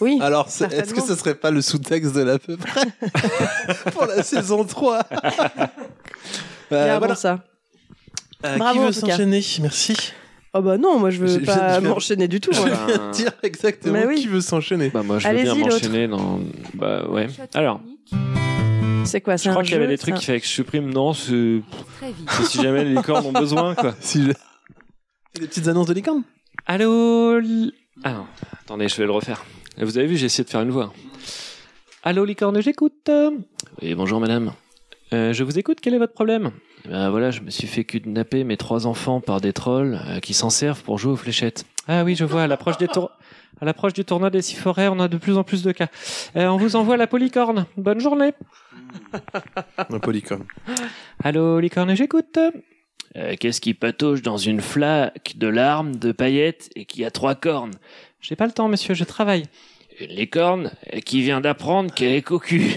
Speaker 2: Oui.
Speaker 1: Alors, c'est- est-ce que
Speaker 2: Certainement.
Speaker 1: ce serait pas le sous-texte de l'à peu près pour la saison 3 Euh,
Speaker 2: Clairement
Speaker 1: voilà.
Speaker 2: ça.
Speaker 1: Euh,
Speaker 2: Bravo,
Speaker 1: Qui
Speaker 2: en
Speaker 1: veut
Speaker 2: tout cas.
Speaker 1: s'enchaîner Merci.
Speaker 2: Oh bah non, moi je veux
Speaker 1: J'ai- j'ai-
Speaker 2: pas
Speaker 1: j'ai-
Speaker 2: m'enchaîner du tout.
Speaker 1: Je
Speaker 2: moi.
Speaker 6: ben-
Speaker 1: viens de dire exactement
Speaker 2: Mais oui.
Speaker 1: qui veut s'enchaîner.
Speaker 6: Bah moi je veux
Speaker 2: Allez-y,
Speaker 6: bien
Speaker 2: l'autre.
Speaker 6: m'enchaîner dans... Bah ouais.
Speaker 7: Shot
Speaker 6: Alors,
Speaker 7: chronique,
Speaker 2: C'est quoi c'est
Speaker 6: je crois
Speaker 2: un
Speaker 6: qu'il y avait
Speaker 2: jeu,
Speaker 6: des trucs
Speaker 2: ça
Speaker 6: qu'il fallait que je supprime. Non, c'est
Speaker 7: très vite.
Speaker 6: c'est si jamais les licornes ont besoin, quoi.
Speaker 1: Si je- C'est des petites annonces de licorne
Speaker 6: Allô li- Ah non, attendez, je vais le refaire. Vous avez vu, j'ai essayé de faire une voix. Allô licorne, j'écoute Oui, bonjour madame. Euh, je vous écoute, quel est votre problème Eh Ben voilà, je me suis fait kidnapper mes trois enfants par des trolls euh, qui s'en servent pour jouer aux fléchettes. Ah oui, je vois, à l'approche des tour... À l'approche du tournoi des six forêts, on a de plus en plus de cas. Euh, on vous envoie la policorne. Bonne journée. Ah.
Speaker 1: Un polycorne.
Speaker 6: Allô, licorne, j'écoute. Euh, Qu'est-ce qui patauge dans une flaque de larmes, de paillettes et qui a trois cornes J'ai pas le temps, monsieur, je travaille. Une licorne euh, qui vient d'apprendre qu'elle est cocu.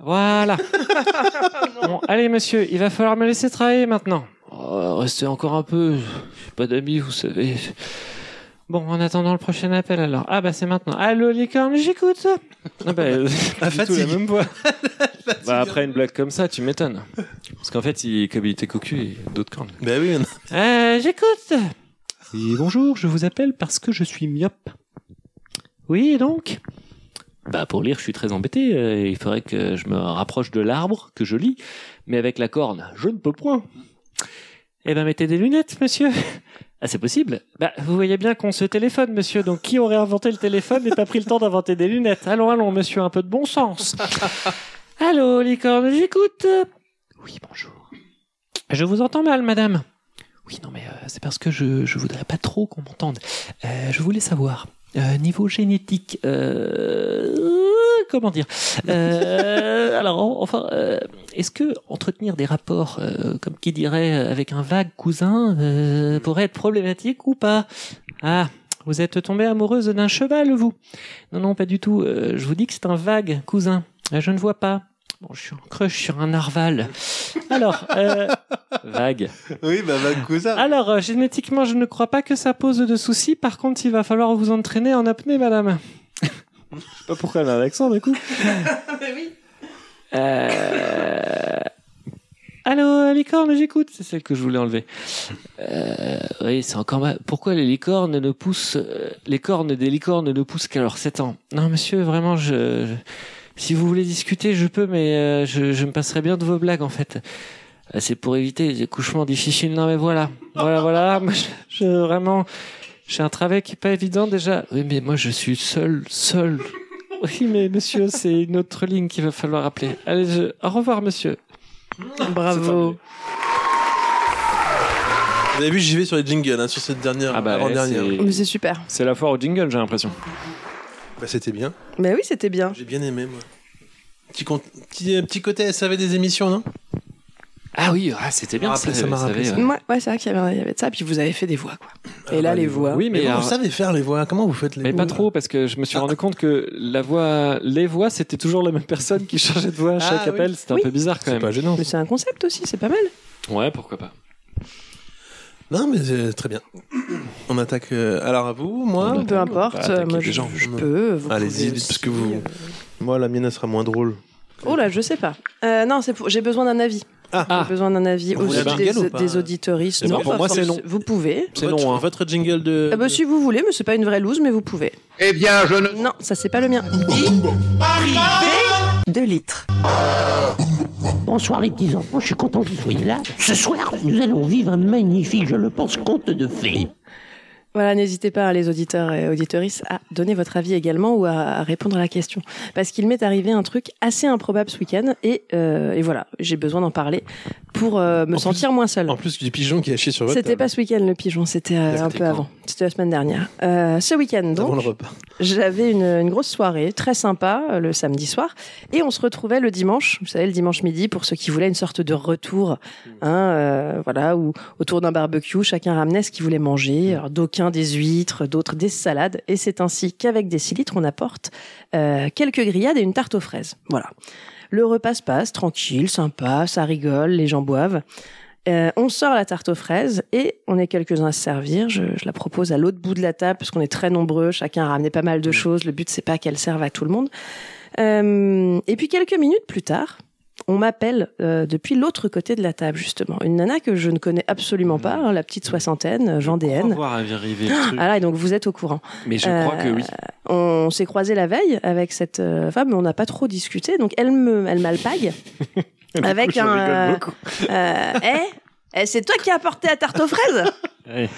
Speaker 6: Voilà. bon, allez, monsieur, il va falloir me laisser travailler maintenant. Oh, restez encore un peu. J'ai Pas d'amis, vous savez. Bon, en attendant le prochain appel alors. Ah bah c'est maintenant. Allô, licorne, j'écoute. Ah bah, euh,
Speaker 1: La
Speaker 6: du tout
Speaker 1: fatigue.
Speaker 6: même voix. Bah, après une blague comme ça, tu m'étonnes. Parce qu'en fait, il, comme il était cocu, il a d'autres cornes.
Speaker 1: Bah oui, on-
Speaker 6: Euh, j'écoute. Et bonjour, je vous appelle parce que je suis myope. Oui, et donc Bah, pour lire, je suis très embêté. euh, Il faudrait que je me rapproche de l'arbre que je lis, mais avec la corne, je ne peux point. Eh ben, mettez des lunettes, monsieur. Ah, c'est possible Bah, vous voyez bien qu'on se téléphone, monsieur, donc qui aurait inventé le téléphone et pas pris le temps d'inventer des lunettes Allons, allons, monsieur, un peu de bon sens. Allô, licorne, j'écoute. Oui, bonjour. Je vous entends mal, madame. Oui, non, mais euh, c'est parce que je, je voudrais pas trop qu'on m'entende. Euh, je voulais savoir, euh, niveau génétique, euh, euh, comment dire Euh, Alors, en- enfin, euh, est-ce que entretenir des rapports, euh, comme qui dirait, euh, avec un vague cousin, euh, pourrait être problématique ou pas Ah vous êtes tombée amoureuse d'un cheval, vous Non, non, pas du tout. Euh, je vous dis que c'est un vague cousin. Euh, je ne vois pas. Bon, je suis en crush sur un narval. Alors, euh, vague.
Speaker 1: oui, bah, Vancouver.
Speaker 6: Alors, euh, génétiquement, je ne crois pas que ça pose de soucis. Par contre, il va falloir vous entraîner en apnée, madame. je sais pas pourquoi elle a un accent, du coup. Euh... Allô, licorne, j'écoute. C'est celle que je voulais enlever. Euh, oui, c'est encore mal. Pourquoi les licornes ne poussent... euh, les cornes des licornes ne poussent qu'à leurs 7 ans Non, monsieur, vraiment, je... je- Si vous voulez discuter, je peux, mais euh, je, je me passerai bien de vos blagues, en fait. Euh, C'est pour éviter les accouchements difficiles. Non, mais voilà. Voilà, voilà. Moi, je, je- vraiment, j'ai un travail qui est pas évident déjà. Oui, mais moi, je suis seul, seul. Oui, mais monsieur, c'est une autre ligne qu'il va falloir appeler. Allez, je- au revoir, monsieur.
Speaker 2: Bravo.
Speaker 1: Vous avez vu, j'y vais sur les jingles, hein, sur cette dernière,
Speaker 6: Ah bah,
Speaker 1: avant-dernière.
Speaker 6: c'est-
Speaker 2: Mais c'est super.
Speaker 6: c'est la foire au jingle, j'ai l'impression.
Speaker 1: Bah, c'était bien.
Speaker 2: Mais oui, c'était bien.
Speaker 1: J'ai bien aimé, moi. Petit, con- petit, euh, petit côté SAV des émissions, non
Speaker 6: Ah oui, ah, c'était bien.
Speaker 1: Ah, ça m'a
Speaker 6: ça
Speaker 1: rappelé
Speaker 6: avait,
Speaker 1: ça.
Speaker 6: euh,
Speaker 2: Ouais, ouais, c'est vrai qu'il y avait, il y avait de ça. Puis vous avez fait des voix, quoi.
Speaker 1: Ah
Speaker 2: Et là,
Speaker 1: bah,
Speaker 2: les
Speaker 1: les
Speaker 2: voix.
Speaker 6: Oui, mais,
Speaker 1: Mais
Speaker 6: alors-
Speaker 1: vous savez faire les voix, comment vous faites les
Speaker 6: mais pas
Speaker 1: voix
Speaker 6: trop parce que je me suis
Speaker 1: Ah.
Speaker 6: rendu compte que la voix, les voix, c'était toujours la même personne qui changeait de voix à
Speaker 1: Ah
Speaker 6: chaque
Speaker 1: oui.
Speaker 6: appel. C'était un
Speaker 2: Oui.
Speaker 6: peu bizarre quand
Speaker 4: C'est
Speaker 6: même.
Speaker 4: pas gênant.
Speaker 2: Mais c'est un concept aussi, c'est pas mal.
Speaker 6: Ouais, pourquoi pas.
Speaker 1: Non, mais euh, très bien. On attaque. euh, alors à vous, moi
Speaker 2: Ah, Peu importe,
Speaker 6: attaquer
Speaker 2: moi
Speaker 6: des
Speaker 2: je,
Speaker 6: gens.
Speaker 2: je peux. vous
Speaker 1: Allez-y,
Speaker 2: pouvez
Speaker 1: dites,
Speaker 2: aussi. euh,
Speaker 1: parce que vous. Moi, la mienne, elle sera moins drôle.
Speaker 2: Oh là, je sais pas. Euh, non, c'est pour... j'ai besoin d'un avis.
Speaker 1: Ah.
Speaker 6: Ah.
Speaker 2: J'ai besoin d'un avis
Speaker 1: Vous
Speaker 2: aussi
Speaker 1: voulez un
Speaker 2: des,
Speaker 1: jingle ou pas
Speaker 2: des auditoristes.
Speaker 6: Eh ben,
Speaker 2: Non,
Speaker 6: pour
Speaker 2: pas
Speaker 6: moi, c'est
Speaker 2: forcément.
Speaker 6: non.
Speaker 2: Vous pouvez.
Speaker 1: C'est
Speaker 6: Votre-
Speaker 1: long, hein. Votre jingle de.
Speaker 2: Ah bah si vous voulez, mais c'est pas une vraie loose, mais vous pouvez.
Speaker 5: Eh bien, je ne
Speaker 2: Non, ça c'est pas le mien.
Speaker 7: 2 litres.
Speaker 3: Bonsoir les petits enfants, je suis content que vous soyez là. Ce soir, nous allons vivre un magnifique, je le pense, conte de fées.
Speaker 2: Voilà, n'hésitez pas, les auditeurs et auditorices, à donner votre avis également ou à- à répondre à la question. Parce qu'il m'est arrivé un truc assez improbable ce week-end et, euh, et voilà, j'ai besoin d'en parler pour euh, me
Speaker 1: En
Speaker 2: sentir moins seule.
Speaker 1: En plus du pigeon qui a chié sur votre
Speaker 2: C'était
Speaker 1: table.
Speaker 2: pas ce week-end le pigeon, c'était euh, un
Speaker 6: C'était
Speaker 2: peu
Speaker 6: quand
Speaker 2: avant. C'était la semaine dernière. Euh, ce week-end, donc,
Speaker 1: Avant le repas.
Speaker 2: J'avais une, une grosse soirée, très sympa, euh, le samedi soir. Et on se retrouvait le dimanche, vous savez, le dimanche midi, pour ceux qui voulaient une sorte de retour,
Speaker 1: Hmm.
Speaker 2: hein, euh, voilà, où autour d'un barbecue, chacun ramenait ce qu'il voulait
Speaker 1: Hmm.
Speaker 2: manger. Alors, D'aucuns des huîtres, d'autres des salades. Et c'est ainsi qu'avec des 6 litres, on apporte euh, quelques grillades et une tarte aux fraises. Voilà. Le repas se passe, tranquille, sympa, ça rigole, les gens boivent. Euh, on sort la tarte aux fraises et on est quelques-uns à se servir. Je, je la propose à l'autre bout de la table parce qu'on est très nombreux. Chacun a ramené pas mal de choses. Le but, c'est pas qu'elle serve à tout le monde. Euh, et puis quelques minutes plus tard, on m'appelle euh, depuis l'autre côté de la table, justement. Une nana que je ne connais absolument pas, hein, la petite soixantaine, euh,
Speaker 6: On va
Speaker 2: vendéenne.
Speaker 6: voir arriver le truc.
Speaker 2: Ah là, et donc vous êtes au courant.
Speaker 6: Mais je crois que oui.
Speaker 2: Euh. On s'est croisé la veille avec cette euh, femme, mais on n'a pas trop discuté. Donc elle me, elle m'alpague avec
Speaker 6: Je
Speaker 2: un.
Speaker 6: rigole
Speaker 2: euh,
Speaker 6: beaucoup.
Speaker 2: euh, Eh, eh, c'est toi qui as apporté la tarte aux fraises
Speaker 6: Ouais.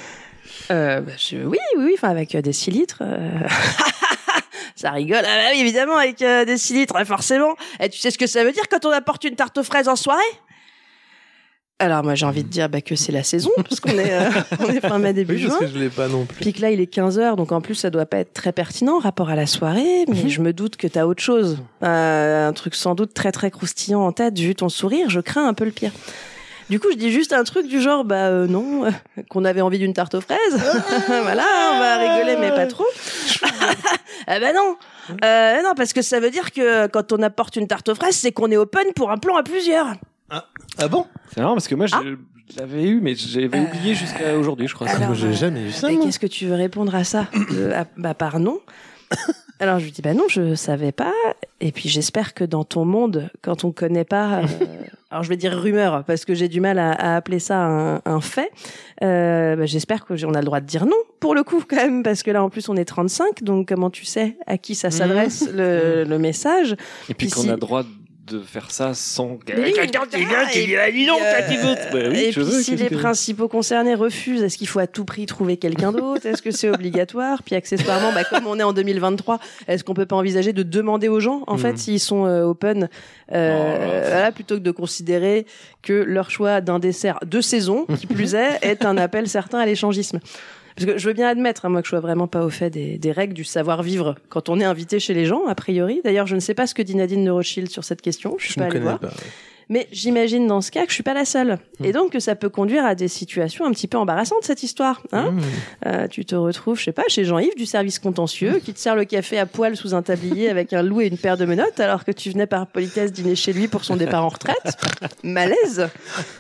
Speaker 2: Euh, bah, je- Oui, oui, oui, enfin avec euh, des 6 litres. euh, ça rigole, ah, bah oui, évidemment, avec euh, des 6 litres, hein, forcément. Et tu sais ce que ça veut dire quand on apporte une tarte aux fraises en soirée alors moi j'ai envie de dire bah, que c'est la saison parce qu'on est, euh, on est fin mai début
Speaker 1: Oui, parce
Speaker 2: juin.
Speaker 1: que je l'ai pas non plus.
Speaker 2: Puis que là, il est 15h, donc en plus, ça doit pas être très pertinent rapport à la soirée,
Speaker 1: Mhm.
Speaker 2: mais je me doute que t'as autre chose. Euh, un truc sans doute très très croustillant en tête, vu ton sourire, je crains un peu le pire. Du coup, je dis juste un truc du genre, bah euh, non, euh, qu'on avait envie d'une tarte aux fraises. voilà, on va rigoler, mais pas trop. ah bah non Euh, Non, parce que ça veut dire que quand on apporte une tarte aux fraises, c'est qu'on est open pour un plan à plusieurs.
Speaker 1: Ah bon
Speaker 6: C'est marrant parce que
Speaker 2: Ah.
Speaker 6: moi, je l'avais eu, mais j'avais oublié jusqu'à aujourd'hui, je crois.
Speaker 2: Euh. Alors, euh,
Speaker 4: J'ai jamais vu ça.
Speaker 2: Mais
Speaker 4: moi.
Speaker 2: Bah, qu'est-ce que tu veux répondre à ça Euh, ah, Bah par non. Alors je lui dis bah non, je savais pas. Et puis j'espère que dans ton monde, quand on connaît pas, euh, alors je vais dire rumeur parce que j'ai du mal à, à appeler ça un, un fait. Euh, bah, j'espère que j'ai- on a le droit de dire non pour le coup quand même parce que là en plus on est 35, donc comment tu sais à qui ça s'adresse le, le message
Speaker 6: Et puis
Speaker 2: Puis
Speaker 6: qu'on
Speaker 2: si-
Speaker 6: a le droit de faire ça sans.
Speaker 2: Mais oui, voilà, et puis, euh,
Speaker 6: Bah oui,
Speaker 2: et puis
Speaker 6: je veux,
Speaker 2: si
Speaker 6: qu'est-ce
Speaker 2: les
Speaker 6: que-
Speaker 2: principaux concernés refusent, est-ce qu'il faut à tout prix trouver quelqu'un d'autre Est-ce que c'est obligatoire Puis accessoirement, bah, comme on est en 2023, est-ce qu'on peut pas envisager de demander aux gens, en
Speaker 6: Mhm.
Speaker 2: fait, s'ils sont euh, open, euh,
Speaker 6: Oh.
Speaker 2: voilà, plutôt que de considérer que leur choix d'un dessert de saison, qui plus est, est un appel certain à l'échangisme parce que je veux bien admettre, hein, moi, que je sois vraiment pas au fait des, des règles du savoir-vivre quand on est invité chez les gens, a priori. D'ailleurs, je ne sais pas ce que dit Nadine de Rothschild sur cette question. Je suis
Speaker 1: Je
Speaker 2: pas
Speaker 1: ne
Speaker 2: allée voir.
Speaker 1: connais pas.
Speaker 2: Mais j'imagine dans ce cas que je suis pas la seule. Et donc que ça peut conduire à des situations un petit peu embarrassantes cette histoire. Hein
Speaker 1: Mmh.
Speaker 2: Euh, tu te retrouves, je sais pas, chez Jean-Yves du service contentieux qui te sert le café à poil sous un tablier avec un loup et une paire de menottes alors que tu venais par politesse dîner chez lui pour son départ en retraite. Malaise.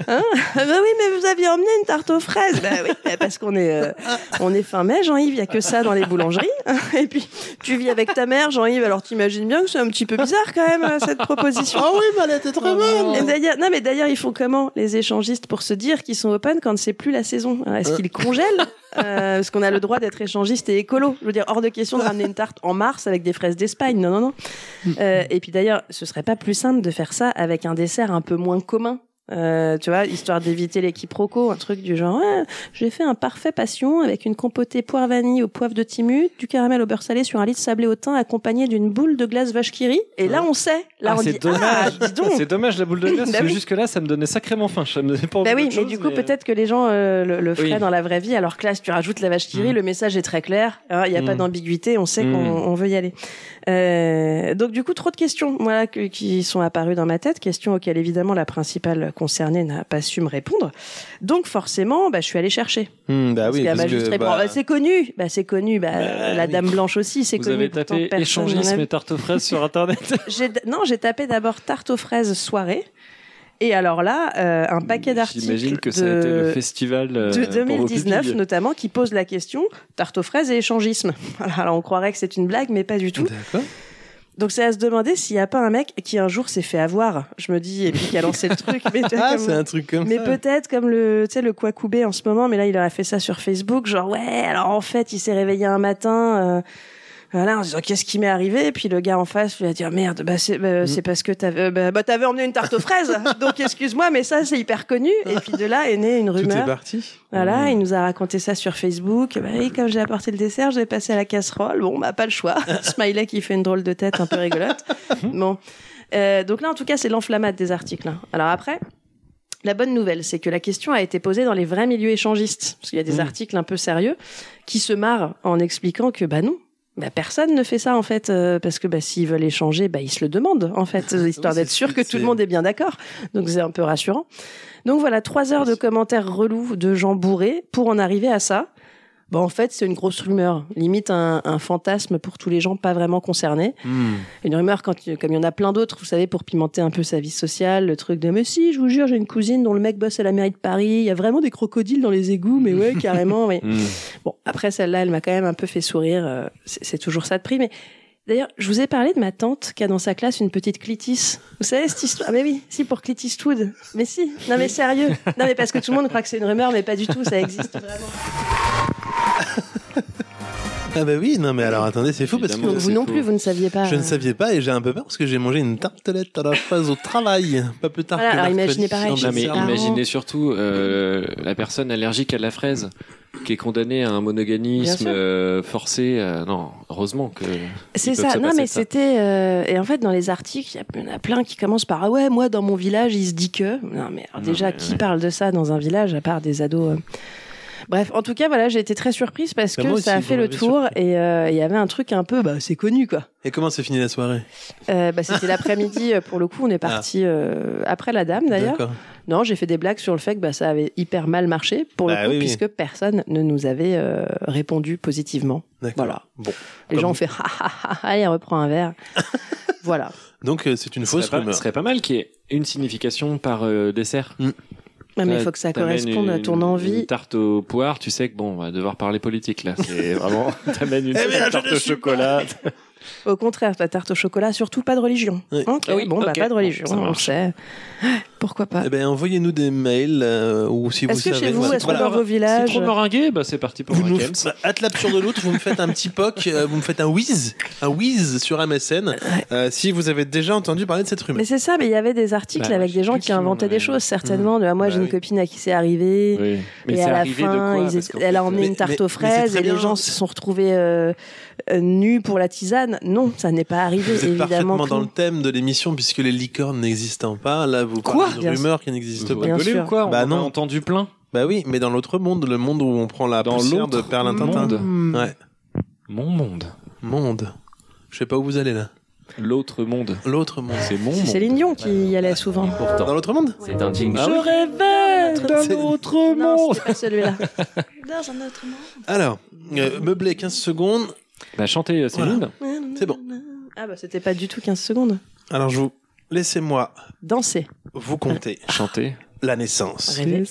Speaker 2: Hein Ah bah oui, mais vous aviez emmené une tarte aux fraises. Bah oui, bah parce qu'on est euh, on est fin mai, Jean-Yves, il y a que ça dans les boulangeries. Et puis tu vis avec ta mère, Jean-Yves, alors t'imagines bien que c'est un petit peu bizarre quand même euh, cette proposition.
Speaker 1: Ah oui, mais elle était très bonne
Speaker 2: Et D'ailleurs, non, mais d'ailleurs, ils font comment les échangistes pour se dire qu'ils sont open quand c'est plus la saison Alors, Est-ce qu'ils congèlent Euh, Parce qu'on a le droit d'être échangiste et écolo. Je veux dire, hors de question de ramener une tarte en mars avec des fraises d'Espagne. Non, non, non. Euh, et puis d'ailleurs, ce serait pas plus simple de faire ça avec un dessert un peu moins commun Euh, tu vois, histoire d'éviter les quiproquos, un truc du genre Ah, j'ai fait un parfait passion avec une compotée poire vanille au poivre de Timu, du caramel au beurre salé sur un lit de sablé au thym accompagné d'une boule de glace vache qui rit. Et là, on sait. Là,
Speaker 6: Ah,
Speaker 2: on
Speaker 6: c'est
Speaker 2: dit
Speaker 6: dommage.
Speaker 2: Ah, dis donc.
Speaker 6: C'est dommage la boule de glace,
Speaker 2: Bah
Speaker 6: parce que
Speaker 2: oui.
Speaker 6: jusque-là, ça me donnait sacrément faim. Ça me donnait pas
Speaker 2: Bah oui,
Speaker 6: envie d'autre
Speaker 2: mais
Speaker 6: chose,
Speaker 2: du coup, peut-être que les gens euh, le, le feraient
Speaker 6: Oui.
Speaker 2: dans la vraie vie, alors que là, si tu rajoutes la vache qui rit,
Speaker 6: Mhm.
Speaker 2: le message est très clair, hein, il n'y a pas
Speaker 6: Mhm.
Speaker 2: d'ambiguïté, on sait
Speaker 6: Mhm.
Speaker 2: qu'on on veut y aller. Euh, donc du coup, trop de questions voilà, que- qui sont apparues dans ma tête, questions auxquelles évidemment la principale concernée n'a pas su me répondre. Donc forcément, bah, je suis allée
Speaker 6: Ah
Speaker 2: chercher.
Speaker 1: Hmm, bah
Speaker 2: parce
Speaker 1: oui,
Speaker 2: qu'elle
Speaker 1: parce
Speaker 2: m'a juste
Speaker 1: que,
Speaker 2: répondu,
Speaker 1: bah,
Speaker 2: Ah, bah, c'est connu, bah, c'est connu, bah,
Speaker 6: Bah,
Speaker 2: la
Speaker 6: oui.
Speaker 2: Dame Blanche aussi, c'est
Speaker 6: Vous
Speaker 2: connu.
Speaker 6: avez
Speaker 2: pourtant,
Speaker 6: tapé
Speaker 2: personne n'en a
Speaker 6: échangisme
Speaker 2: vu.
Speaker 6: et tarte aux fraises sur internet.
Speaker 2: J'ai- Non, j'ai tapé d'abord tarte aux fraises soirée. Et alors là, euh, un paquet d'articles.
Speaker 6: J'imagine que ça a
Speaker 2: de-
Speaker 6: été le festival euh,
Speaker 2: de
Speaker 6: pour vos
Speaker 2: 2019
Speaker 6: pupilles.
Speaker 2: notamment qui pose la question tarte aux fraises et échangisme. Voilà, Alors on croirait que c'est une blague mais pas du tout.
Speaker 1: D'accord.
Speaker 2: Donc c'est à se demander s'il n'y a pas un mec qui un jour s'est fait avoir, je me dis et puis qui a lancé le truc mais, tu vois,
Speaker 1: Ah,
Speaker 2: comme-
Speaker 1: c'est un truc comme
Speaker 2: mais
Speaker 1: ça.
Speaker 2: peut-être comme le tu sais le Kwakubé en ce moment mais là il aurait fait ça sur Facebook genre ouais alors en fait il s'est réveillé un matin euh, voilà, en se disant qu'est-ce qui m'est arrivé, et puis le gars en face lui a dit Ah, merde, bah c'est bah, c'est parce que t'avais bah, bah, t'avais emmené une tarte aux fraises, donc excuse-moi, mais ça c'est hyper connu. Et puis de là est née une
Speaker 1: Tout
Speaker 2: rumeur.
Speaker 1: est parti.
Speaker 2: Voilà, il nous a raconté ça sur Facebook. Bah oui, comme j'ai apporté le dessert, j'ai passé à la casserole. Bon, bah pas le choix. Smiley qui fait une drôle de tête un peu rigolote.
Speaker 1: Mhm.
Speaker 2: Bon. Euh, donc là, en tout cas, c'est l'enflammate des articles. hein. Alors après, la bonne nouvelle, c'est que la question a été posée dans les vrais milieux échangistes. Parce qu'il y a des
Speaker 1: Mhm.
Speaker 2: articles un peu sérieux qui se marrent en expliquant que, bah non. Bah, personne ne fait ça en fait euh, parce que bah, s'ils veulent échanger, bah, ils se le demandent en fait, histoire
Speaker 1: c'est
Speaker 2: d'être sûr
Speaker 1: sûr,
Speaker 2: que tout le
Speaker 1: c'est-
Speaker 2: monde est bien d'accord. Donc c'est un peu rassurant. Donc voilà, trois heures de commentaires relous de gens bourrés pour en arriver à ça. Bah en fait, c'est une grosse rumeur, limite un, un fantasme pour tous les gens pas vraiment concernés.
Speaker 6: Hmm.
Speaker 2: Une rumeur quand, comme il y en a plein d'autres, vous savez, pour pimenter un peu sa vie sociale, le truc de « Mais si, je vous jure, j'ai une cousine dont le mec bosse à la mairie de Paris, il y a vraiment des crocodiles dans les égouts, mais ouais, carrément, oui. »
Speaker 6: Mm.
Speaker 2: Bon, après celle-là, elle m'a quand même un peu fait sourire. euh, C'est c'est toujours ça de prix. Mais d'ailleurs, je vous ai parlé de ma tante qui a dans sa classe une petite Clitis. Vous savez cette histoire Ah, Mais oui, si pour Clitis Eastwood. Mais si. Non mais sérieux. Non mais parce que tout le monde croit que c'est une rumeur, mais pas du tout. Ça existe vraiment.
Speaker 1: Ah bah oui, non mais alors attendez, Ah, c'est fou parce que
Speaker 6: Évidemment.
Speaker 2: Donc
Speaker 6: c'est
Speaker 2: vous non
Speaker 6: faux.
Speaker 2: plus, vous ne saviez pas.
Speaker 1: je ne
Speaker 2: euh,
Speaker 1: saviez pas et j'ai un peu peur parce que j'ai mangé une tartelette à la phase au travail, pas plus tard
Speaker 2: Voilà,
Speaker 1: que
Speaker 2: alors
Speaker 1: mercredi.
Speaker 2: imaginez pareil,
Speaker 1: Non,
Speaker 2: chez
Speaker 6: Non,
Speaker 2: Chez
Speaker 6: mais
Speaker 2: ses parents.
Speaker 6: imaginez surtout euh, la personne allergique à la fraise qui est condamnée à un
Speaker 2: Bien
Speaker 6: monoganisme
Speaker 2: sûr.
Speaker 6: euh, forcé. euh, non, heureusement que.
Speaker 2: C'est
Speaker 6: Ils peuvent
Speaker 2: ça.
Speaker 6: se
Speaker 2: Non,
Speaker 6: passer
Speaker 2: mais
Speaker 6: de ça.
Speaker 2: c'était. euh, Et en fait, dans les articles, il y en a plein qui commencent par Ah ouais, moi, dans mon village, il se dit que. Non, mais alors,
Speaker 6: Non,
Speaker 2: déjà,
Speaker 6: mais
Speaker 2: qui
Speaker 6: ouais.
Speaker 2: parle de ça dans un village à part des ados euh. Bref, en tout cas, voilà, j'ai été très surprise parce
Speaker 1: Bah,
Speaker 2: que
Speaker 1: moi aussi,
Speaker 2: ça a
Speaker 1: vous
Speaker 2: fait le
Speaker 1: m'avez
Speaker 2: tour et euh, il y avait un truc un peu, bah, c'est connu, quoi.
Speaker 1: Et comment s'est finie la soirée
Speaker 2: Euh, bah, c'était l'après-midi, euh, pour le coup, on
Speaker 6: Ah.
Speaker 2: est parti euh, après la dame, d'ailleurs.
Speaker 1: D'accord.
Speaker 2: Non, j'ai fait des blagues sur le fait que bah, ça avait hyper mal marché, pour
Speaker 1: Bah
Speaker 2: le coup,
Speaker 1: oui, oui.
Speaker 2: puisque personne ne nous avait euh, répondu positivement.
Speaker 1: D'accord.
Speaker 2: Voilà.
Speaker 1: Bon.
Speaker 2: Les
Speaker 1: Comme-
Speaker 2: gens ont fait, ah, ah, ah, ah, et reprend un verre. voilà.
Speaker 1: Donc euh, c'est une
Speaker 6: Ce
Speaker 1: fausse
Speaker 6: serait, pas,
Speaker 1: rumeur.
Speaker 6: ce serait pas mal qu'il y ait une signification par euh, dessert.
Speaker 2: Ouais, Ah, mais il
Speaker 6: Ouais,
Speaker 2: faut que ça
Speaker 6: T'amènes
Speaker 2: corresponde à ton
Speaker 6: une-
Speaker 2: envie.
Speaker 6: Une tarte aux poires, tu sais que bon, on va devoir parler politique là. C'est vraiment. T'amènes une
Speaker 1: Eh bien, je
Speaker 6: tarte
Speaker 1: ne
Speaker 6: au
Speaker 1: suis
Speaker 6: chocolat.
Speaker 2: Au contraire, ta tarte au chocolat, surtout pas de religion.
Speaker 1: Oui.
Speaker 2: Ok,
Speaker 6: Ah oui,
Speaker 2: bon, bah,
Speaker 6: ok.
Speaker 2: pas de religion,
Speaker 6: Ça
Speaker 2: on
Speaker 6: marche.
Speaker 2: sait. Pourquoi pas
Speaker 1: Eh ben envoyez-nous des mails euh, ou si vous
Speaker 2: Est-ce que
Speaker 1: savez.
Speaker 2: chez vous,
Speaker 1: voilà.
Speaker 2: est-ce que dans vos
Speaker 6: C'est
Speaker 2: villages.
Speaker 6: trop meringué, bah c'est parti pour
Speaker 1: Vous
Speaker 6: un
Speaker 1: nous
Speaker 6: Kems.
Speaker 1: attelable sur de l'autre, vous me faites un petit poc, euh, vous me faites un whiz, un whiz sur MSN. euh, si vous avez déjà entendu parler de cette rumeur.
Speaker 2: Mais c'est ça, mais il y avait des articles
Speaker 6: Bah,
Speaker 2: avec
Speaker 6: je sais
Speaker 2: des gens
Speaker 6: plus
Speaker 2: qui
Speaker 6: qui m'en
Speaker 2: inventaient des
Speaker 6: avait- Mmh.
Speaker 2: choses, certainement. de, ah, moi,
Speaker 1: Bah
Speaker 2: j'ai une
Speaker 1: oui.
Speaker 2: copine à qui c'est arrivé.
Speaker 6: Oui. Mais
Speaker 2: et
Speaker 6: c'est
Speaker 2: à la
Speaker 6: arrivé de
Speaker 2: fin,
Speaker 6: quoi
Speaker 2: ils
Speaker 6: Parce
Speaker 2: étaient-
Speaker 6: qu'en
Speaker 2: elle a
Speaker 6: plus,
Speaker 2: emmené
Speaker 1: Mais-
Speaker 2: une
Speaker 1: mais-
Speaker 2: tarte
Speaker 1: mais
Speaker 2: aux
Speaker 1: c'est
Speaker 2: fraises
Speaker 1: très
Speaker 2: et les
Speaker 1: bien.
Speaker 2: gens se sont retrouvés euh, euh, nus pour la tisane. Non, ça n'est pas arrivé,
Speaker 1: Vous êtes
Speaker 2: évidemment.
Speaker 1: parfaitement dans le
Speaker 2: Clou.
Speaker 1: thème de l'émission puisque les licornes n'existant pas, là vous
Speaker 2: Quoi
Speaker 1: parlez d'une
Speaker 2: Bien
Speaker 1: rumeur qui n'existe
Speaker 6: Vous
Speaker 1: pas.
Speaker 2: Bien
Speaker 6: rigolez
Speaker 2: sûr.
Speaker 6: ou quoi On
Speaker 1: Bah
Speaker 6: en a
Speaker 1: non.
Speaker 6: entendu plein.
Speaker 1: Bah oui, mais dans l'autre monde, le monde où on prend la
Speaker 6: Dans
Speaker 1: poussière de
Speaker 6: l'autre
Speaker 1: Perlin-Tintin. Mm.
Speaker 6: monde.
Speaker 2: Mmh.
Speaker 1: Ouais,
Speaker 6: Mon monde.
Speaker 1: monde. Je sais pas où vous allez là.
Speaker 6: L'autre monde.
Speaker 1: L'autre monde.
Speaker 6: C'est mon
Speaker 2: C'est
Speaker 6: monde.
Speaker 2: Céline Dion qui y allait souvent.
Speaker 1: Dans
Speaker 11: Pourtant,
Speaker 1: l'autre monde
Speaker 11: c'est un jingle.
Speaker 6: Je rêvais
Speaker 1: C'est-
Speaker 6: d'un autre
Speaker 2: Non,
Speaker 6: monde.
Speaker 2: c'était pas celui-là.
Speaker 12: Dans un autre
Speaker 1: Alors, euh, meublé 15 secondes.
Speaker 6: Bah chantez euh, Céline.
Speaker 2: monde.
Speaker 1: C'est bon.
Speaker 2: Ah bah c'était pas du tout 15 secondes.
Speaker 1: Alors je vous laissez-moi
Speaker 2: Danser.
Speaker 1: vous compter
Speaker 6: Chantez.
Speaker 1: la naissance
Speaker 2: Rêver.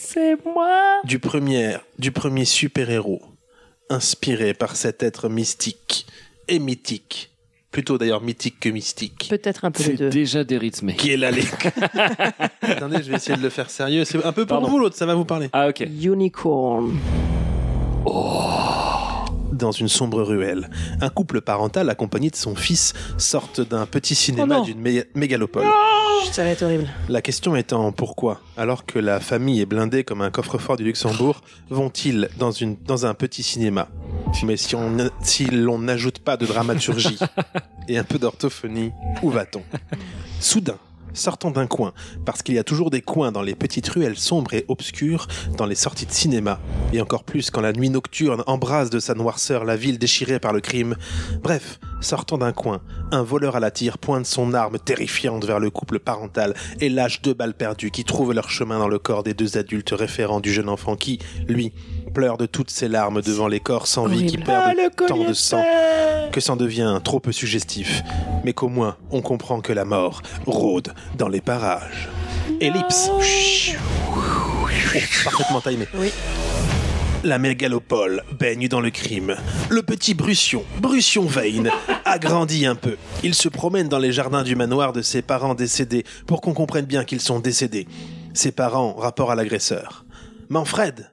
Speaker 1: du premier du premier super-héros inspiré par cet être mystique et mythique, plutôt d'ailleurs mythique que mystique.
Speaker 2: Peut-être un peu les
Speaker 6: C'est
Speaker 2: deux.
Speaker 6: déjà dérythmé.
Speaker 1: Qui est la légende Attendez, je vais essayer de le faire sérieux. C'est un peu pour
Speaker 6: Pardon.
Speaker 1: vous l'autre, ça va vous parler.
Speaker 6: Ah ok.
Speaker 2: Unicorn.
Speaker 1: Dans une sombre ruelle, un couple parental accompagné de son fils sortent d'un petit cinéma
Speaker 6: Oh non.
Speaker 1: d'une mé- mégalopole.
Speaker 2: Chut, Ça va être horrible.
Speaker 1: La question étant pourquoi, alors que la famille est blindée comme un coffre-fort du Luxembourg, vont-ils dans, une, dans un petit cinéma Mais si, on, si l'on n'ajoute pas de dramaturgie et un peu d'orthophonie, où va-t-on Soudain, sortant d'un coin, parce qu'il y a toujours des coins dans les petites ruelles sombres et obscures, dans les sorties de cinéma, et encore plus quand la nuit nocturne embrase de sa noirceur la ville déchirée par le crime. Bref, sortant d'un coin, un voleur à la tire pointe son arme terrifiante vers le couple parental et lâche deux balles perdues qui trouvent leur chemin dans le corps des deux adultes référents du jeune enfant qui, lui, pleure de toutes ses larmes devant les corps sans vie qui
Speaker 2: Horrible. Ah,
Speaker 1: perdent
Speaker 2: le
Speaker 1: tant de
Speaker 2: cognac
Speaker 1: sang que ça en devient trop peu suggestif, mais qu'au moins on comprend que la mort rôde dans les parages. Ellipse. Chut. Oh, parfaitement timé.
Speaker 2: Oui.
Speaker 1: La mégalopole baigne dans le crime. Le petit Brution, Brution Vane, a grandi un peu. Il se promène dans les jardins du manoir de ses parents décédés pour qu'on comprenne bien qu'ils sont décédés. Ses parents, rapport à l'agresseur. Manfred,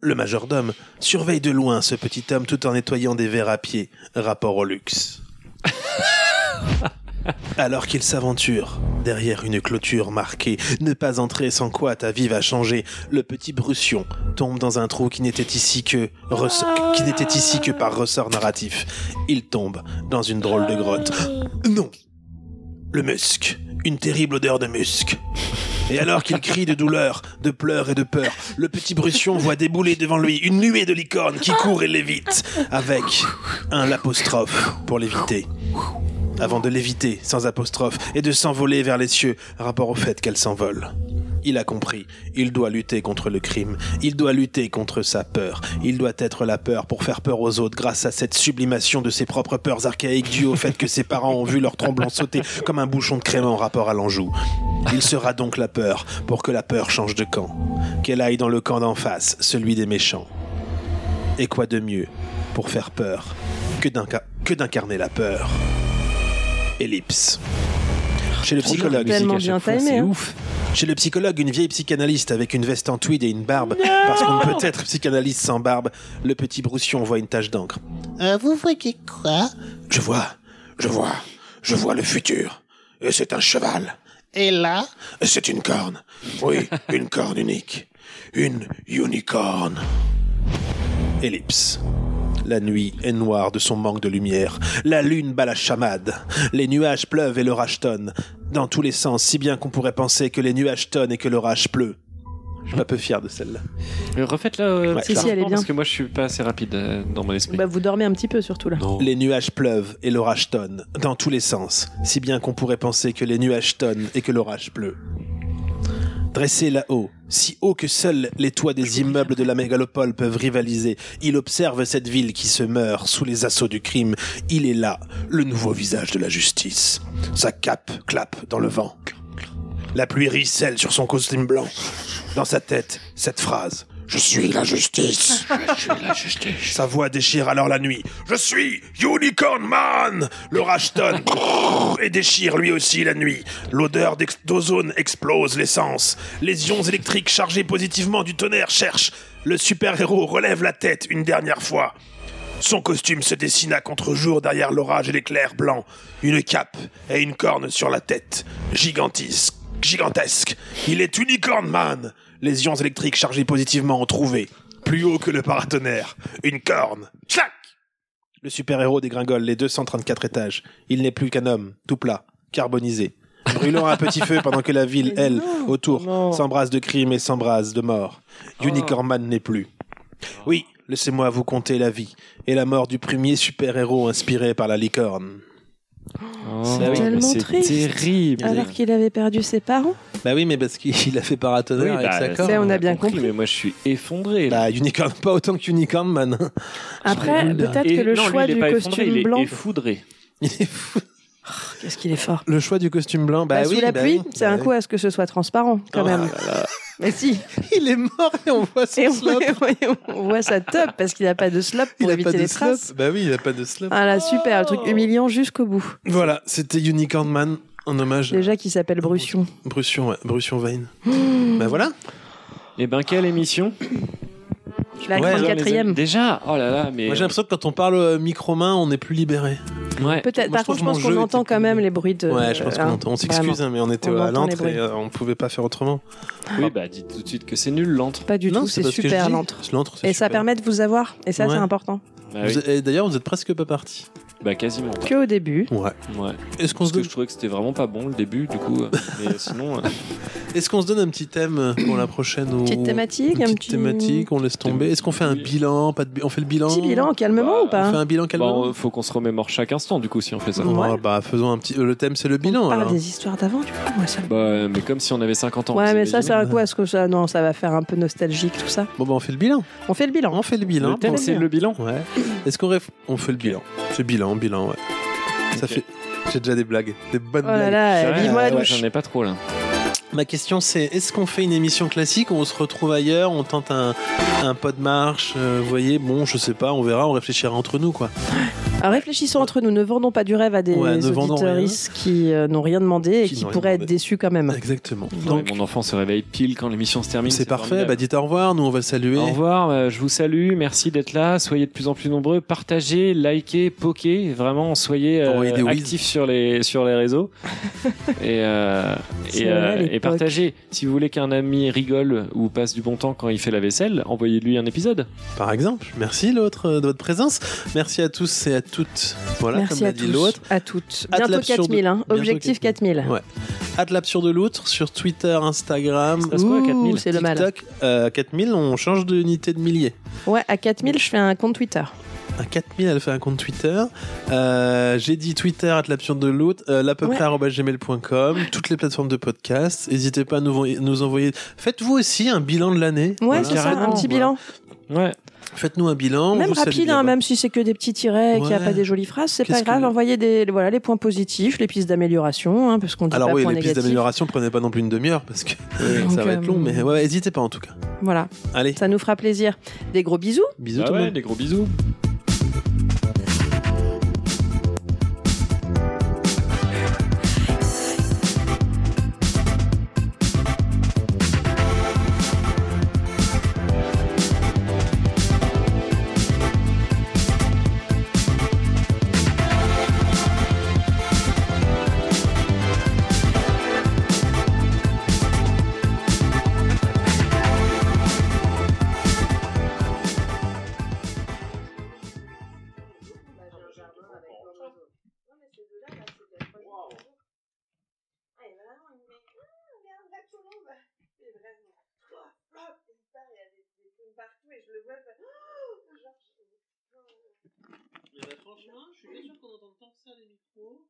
Speaker 1: le majordome, surveille de loin ce petit homme tout en nettoyant des verres à pied, rapport au luxe. Alors qu'il s'aventure derrière une clôture marquée, ne pas entrer sans quoi ta vie va changer, le petit Brution tombe dans un trou qui n'était ici que ressort- qui n'était ici que par ressort narratif. Il tombe dans une drôle de grotte. Non. Le musc, une terrible odeur de musc. Et alors qu'il crie de douleur, de pleurs et de peur, le petit Brution voit débouler devant lui une nuée de licornes qui court et l'évite, avec un l'apostrophe pour l'éviter. Avant de l'éviter, sans apostrophe, et de s'envoler vers les cieux, rapport au fait qu'elle s'envole. Il a compris, il doit lutter contre le crime, il doit lutter contre sa peur, il doit être la peur pour faire peur aux autres grâce à cette sublimation de ses propres peurs archaïques due au fait que ses parents ont vu leur tromblon sauter comme un bouchon de crément en rapport à l'Anjou. Il sera donc la peur pour que la peur change de camp, qu'elle aille dans le camp d'en face, celui des méchants. Et quoi de mieux pour faire peur que d'inca- que d'incarner la peur Ellipse. Chez le psychologue.
Speaker 2: Tellement bien timé,
Speaker 6: C'est
Speaker 2: hein.
Speaker 6: ouf.
Speaker 1: Chez le psychologue, une vieille psychanalyste avec une veste en tweed et une barbe, parce qu'on ne peut être psychanalyste sans barbe, le petit Broussillon voit une tache d'encre.
Speaker 13: Euh, vous voyez quoi
Speaker 1: Je vois, je vois, je vois le futur. Et c'est un cheval.
Speaker 13: Et là
Speaker 1: C'est une corne. Oui, une corne unique. Une unicorn. Ellipse. La nuit est noire de son manque de lumière. La lune bat la chamade. Les nuages pleuvent et l'orage tonne. Dans tous les sens, si bien qu'on pourrait penser que les nuages tonnent et que l'orage pleut. Je suis pas peu fier de celle-là.
Speaker 6: Euh, Refaites-la. euh,
Speaker 1: Ouais,
Speaker 6: plus
Speaker 1: si, si,
Speaker 2: elle est
Speaker 6: lentement, Parce
Speaker 2: bien.
Speaker 6: que moi, je suis pas assez rapide euh, dans mon esprit.
Speaker 2: Bah, vous dormez un petit peu surtout là.
Speaker 6: non.
Speaker 1: Les nuages pleuvent et l'orage tonne. Dans tous les sens. Si bien qu'on pourrait penser que les nuages tonnent et que l'orage pleut. Dressé là-haut, si haut que seuls les toits des immeubles de la mégalopole peuvent rivaliser, il observe cette ville qui se meurt sous les assauts du crime. Il est là, le nouveau visage de la justice. Sa cape clappe dans le vent. La pluie ruisselle sur son costume blanc. Dans sa tête, cette phrase. Je suis la justice. Sa voix déchire alors la nuit. Je suis Unicorn Man Le Rashton et déchire lui aussi la nuit. L'odeur d'ex- d'ozone explose les sens. Les ions électriques chargés positivement du tonnerre cherchent. Le super-héros relève la tête une dernière fois. Son costume se dessine à contre-jour derrière l'orage et l'éclair blanc. Une cape et une corne sur la tête. Gigantesque. Gigantesque. Il est Unicorn Man. Les ions électriques chargés positivement ont trouvé, plus haut que le paratonnerre, une corne. Tchac Le super-héros dégringole les 234 étages. Il n'est plus qu'un homme, tout plat, carbonisé. Brûlant à petit feu pendant que la ville, elle, autour, s'embrase de crimes et s'embrase de morts. Unicorn
Speaker 2: Ah.
Speaker 1: Man n'est plus. Oui, laissez-moi vous conter la vie et la mort du premier super-héros inspiré par la licorne.
Speaker 6: Oh,
Speaker 2: C'est tellement
Speaker 6: mais c'est
Speaker 2: triste.
Speaker 6: terrible.
Speaker 2: Alors qu'il avait perdu ses parents.
Speaker 14: Bah oui, mais parce qu'il a fait
Speaker 6: Oui,
Speaker 14: paratonnerre avec
Speaker 6: bah,
Speaker 14: sa
Speaker 6: ça,
Speaker 14: corde.
Speaker 2: Ça, on a bien compris.
Speaker 6: Mais moi, je suis effondré. là.
Speaker 14: Bah, Unicorn, pas autant que Unicorn Man. hein.
Speaker 2: Après,
Speaker 14: Cool.
Speaker 2: peut-être
Speaker 6: Et-
Speaker 2: que le
Speaker 6: non, lui,
Speaker 2: choix
Speaker 6: il est
Speaker 2: du
Speaker 6: pas
Speaker 2: costume
Speaker 6: effondré, il est
Speaker 2: blanc.
Speaker 6: effoudré.
Speaker 14: Il est fou.
Speaker 2: Qu'est-ce qu'il est fort.
Speaker 14: Le choix du costume blanc, bah,
Speaker 2: Bah,
Speaker 14: oui.
Speaker 2: sous la
Speaker 14: bah
Speaker 2: pluie,
Speaker 14: oui.
Speaker 2: c'est un
Speaker 14: Bah
Speaker 2: coup à ce que ce soit transparent quand
Speaker 14: Oh
Speaker 2: même. Mais si.
Speaker 14: oui. Il est mort et on voit son
Speaker 2: Et on,
Speaker 14: slop.
Speaker 2: on voit sa top parce qu'il n'a pas de slop pour
Speaker 14: Il a
Speaker 2: éviter
Speaker 14: pas de
Speaker 2: les
Speaker 14: slop.
Speaker 2: traces.
Speaker 14: Bah oui, il a pas de slop.
Speaker 2: Ah là, super, le truc humiliant jusqu'au bout.
Speaker 14: Voilà, c'était Unicorn Man en hommage
Speaker 2: Déjà qu'il s'appelle Brution.
Speaker 14: à Brution, ouais, Brution Vane. bah voilà.
Speaker 6: Et ben, quelle émission
Speaker 2: La
Speaker 14: Ouais,
Speaker 2: 34 e
Speaker 6: Déjà Oh là là, mais.
Speaker 14: Moi j'ai l'impression que quand on parle euh, micro-main, on est plus libéré.
Speaker 6: Ouais.
Speaker 2: Peut-être.
Speaker 4: Moi,
Speaker 2: Par
Speaker 4: je trouve
Speaker 2: contre, je
Speaker 4: mon
Speaker 2: pense
Speaker 4: jeu
Speaker 2: qu'on entend
Speaker 4: était
Speaker 2: quand
Speaker 4: plus-
Speaker 2: même les bruits de.
Speaker 1: Ouais, je pense qu'on
Speaker 2: hein,
Speaker 1: entend. On
Speaker 2: vraiment.
Speaker 1: s'excuse, hein, mais on était
Speaker 2: On
Speaker 1: à
Speaker 2: entend les
Speaker 1: l'entre
Speaker 2: bruits.
Speaker 1: et euh, on pouvait pas faire autrement.
Speaker 6: Oui, bah dites tout de suite que c'est nul
Speaker 1: hein.
Speaker 6: l'antre.
Speaker 2: Pas du tout, c'est
Speaker 1: pas ce que je
Speaker 2: super
Speaker 1: dis.
Speaker 2: l'antre.
Speaker 1: C'est L'antre, c'est
Speaker 2: Et ça
Speaker 1: super.
Speaker 2: permet de vous avoir. Et ça,
Speaker 1: Ouais.
Speaker 2: c'est important.
Speaker 6: Bah,
Speaker 1: Vous
Speaker 6: oui.
Speaker 1: êtes- et D'ailleurs, vous êtes presque pas parti.
Speaker 6: Bah, quasiment pas.
Speaker 2: Que au début.
Speaker 1: Ouais.
Speaker 6: Ouais.
Speaker 1: Est-ce qu'on
Speaker 6: Parce
Speaker 1: se,
Speaker 6: que
Speaker 1: donne...
Speaker 6: je trouvais que c'était vraiment pas bon le début, du coup. euh, Mais sinon, euh,
Speaker 1: est-ce qu'on se donne un petit thème euh, pour la prochaine ou...
Speaker 2: Petite thématique,
Speaker 1: Une
Speaker 2: un
Speaker 1: petite
Speaker 2: petit-
Speaker 1: thématique, on laisse tomber. Est-ce qu'on fait un
Speaker 6: Oui.
Speaker 1: bilan pas de... bi- On fait le bilan
Speaker 2: Petit bilan, calmement
Speaker 6: Bah,
Speaker 2: ou
Speaker 1: On
Speaker 2: pas
Speaker 1: fait un bilan
Speaker 6: bah,
Speaker 1: calmement
Speaker 6: on- faut qu'on se remémore chaque instant, du coup, si on fait ça.
Speaker 1: Oh,
Speaker 2: Ouais.
Speaker 1: bah, faisons un petit. euh, Le thème, c'est le bilan.
Speaker 2: On parle
Speaker 1: alors.
Speaker 2: des histoires d'avant, du coup. moi, ça-
Speaker 6: Bah, euh, mais comme si on avait 50 ans.
Speaker 2: Ouais,
Speaker 6: vous
Speaker 2: mais ça,
Speaker 6: imaginez
Speaker 2: c'est à quoi Est-ce que ça. Non, ça va faire un peu nostalgique, tout ça.
Speaker 1: Bon, bah, on fait le bilan.
Speaker 2: On fait le bilan.
Speaker 1: On fait le bilan.
Speaker 6: Le thème,
Speaker 1: Bon.
Speaker 6: c'est le bilan.
Speaker 1: Ouais. Est-ce qu'on réf- On fait le bilan. C'est bilan, bilan, ouais. Ça
Speaker 6: Ok.
Speaker 1: fait. J'ai déjà des blagues, des bonnes
Speaker 2: Oh là
Speaker 1: blagues.
Speaker 6: C'est
Speaker 2: là,
Speaker 6: vrai,
Speaker 2: vive-moi la
Speaker 6: ouais,
Speaker 2: douche.
Speaker 6: J'en ai pas trop là.
Speaker 1: Ma question c'est est-ce qu'on fait une émission classique ou on se retrouve ailleurs, on tente un, un pas de marche, euh, vous voyez, bon, je sais pas, on verra, on réfléchira entre nous quoi.
Speaker 2: Alors, Ah, réfléchissons entre nous, ne vendons pas du rêve à des
Speaker 1: Ouais, ne vendons rien.
Speaker 2: auditeuristes qui euh, n'ont rien demandé et
Speaker 1: Qui
Speaker 2: qui,
Speaker 1: n'ont rien
Speaker 2: pourraient être
Speaker 1: demandé.
Speaker 2: déçus quand même.
Speaker 1: Exactement.
Speaker 6: Non,
Speaker 1: Donc
Speaker 6: mais mon enfant se réveille pile quand l'émission se termine.
Speaker 1: c'est parfait,
Speaker 6: formidable.
Speaker 1: bah dites au revoir, nous on va le saluer.
Speaker 6: Au revoir, euh, je vous salue, merci d'être là, soyez de plus en plus nombreux, partagez, likez, pokez, vraiment soyez euh,
Speaker 1: Envoyez des whiz.
Speaker 6: actifs sur les, sur les réseaux et, euh,
Speaker 2: C'est
Speaker 6: et, euh,
Speaker 2: vrai, les
Speaker 6: et partagez. Si vous voulez qu'un ami rigole ou passe du bon temps quand il fait la vaisselle, envoyez-lui un épisode.
Speaker 1: Par exemple, merci l'autre euh, de votre présence. Merci à tous et à toutes. Voilà,
Speaker 2: Merci
Speaker 1: comme
Speaker 2: à
Speaker 1: l'a dit
Speaker 2: tous,
Speaker 1: l'autre.
Speaker 2: à toutes.
Speaker 1: Hâte
Speaker 2: Bientôt
Speaker 1: l'absurde.
Speaker 2: 4000, hein.
Speaker 1: Bientôt
Speaker 2: objectif
Speaker 1: 4000.
Speaker 2: 4000.
Speaker 1: Ouais. At l'absurde l'autre sur Twitter, Instagram,
Speaker 6: Ça se passe quoi à
Speaker 2: Ouh,
Speaker 6: 4000
Speaker 2: c'est le mal.
Speaker 1: TikTok, euh, 4000, on change d'unité de milliers.
Speaker 2: Ouais, à 4000, je fais un compte Twitter.
Speaker 1: à 4000 elle fait un compte Twitter Euh, j'ai dit Twitter at l'absurde de l'autre euh, l'à peu
Speaker 2: Ouais.
Speaker 1: près arobase gmail.com toutes les plateformes de podcast n'hésitez pas à nous, vo- nous envoyer faites-vous aussi un bilan de l'année
Speaker 2: Ouais,
Speaker 1: Voilà.
Speaker 2: c'est ça, un
Speaker 6: carrément,
Speaker 2: petit
Speaker 6: voilà.
Speaker 2: bilan.
Speaker 6: Ouais,
Speaker 1: faites-nous un bilan
Speaker 2: Même
Speaker 1: vous salue
Speaker 2: rapide,
Speaker 1: bien
Speaker 2: hein,
Speaker 1: bas.
Speaker 2: même si c'est que des petits tirets et qu'il n'y a
Speaker 1: Ouais.
Speaker 2: pas des jolies phrases, c'est pas
Speaker 1: Qu'est-ce
Speaker 2: grave.
Speaker 1: que-
Speaker 2: Envoyez des, voilà, les points positifs, les pistes d'amélioration, hein, parce qu'on dit
Speaker 1: alors
Speaker 2: pas
Speaker 1: oui
Speaker 2: points
Speaker 1: les pistes
Speaker 2: négatifs.
Speaker 1: d'amélioration prenez pas non plus une demi-heure parce que ça
Speaker 2: Donc,
Speaker 1: va être long
Speaker 2: euh,
Speaker 1: mais ouais n'hésitez pas en tout cas
Speaker 2: Voilà,
Speaker 1: allez
Speaker 2: ça nous fera plaisir. Des gros bisous.
Speaker 1: bisous
Speaker 6: Bah
Speaker 1: tout le
Speaker 6: ouais,
Speaker 1: monde
Speaker 6: des gros bisous.
Speaker 12: Franchement, je suis pas sûr qu'on entende tant que ça les micros.